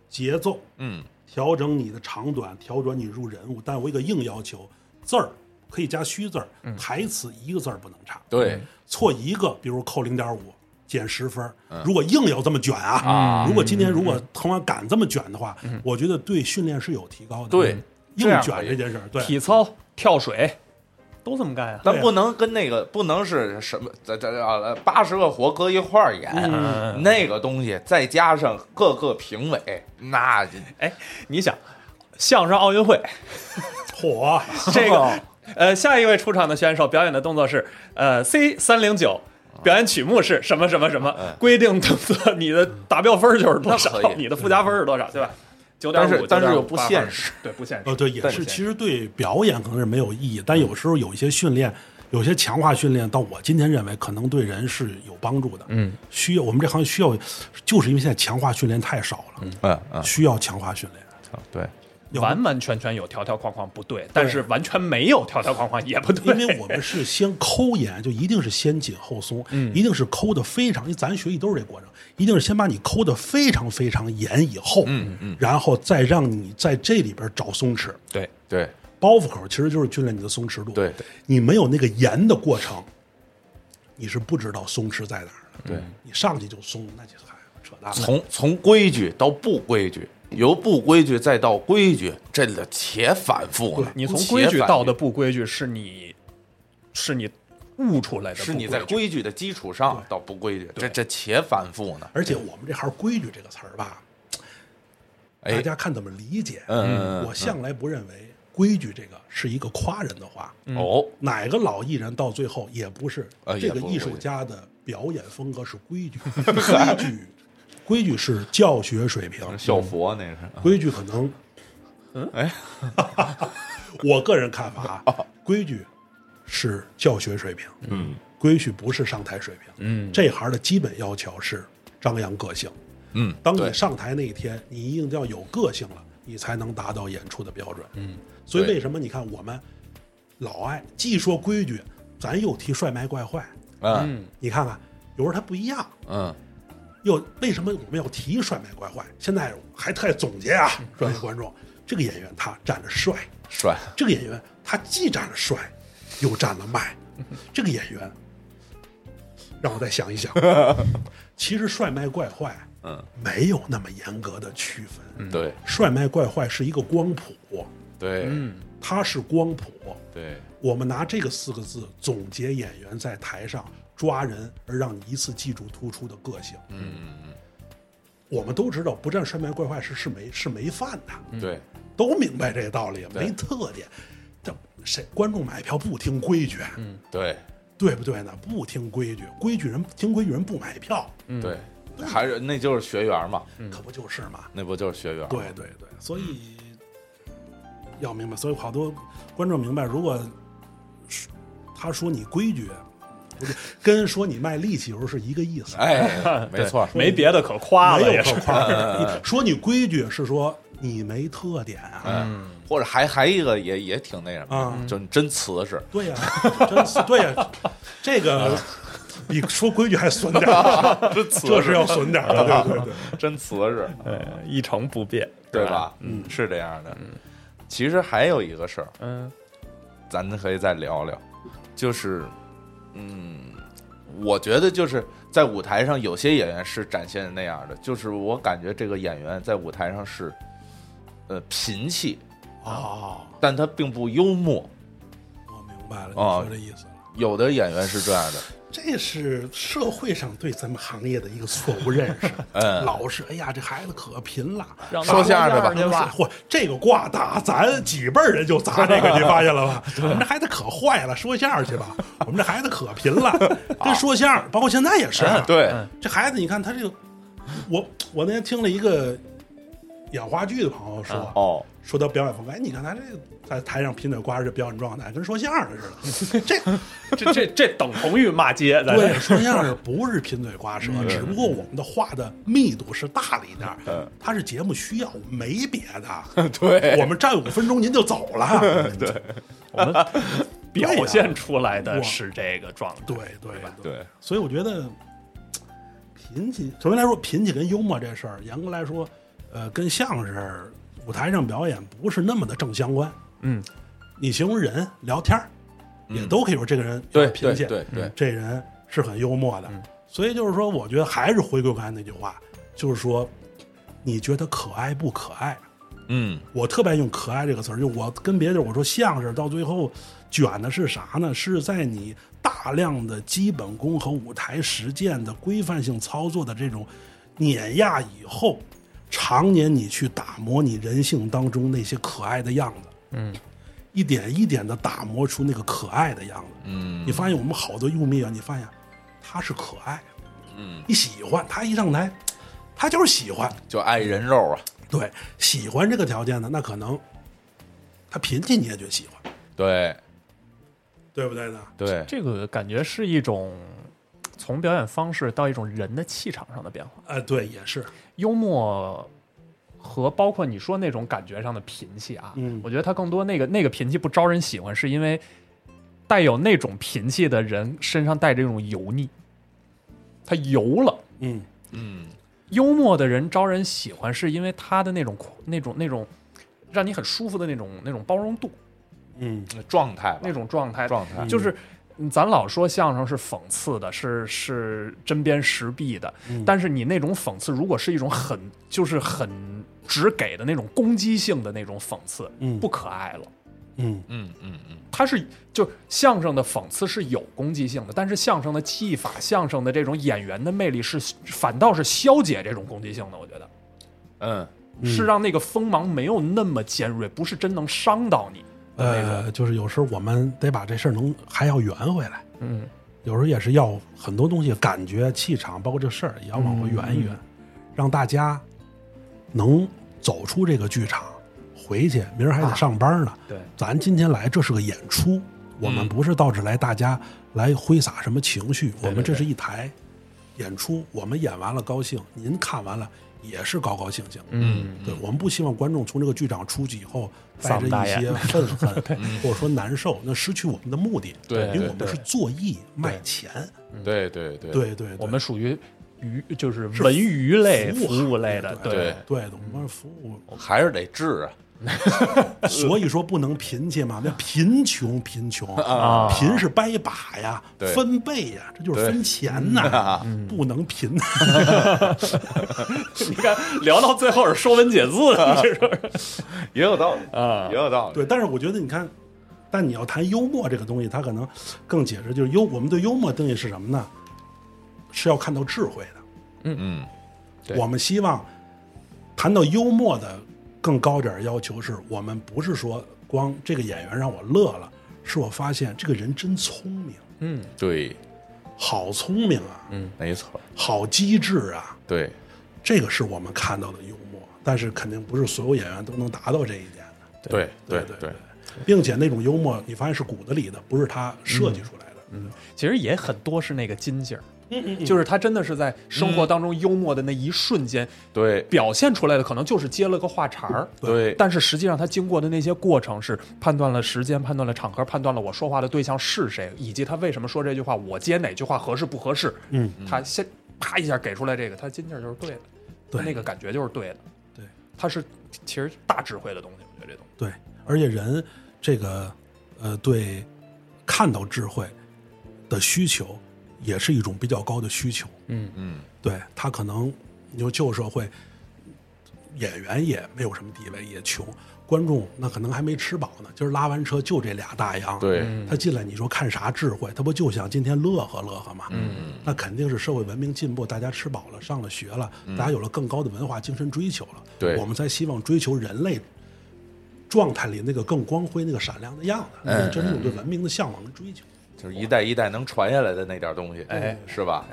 Speaker 1: 节奏，
Speaker 2: 嗯，
Speaker 1: 调整你的长短，调整你入人物。但我有一个硬要求，字儿可以加虚字儿，
Speaker 2: 嗯
Speaker 1: 台词一个字儿不能差，
Speaker 2: 对，
Speaker 3: 嗯
Speaker 1: 错一个，比如扣零点五。减十分儿，如果硬要这么卷啊，
Speaker 2: 嗯啊嗯
Speaker 1: 如果今天如果同样敢这么卷的话，我觉得对训练是有提高的。
Speaker 2: 对
Speaker 1: 硬
Speaker 2: 这样可
Speaker 1: 卷
Speaker 2: 以
Speaker 1: 这件事儿，对，
Speaker 3: 体操、跳水都这么干呀、啊
Speaker 2: 但不能跟那个不能是什么这这啊八十个活搁一块儿演，
Speaker 3: 嗯
Speaker 2: 那个东西再加上各个评委，那
Speaker 3: 哎，你想，相声奥运会
Speaker 1: 火，啊
Speaker 3: 这
Speaker 2: 哦
Speaker 3: 个，呃，下一位出场的选手表演的动作是呃 C 三零九。
Speaker 2: 啊
Speaker 3: 表演曲目是什么什么什么？规定动作，你的达标分儿就是多少
Speaker 2: 嗯那可，以嗯
Speaker 3: 你的附加分儿是多少，对吧？九点
Speaker 2: 但是
Speaker 3: 五，
Speaker 2: 但是
Speaker 3: 9.58
Speaker 2: 又不现实，
Speaker 3: 对，不现
Speaker 1: 呃，
Speaker 3: 实。
Speaker 1: 对，也
Speaker 2: 但
Speaker 1: 是，
Speaker 2: 是
Speaker 1: 其实对表演可能是没有意义，但有时候有一些训练，有些强化训练，到我今天认为可能对人是有帮助的。嗯，需要我们这行需要，就是因为现在强化训练太少了，
Speaker 2: 嗯嗯，
Speaker 1: 需要强化训练。
Speaker 2: 对，
Speaker 1: 有
Speaker 3: 完完全全有条条框框不对，但是完全没有条条框框也不对，
Speaker 1: 因为我们是先抠严，就一定是先紧后松，一定是抠的非常，因为咱学艺都是这过程，一定是先把你抠的非常非常严以后，嗯嗯，然后再让你在这里边找松弛，
Speaker 3: 对
Speaker 2: 对
Speaker 1: 包袱口其实就是训练你的松弛度。
Speaker 2: 对对，
Speaker 1: 你没有那个严的过程，你是不知道松弛在哪儿的。对，你上去就松，那就嗨，扯淡了。
Speaker 2: 从从规矩到不规矩，由不规矩再到规矩，这里且反复呢。
Speaker 3: 你从
Speaker 2: 且
Speaker 3: 规矩
Speaker 2: 反
Speaker 3: 到
Speaker 2: 复
Speaker 3: 的不规矩是你，是你悟出来的不矩，
Speaker 2: 是你在规矩的基础上到不规矩，这这且反复呢。
Speaker 1: 而且我们这行“规矩”这个词儿吧，大
Speaker 2: 哎，
Speaker 1: 家看怎么理解。
Speaker 2: 嗯，
Speaker 1: 我向来不认为“规矩”这个是一个夸人的话。
Speaker 2: 哦，
Speaker 1: 哪个老艺人到最后也不是
Speaker 2: 呃
Speaker 1: 这
Speaker 2: 也
Speaker 1: 个
Speaker 2: 不
Speaker 1: 艺术家的表演风格是规矩，规矩，规矩是教学水平，
Speaker 2: 小佛啊那是
Speaker 1: 规矩可能，嗯，
Speaker 2: 哎，
Speaker 1: 我个人看法啊，规矩是教学水平，嗯，规矩不是上台水平，嗯，这行的基本要求是张扬个性，
Speaker 2: 嗯，
Speaker 1: 当
Speaker 2: 对
Speaker 1: 你上台那一天，你一定要有个性了，你才能达到演出的标准，嗯，所以
Speaker 2: 对
Speaker 1: 为什么你看我们老爱既说规矩，咱又提帅卖怪坏，
Speaker 2: 嗯
Speaker 1: 你看看有时候它不一样，
Speaker 2: 嗯，
Speaker 1: 又为什么我们要提帅卖怪坏？现在还特爱总结啊，专业观众，这个演员他站着帅，
Speaker 2: 帅，
Speaker 1: 这个演员他既站了帅，又站了麦，这个演员让我再想一想，其实帅卖怪坏，
Speaker 2: 嗯，
Speaker 1: 没有那么严格的区分，
Speaker 2: 对
Speaker 1: 帅卖怪坏是一个光谱，
Speaker 2: 对
Speaker 1: 它是光谱，
Speaker 2: 对，
Speaker 1: 我们拿这个四个字总结演员在台上抓人，而让你一次记住突出的个性。嗯，我们都知道不站帅卖怪坏是是没是没犯的，
Speaker 2: 对，
Speaker 1: 都明白这个道理，
Speaker 2: 嗯对嗯
Speaker 1: 没特点。这谁观众买票不听规矩？
Speaker 2: 对，
Speaker 1: 对不对呢？不听规矩，规矩人听规矩人不买票，
Speaker 2: 对，还是那就是学员嘛，
Speaker 1: 可不就是嘛？
Speaker 2: 那不就是
Speaker 3: 啊
Speaker 2: 学员？
Speaker 1: 嗯对，对对，所
Speaker 3: 嗯
Speaker 1: 以要明白，所以好多观众明白，如果是他说你规矩，不是跟说你卖力气时候是一个意思，
Speaker 2: 哎，没错，
Speaker 3: 没别的可夸了，
Speaker 1: 没有
Speaker 3: 也是嗯
Speaker 1: 可夸的。你说你规矩是说你没特点啊，
Speaker 3: 哎
Speaker 2: 嗯，或者还还一个也也挺那什么的，
Speaker 1: 啊
Speaker 2: 就真瓷实，
Speaker 1: 对呀、真是对呀、这个比说规矩还损点 儿，这是要损点儿的，对对对。
Speaker 2: 真瓷实，
Speaker 3: 呃一成不变，
Speaker 2: 对吧？嗯，是这样的。其实还有一个事儿，
Speaker 3: 嗯
Speaker 2: 咱可以再聊聊，就是，嗯，我觉得就是在舞台上，有些演员是展现那样的，就是我感觉这个演员在舞台上是，呃，贫气，
Speaker 3: 啊
Speaker 1: 哦，
Speaker 2: 但他并不幽默。
Speaker 1: 我明白了，你
Speaker 2: 哦
Speaker 1: 说这意思了。
Speaker 2: 有的演员是这样的，
Speaker 1: 这是社会上对咱们行业的一个错误认识，
Speaker 2: 嗯
Speaker 1: 老是哎呀，这孩子可贫了，
Speaker 3: 让他
Speaker 2: 说相声的吧
Speaker 3: 说去吧，
Speaker 1: 嚯，这个卦打咱几辈儿人就砸这个，你发现了 吧？我们这孩子可坏了，说相声去吧。我们这孩子可贫 了，跟说相声，包括现在也是啊。
Speaker 2: 嗯对，
Speaker 1: 这孩子，你看他这个，我我那天听了一个演话剧的朋友说，
Speaker 2: 哦，
Speaker 3: 嗯
Speaker 1: 说他表演风格，哎，你看他这个在台上拼着瓜这表演状态，跟说相声的似的。这
Speaker 3: 这这这等同于骂街，咱
Speaker 1: 对，说相声不是贫嘴瓜舌，只不过我们的话的密度是大了一点儿，它是节目需要，没别的。
Speaker 2: 对
Speaker 1: 我们站五分钟您就走了。对
Speaker 3: 我们
Speaker 1: 对啊
Speaker 3: 表
Speaker 1: 呀
Speaker 3: 现出来
Speaker 1: 我
Speaker 3: 的是这个状态，
Speaker 1: 对对
Speaker 2: 对，
Speaker 1: 所以我觉得嗯贫气，首先来说贫气跟幽默这事儿，严格来说，呃，跟相声舞台上表演不是那么的正相关。
Speaker 3: 嗯，
Speaker 1: 你形容人聊天儿也都可以说这个人
Speaker 2: 嗯对
Speaker 1: 贫气，
Speaker 2: 对对对
Speaker 1: 这人是很幽默的。所以就是说，我觉得还是回归刚才那句话，就是说，你觉得可爱不可爱？
Speaker 2: 嗯，
Speaker 1: 我特别爱用“可爱”这个词儿，就我跟别人我说相声到最后卷的是啥呢？是在你大量的基本功和舞台实践的规范性操作的这种碾压以后，常年你去打磨你人性当中那些可爱的样子，嗯，一点一点的打磨出那个可爱的样子，嗯，你发现我们好多用密啊，你发现他是可爱，嗯，你喜欢他一上台，他就是喜欢，
Speaker 2: 就爱人肉啊，
Speaker 1: 对，喜欢这个条件的，那可能他贫气你也觉得喜欢，
Speaker 2: 对
Speaker 1: 对不对呢？
Speaker 2: 对，
Speaker 3: 这个感觉是一种从表演方式到一种人的气场上的变化，
Speaker 1: 呃，对，也是，
Speaker 3: 幽默。和包括你说那种感觉上的贫气啊，
Speaker 1: 嗯
Speaker 3: 我觉得他更多那个那个贫气不招人喜欢，是因为带有那种贫气的人身上带着一种油腻，他油了，
Speaker 1: 嗯，
Speaker 2: 嗯，
Speaker 3: 幽默的人招人喜欢，是因为他的那种那种那种让你很舒服的那种那种包容度，
Speaker 1: 嗯，
Speaker 2: 状态吧，
Speaker 3: 那种状态。
Speaker 2: 状态，
Speaker 3: 就是嗯咱老说相声是讽刺的，是是针砭时弊的，但是你那种讽刺，如果是一种很就是很直给的那种攻击性的那种讽刺，
Speaker 1: 嗯
Speaker 3: 不可爱了。
Speaker 1: 嗯，
Speaker 2: 嗯嗯嗯，
Speaker 3: 它是就相声的讽刺是有攻击性的，但是相声的技法、相声的这种演员的魅力是反倒是消解这种攻击性的，我觉得。
Speaker 2: 嗯，
Speaker 3: 是让那个锋芒没有那么尖锐，不是真能伤到你。
Speaker 1: 呃，就是有时候我们得把这事儿能还要圆回来，
Speaker 3: 嗯，
Speaker 1: 有时候也是要很多东西，感觉、气场，包括这事儿，也要往
Speaker 3: 嗯
Speaker 1: 回圆一圆，让大家能走出这个剧场，回去，明儿还得上班呢。
Speaker 3: 啊对，嗯
Speaker 1: 咱今天来这是个演出，我们不是到这来大家来挥洒什么情绪，我们这是一台演出，我们演完了高兴，您看完了也是高高兴兴。
Speaker 3: 嗯，
Speaker 1: 对，我们不希望观众从这个剧场出去以后带
Speaker 3: 嗓
Speaker 1: 着
Speaker 3: 子大
Speaker 1: 一
Speaker 3: 眼
Speaker 1: 些愤恨或者说难受，那失去我们的目的。
Speaker 2: 对
Speaker 1: 因为
Speaker 2: 对
Speaker 1: 我们是做艺卖钱。
Speaker 3: 嗯
Speaker 2: 对对对，
Speaker 1: 对对，对
Speaker 3: 我们属于娱，就是文娱类、
Speaker 1: 服务行业
Speaker 3: 服务类的，
Speaker 1: 对
Speaker 2: 对
Speaker 1: 哎对，我们是服务，哎
Speaker 2: 还是得治啊，
Speaker 1: 所以说不能贫气嘛，那贫穷贫穷
Speaker 3: 啊
Speaker 1: 贫是掰把呀
Speaker 2: 对，
Speaker 1: 分贝呀，这就是
Speaker 2: 对
Speaker 1: 分钱呐，不能贫。
Speaker 3: 嗯 啊 你看聊到最后是说文解字，这是
Speaker 2: 也有道理
Speaker 3: 啊
Speaker 2: 也有道理，
Speaker 1: 对，但是我觉得你看，但你要谈幽默这个东西，它可能更解释就是幽，我们对幽默定义是什么呢？是要看到智慧的。
Speaker 2: 嗯，对
Speaker 1: 我们希望谈到幽默的更高点儿要求是，我们不是说光这个演员让我乐了，是我发现这个人真聪明，
Speaker 2: 对，
Speaker 1: 好聪明啊，
Speaker 2: 没错，
Speaker 1: 好机智啊，
Speaker 2: 对，
Speaker 1: 这个是我们看到的幽默，但是肯定不是所有演员都能达到这一点的。
Speaker 2: 对，
Speaker 1: 对
Speaker 2: 对，
Speaker 1: 并且那种幽默，你发现是骨子里的，不是他设计出来的。嗯，
Speaker 3: 其实也很多是那个筋劲儿，就是他真的是在生活当中幽默的那一瞬间
Speaker 2: 对，
Speaker 3: 表现出来的，可能就是接了个话茬儿，
Speaker 2: 对
Speaker 3: 但是实际上他经过的那些过程是判断了时间，判断了场合，判断了我说话的对象是谁，以及他为什么说这句话，我接哪句话合适不合适。
Speaker 1: 嗯，
Speaker 3: 他先啪一下给出来这个，他筋劲儿就是对的，
Speaker 1: 对
Speaker 3: 他那个感觉就是对的，
Speaker 1: 对，
Speaker 3: 他是其实大智慧的东西，我觉得这东西。
Speaker 1: 对，而且人这个呃，对看到智慧的需求也是一种比较高的需求。
Speaker 2: 嗯，
Speaker 1: 对他可能你就旧社会演员也没有什么地位，也穷，观众那可能还没吃饱呢，今儿拉完车就这俩大洋。
Speaker 2: 对，
Speaker 1: 他进来，你说看啥智慧？他不就想今天乐呵乐呵吗？嗯，那肯定是社会文明进步，大家吃饱了，上了学了，大家有了更高的文化精神追求了。
Speaker 2: 嗯对
Speaker 1: 我们才希望追求人类状态里那个更光辉、那个闪亮的样子。
Speaker 2: 嗯
Speaker 1: 这是一种对文明的向往跟追求。
Speaker 2: 就是一代一代能传下来的那点东西，
Speaker 3: 哎
Speaker 2: 是吧？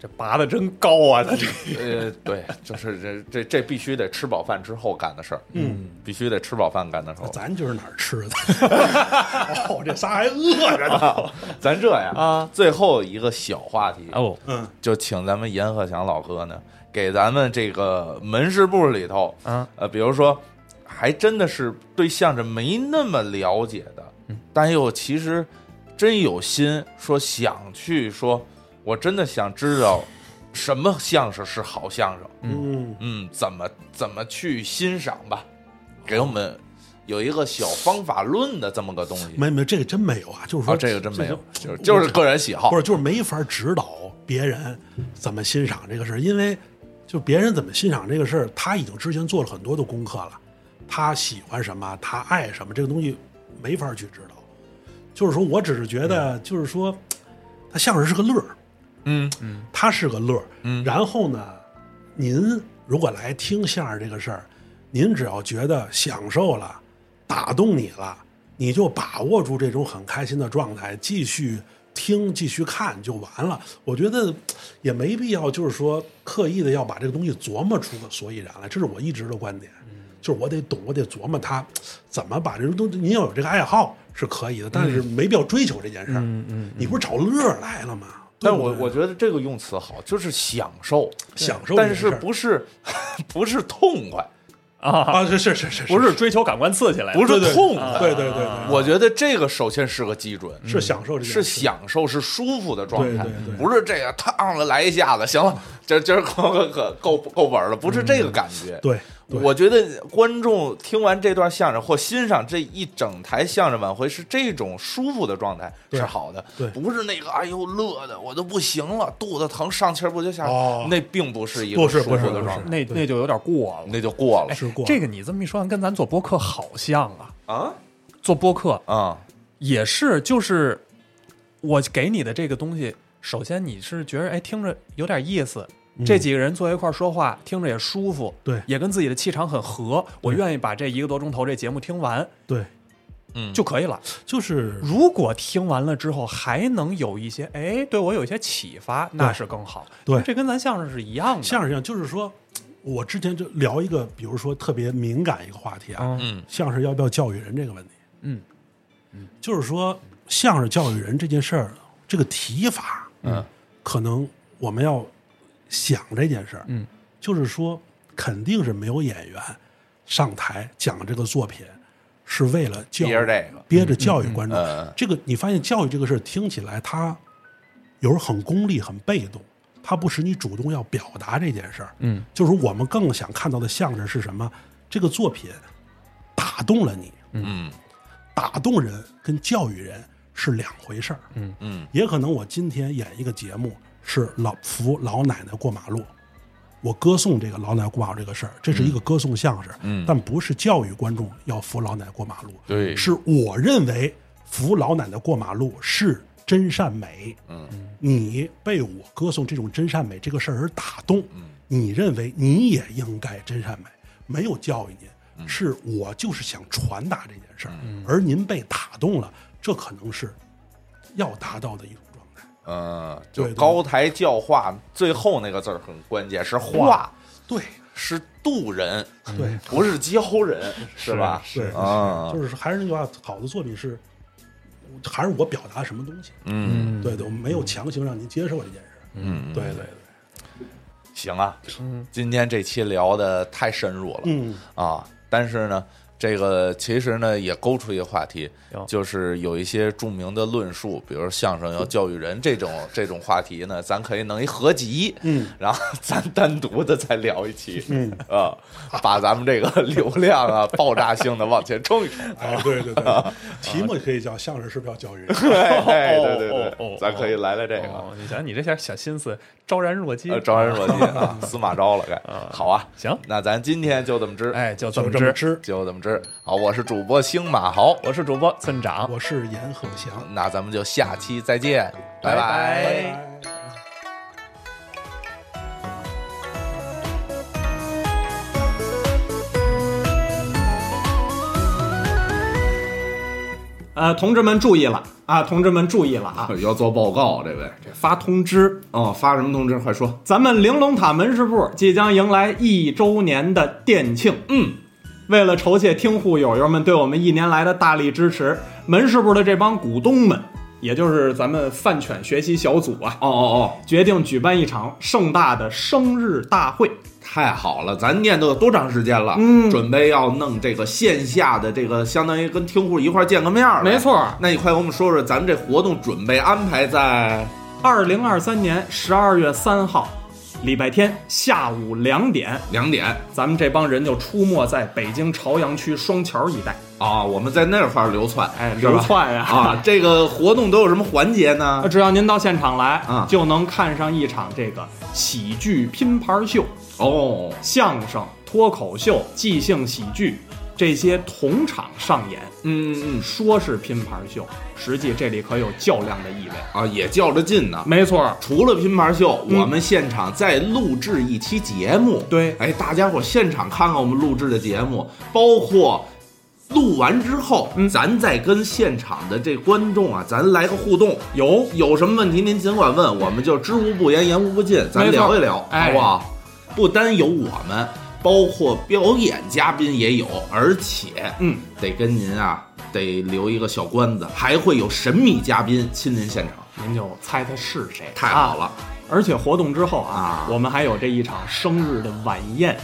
Speaker 3: 这拔的真高啊！他这
Speaker 2: 呃，对，就是这这这必须得吃饱饭之后干的事儿，嗯，必须得吃饱饭干的事儿。
Speaker 1: 咱就是哪儿吃的？哦，这仨还饿着呢。
Speaker 2: 咱这样
Speaker 3: 啊，
Speaker 2: 最后一个小话题，
Speaker 3: 哦，
Speaker 1: 嗯，
Speaker 2: 就请咱们阎鹤祥老哥呢，给咱们这个门市部里头，
Speaker 3: 嗯，
Speaker 2: 呃，比如说，还真的是对相声没那么了解的，但又其实真有心说想去说，我真的想知道什么相声是好相声，
Speaker 1: 嗯，
Speaker 2: 嗯，怎么怎么去欣赏吧，给我们有一个小方法论的这么个东西。
Speaker 1: 没没，这个真没有啊，就是说、
Speaker 2: 啊，这个真没有，就是
Speaker 1: 我
Speaker 2: 就是个人喜好
Speaker 1: 不，是，就是没法指导别人怎么欣赏这个事儿，因为就别人怎么欣赏这个事儿，他已经之前做了很多的功课了，他喜欢什么，他爱什么，这个东西没法去指导。就是说我只是觉得，就是说，他相声是个乐儿，
Speaker 2: 嗯，
Speaker 1: 他是个乐儿。然后呢，您如果来听相声这个事儿，您只要觉得享受了，打动你了，你就把握住这种很开心的状态，继续听，继续看就完了。我觉得也没必要，就是说刻意的要把这个东西琢磨出个所以然来，这是我一直的观点。就是我得懂，我得琢磨它怎么把这种东西。您要有这个爱好是可以的，但是没必要追求这件事儿。嗯嗯，你不是找乐儿来了吗？
Speaker 2: 但
Speaker 1: 对不
Speaker 2: 我
Speaker 1: 对
Speaker 2: 我觉得这个用词好，就是享受，
Speaker 1: 享受这
Speaker 2: 但
Speaker 1: 件事
Speaker 2: 是
Speaker 1: 儿
Speaker 2: 不是 不是痛快，
Speaker 1: 啊，是是是是，
Speaker 3: 不是追求感官刺激来的，
Speaker 2: 不
Speaker 1: 对
Speaker 2: 是
Speaker 1: 对
Speaker 2: 痛快。
Speaker 1: 对对对对，
Speaker 2: 我觉得这个首先是个基准，
Speaker 1: 是享受这件
Speaker 2: 是
Speaker 1: 事，
Speaker 2: 享受，是舒服的状态
Speaker 1: 对对对，
Speaker 2: 不是这个烫了来一下子，行了，今儿今儿可可够够本儿了，不是这个感觉。
Speaker 1: 嗯对，对
Speaker 2: 我觉得观众听完这段相声或欣赏这一整台相声晚会是这种舒服的状态
Speaker 1: 对
Speaker 2: 是好的，
Speaker 1: 对
Speaker 2: 不是那个哎呦乐的我都不行了，肚子疼上气儿不接下气儿，
Speaker 1: 哦
Speaker 2: 那并不是一个
Speaker 1: 不是
Speaker 2: 舒服
Speaker 1: 不是
Speaker 2: 的
Speaker 1: 不
Speaker 2: 状
Speaker 1: 是
Speaker 2: 态，，
Speaker 3: 那那就有点过了。
Speaker 2: 那就过了
Speaker 1: 是过
Speaker 3: 哎这个你这么一说，跟咱做播客好像啊。
Speaker 2: 啊
Speaker 3: 做播客
Speaker 2: 啊，
Speaker 3: 也是，就是我给你的这个东西，首先你是觉得哎听着有点意思，这几个人坐一块儿说话，听着也舒服，
Speaker 1: 嗯对
Speaker 3: 也跟自己的气场很合，我愿意把这一个多钟头这节目听完
Speaker 1: 对，
Speaker 3: 就可以了。
Speaker 1: 就是
Speaker 3: 如果听完了之后还能有一些哎对我有一些启发，那是更好。
Speaker 1: 对
Speaker 3: 这跟咱相声是一样的。
Speaker 1: 相声一样，就是说。我之前就聊一个，比如说特别敏感一个话题啊，
Speaker 2: 嗯
Speaker 1: 相声要不要教育人这个问题，
Speaker 3: 嗯
Speaker 1: 就是说相声教育人这件事儿，这个提法，
Speaker 2: 嗯，
Speaker 1: 可能我们要想这件事儿，
Speaker 3: 嗯，
Speaker 1: 就是说肯定是没有演员上台讲这个作品是为了教育
Speaker 2: 憋着这个
Speaker 1: 憋着教育观众。
Speaker 2: 嗯嗯
Speaker 1: 这个你发现教育这个事儿听起来，它有时候很功利、很被动，它不使你主动要表达这件事儿。
Speaker 3: 嗯，
Speaker 1: 就是我们更想看到的相声是什么？这个作品打动了你，
Speaker 2: 嗯
Speaker 1: 打动人跟教育人是两回事儿。嗯
Speaker 2: 嗯，
Speaker 1: 也可能我今天演一个节目是老扶老奶奶过马路，我歌颂这个老奶奶过马路这个事儿，这是一个歌颂相声，
Speaker 2: 嗯
Speaker 1: 但不是教育观众要扶老奶奶过马路，
Speaker 2: 对
Speaker 1: 是我认为扶老奶奶过马路是真善美，
Speaker 2: 嗯，
Speaker 1: 你被我歌颂这种真善美这个事儿而打动，
Speaker 2: 嗯
Speaker 1: 你认为你也应该真善美，没
Speaker 2: 嗯
Speaker 1: 有教育您，是我就是想传达这件事儿，而您被打动了，这可能是要达到的一种状态。
Speaker 8: 嗯，就
Speaker 1: 对对
Speaker 8: 高台教化，最后那个字儿很关键，是化，
Speaker 1: 对，
Speaker 8: 是渡人，
Speaker 1: 对，
Speaker 8: 不是教人，是吧？
Speaker 1: 是
Speaker 8: 啊，
Speaker 1: 就是还是那句话，好的作品是还是我表达什么东西。
Speaker 8: 嗯，
Speaker 1: 对对，我没有强行让您接受这件事。嗯，对对对，
Speaker 8: 行啊，今天这期聊的太深入了，
Speaker 1: 嗯
Speaker 8: 啊，但是呢，这个其实呢也勾出一个话题
Speaker 3: 有，
Speaker 8: 就是有一些著名的论述，比如相声要教育人这种这种话题呢，咱可以弄一合集，
Speaker 1: 嗯，
Speaker 8: 然后咱单独的再聊一期，
Speaker 1: 嗯
Speaker 8: 啊，把咱们这个流量啊爆炸性的往前冲一冲。
Speaker 1: 哎，对对对， 题目可以叫相声是票教育人。
Speaker 8: 对 哎对对
Speaker 3: 哦哦哦
Speaker 8: 对，
Speaker 3: 哦
Speaker 8: 咱可以来来这个。
Speaker 3: 哦，你想你这点小心思，昭然若揭
Speaker 8: 呃，，招人惹急啊，司马昭了该。好啊，
Speaker 3: 嗯行
Speaker 8: 那咱今天就这么知，
Speaker 3: 哎，就这
Speaker 1: 就
Speaker 3: 么
Speaker 1: 这么
Speaker 3: 知。
Speaker 1: 吃，
Speaker 8: 就这么知。好，我是主播星马豪，
Speaker 3: 我是主播村长，
Speaker 1: 我是严鹤翔。
Speaker 8: 那咱们就下期再见，拜
Speaker 3: 拜拜
Speaker 8: 哎
Speaker 4: 呃，同志们注意了啊，同志们注意了啊，
Speaker 2: 要做报告，这位
Speaker 4: 发通知，
Speaker 2: 哦，发什么通知？快说！
Speaker 4: 咱们玲珑塔门市部即将迎来一周年的店庆。嗯，为了酬谢听户友友们对我们一年来的大力支持，门市部的这帮股东们，也就是咱们饭犬学习小组啊，
Speaker 2: 哦哦哦，
Speaker 4: 决定举办一场盛大的生日大会。
Speaker 2: 太好了，咱念叨有多长时间了？嗯，准备要弄这个线下的这个，相当于跟听户一块儿见个面儿呗
Speaker 4: 没错，
Speaker 2: 那你快给我们说说，咱们这活动准备安排在
Speaker 4: 二零二三年十二月三号，礼拜天下午两点，
Speaker 2: 两点
Speaker 4: 咱们这帮人就出没在北京朝阳区双桥一带，
Speaker 2: 啊，我们在那块儿流窜，
Speaker 4: 哎，
Speaker 2: 是吧
Speaker 4: 流窜呀、
Speaker 2: 啊。这个活动都有什么环节呢？
Speaker 4: 啊只要您到现场来，
Speaker 2: 啊
Speaker 4: 就能看上一场这个喜剧拼盘秀、
Speaker 2: 哦，
Speaker 4: 相声、脱口秀、即兴喜剧这些同场上演。
Speaker 2: 嗯嗯嗯
Speaker 4: 说是拼盘秀，实际这里可有较量的意味。
Speaker 2: 啊，也较着劲呢。
Speaker 4: 没错，
Speaker 2: 除了拼盘秀，
Speaker 4: 嗯
Speaker 2: 我们现场再录制一期节目。
Speaker 4: 对
Speaker 2: 哎，大家伙现场看看我们录制的节目，包括录完之后，
Speaker 4: 嗯
Speaker 2: 咱再跟现场的这观众啊，咱来个互动。有有什么问题您尽管问，我们就知无不言，言无不尽，咱
Speaker 4: 没错
Speaker 2: 聊一聊，好
Speaker 4: 哎
Speaker 2: 不好？不单有我们，包括表演嘉宾也有，而且
Speaker 4: 嗯，
Speaker 2: 得跟您啊得留一个小关子，还会有神秘嘉宾亲临现场。
Speaker 4: 您就猜猜是谁？
Speaker 2: 太好
Speaker 4: 啊
Speaker 2: 了，
Speaker 4: 而且活动之后
Speaker 2: 啊
Speaker 4: 啊，我们还有这一场生日的晚宴。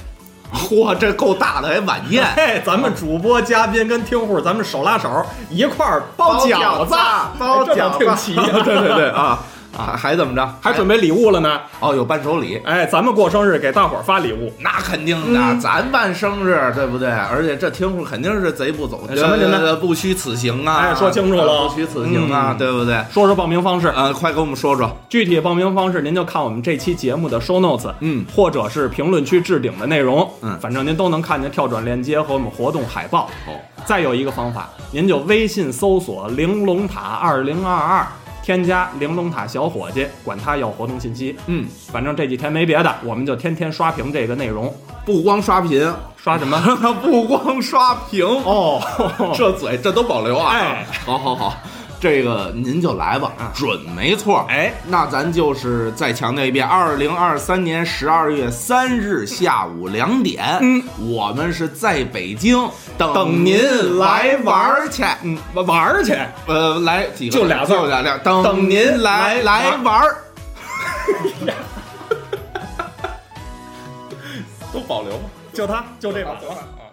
Speaker 2: 嚯，这够大的，还晚宴。
Speaker 4: 嘿，咱们主播、嘉宾跟听户，咱们手拉手一块儿 包饺子，哎
Speaker 2: 包
Speaker 4: 这
Speaker 2: 饺
Speaker 4: 都
Speaker 2: 子，
Speaker 4: 挺齐
Speaker 2: 对对对啊啊，还怎么着？
Speaker 4: 还准备礼物了呢。
Speaker 2: 哦，有伴手礼，
Speaker 4: 哎，咱们过生日给大伙儿发礼物，
Speaker 2: 那肯定的，
Speaker 4: 嗯
Speaker 2: 咱办生日对不对？而且这听户肯定是贼不走，
Speaker 4: 哎什么您呢
Speaker 2: 呃不虚此行啊！
Speaker 4: 哎说清楚了嗯
Speaker 2: 不虚此行啊，对不对？
Speaker 4: 说说报名方式。啊
Speaker 2: 呃，快给我们说说，
Speaker 4: 具体报名方式，您就看我们这期节目的 show notes，
Speaker 2: 嗯
Speaker 4: 或者是评论区置顶的内容，
Speaker 2: 嗯
Speaker 4: 反正您都能看见跳转链接和我们活动海报。
Speaker 2: 哦，
Speaker 4: 再有一个方法，您就微信搜索“玲珑塔二零二二”，添加“玲珑塔小伙计”，管他要活动信息。
Speaker 2: 嗯，
Speaker 4: 反正这几天没别的，我们就天天刷屏这个内容，
Speaker 2: 不光刷屏，
Speaker 4: 刷什么？
Speaker 2: 不光刷屏，
Speaker 4: 哦，
Speaker 2: 这嘴这都保留啊！
Speaker 4: 哎，啊
Speaker 2: 好好好，这个您就来吧，准没错。
Speaker 4: 哎，
Speaker 2: 那咱就是再强调一遍，二零二三年十二月三日下午两点，
Speaker 4: 嗯，
Speaker 2: 我们是在北京等
Speaker 4: 等您
Speaker 2: 来
Speaker 4: 来
Speaker 2: 玩
Speaker 4: 玩
Speaker 2: 儿
Speaker 4: 儿
Speaker 2: 去。
Speaker 4: 嗯，玩儿去，
Speaker 2: 呃，来几个？
Speaker 4: 就俩字儿
Speaker 2: 就俩俩，等
Speaker 4: 等
Speaker 2: 您
Speaker 4: 您
Speaker 2: 来
Speaker 4: 来
Speaker 2: 来玩儿。
Speaker 4: 就他，就这把。
Speaker 2: 啊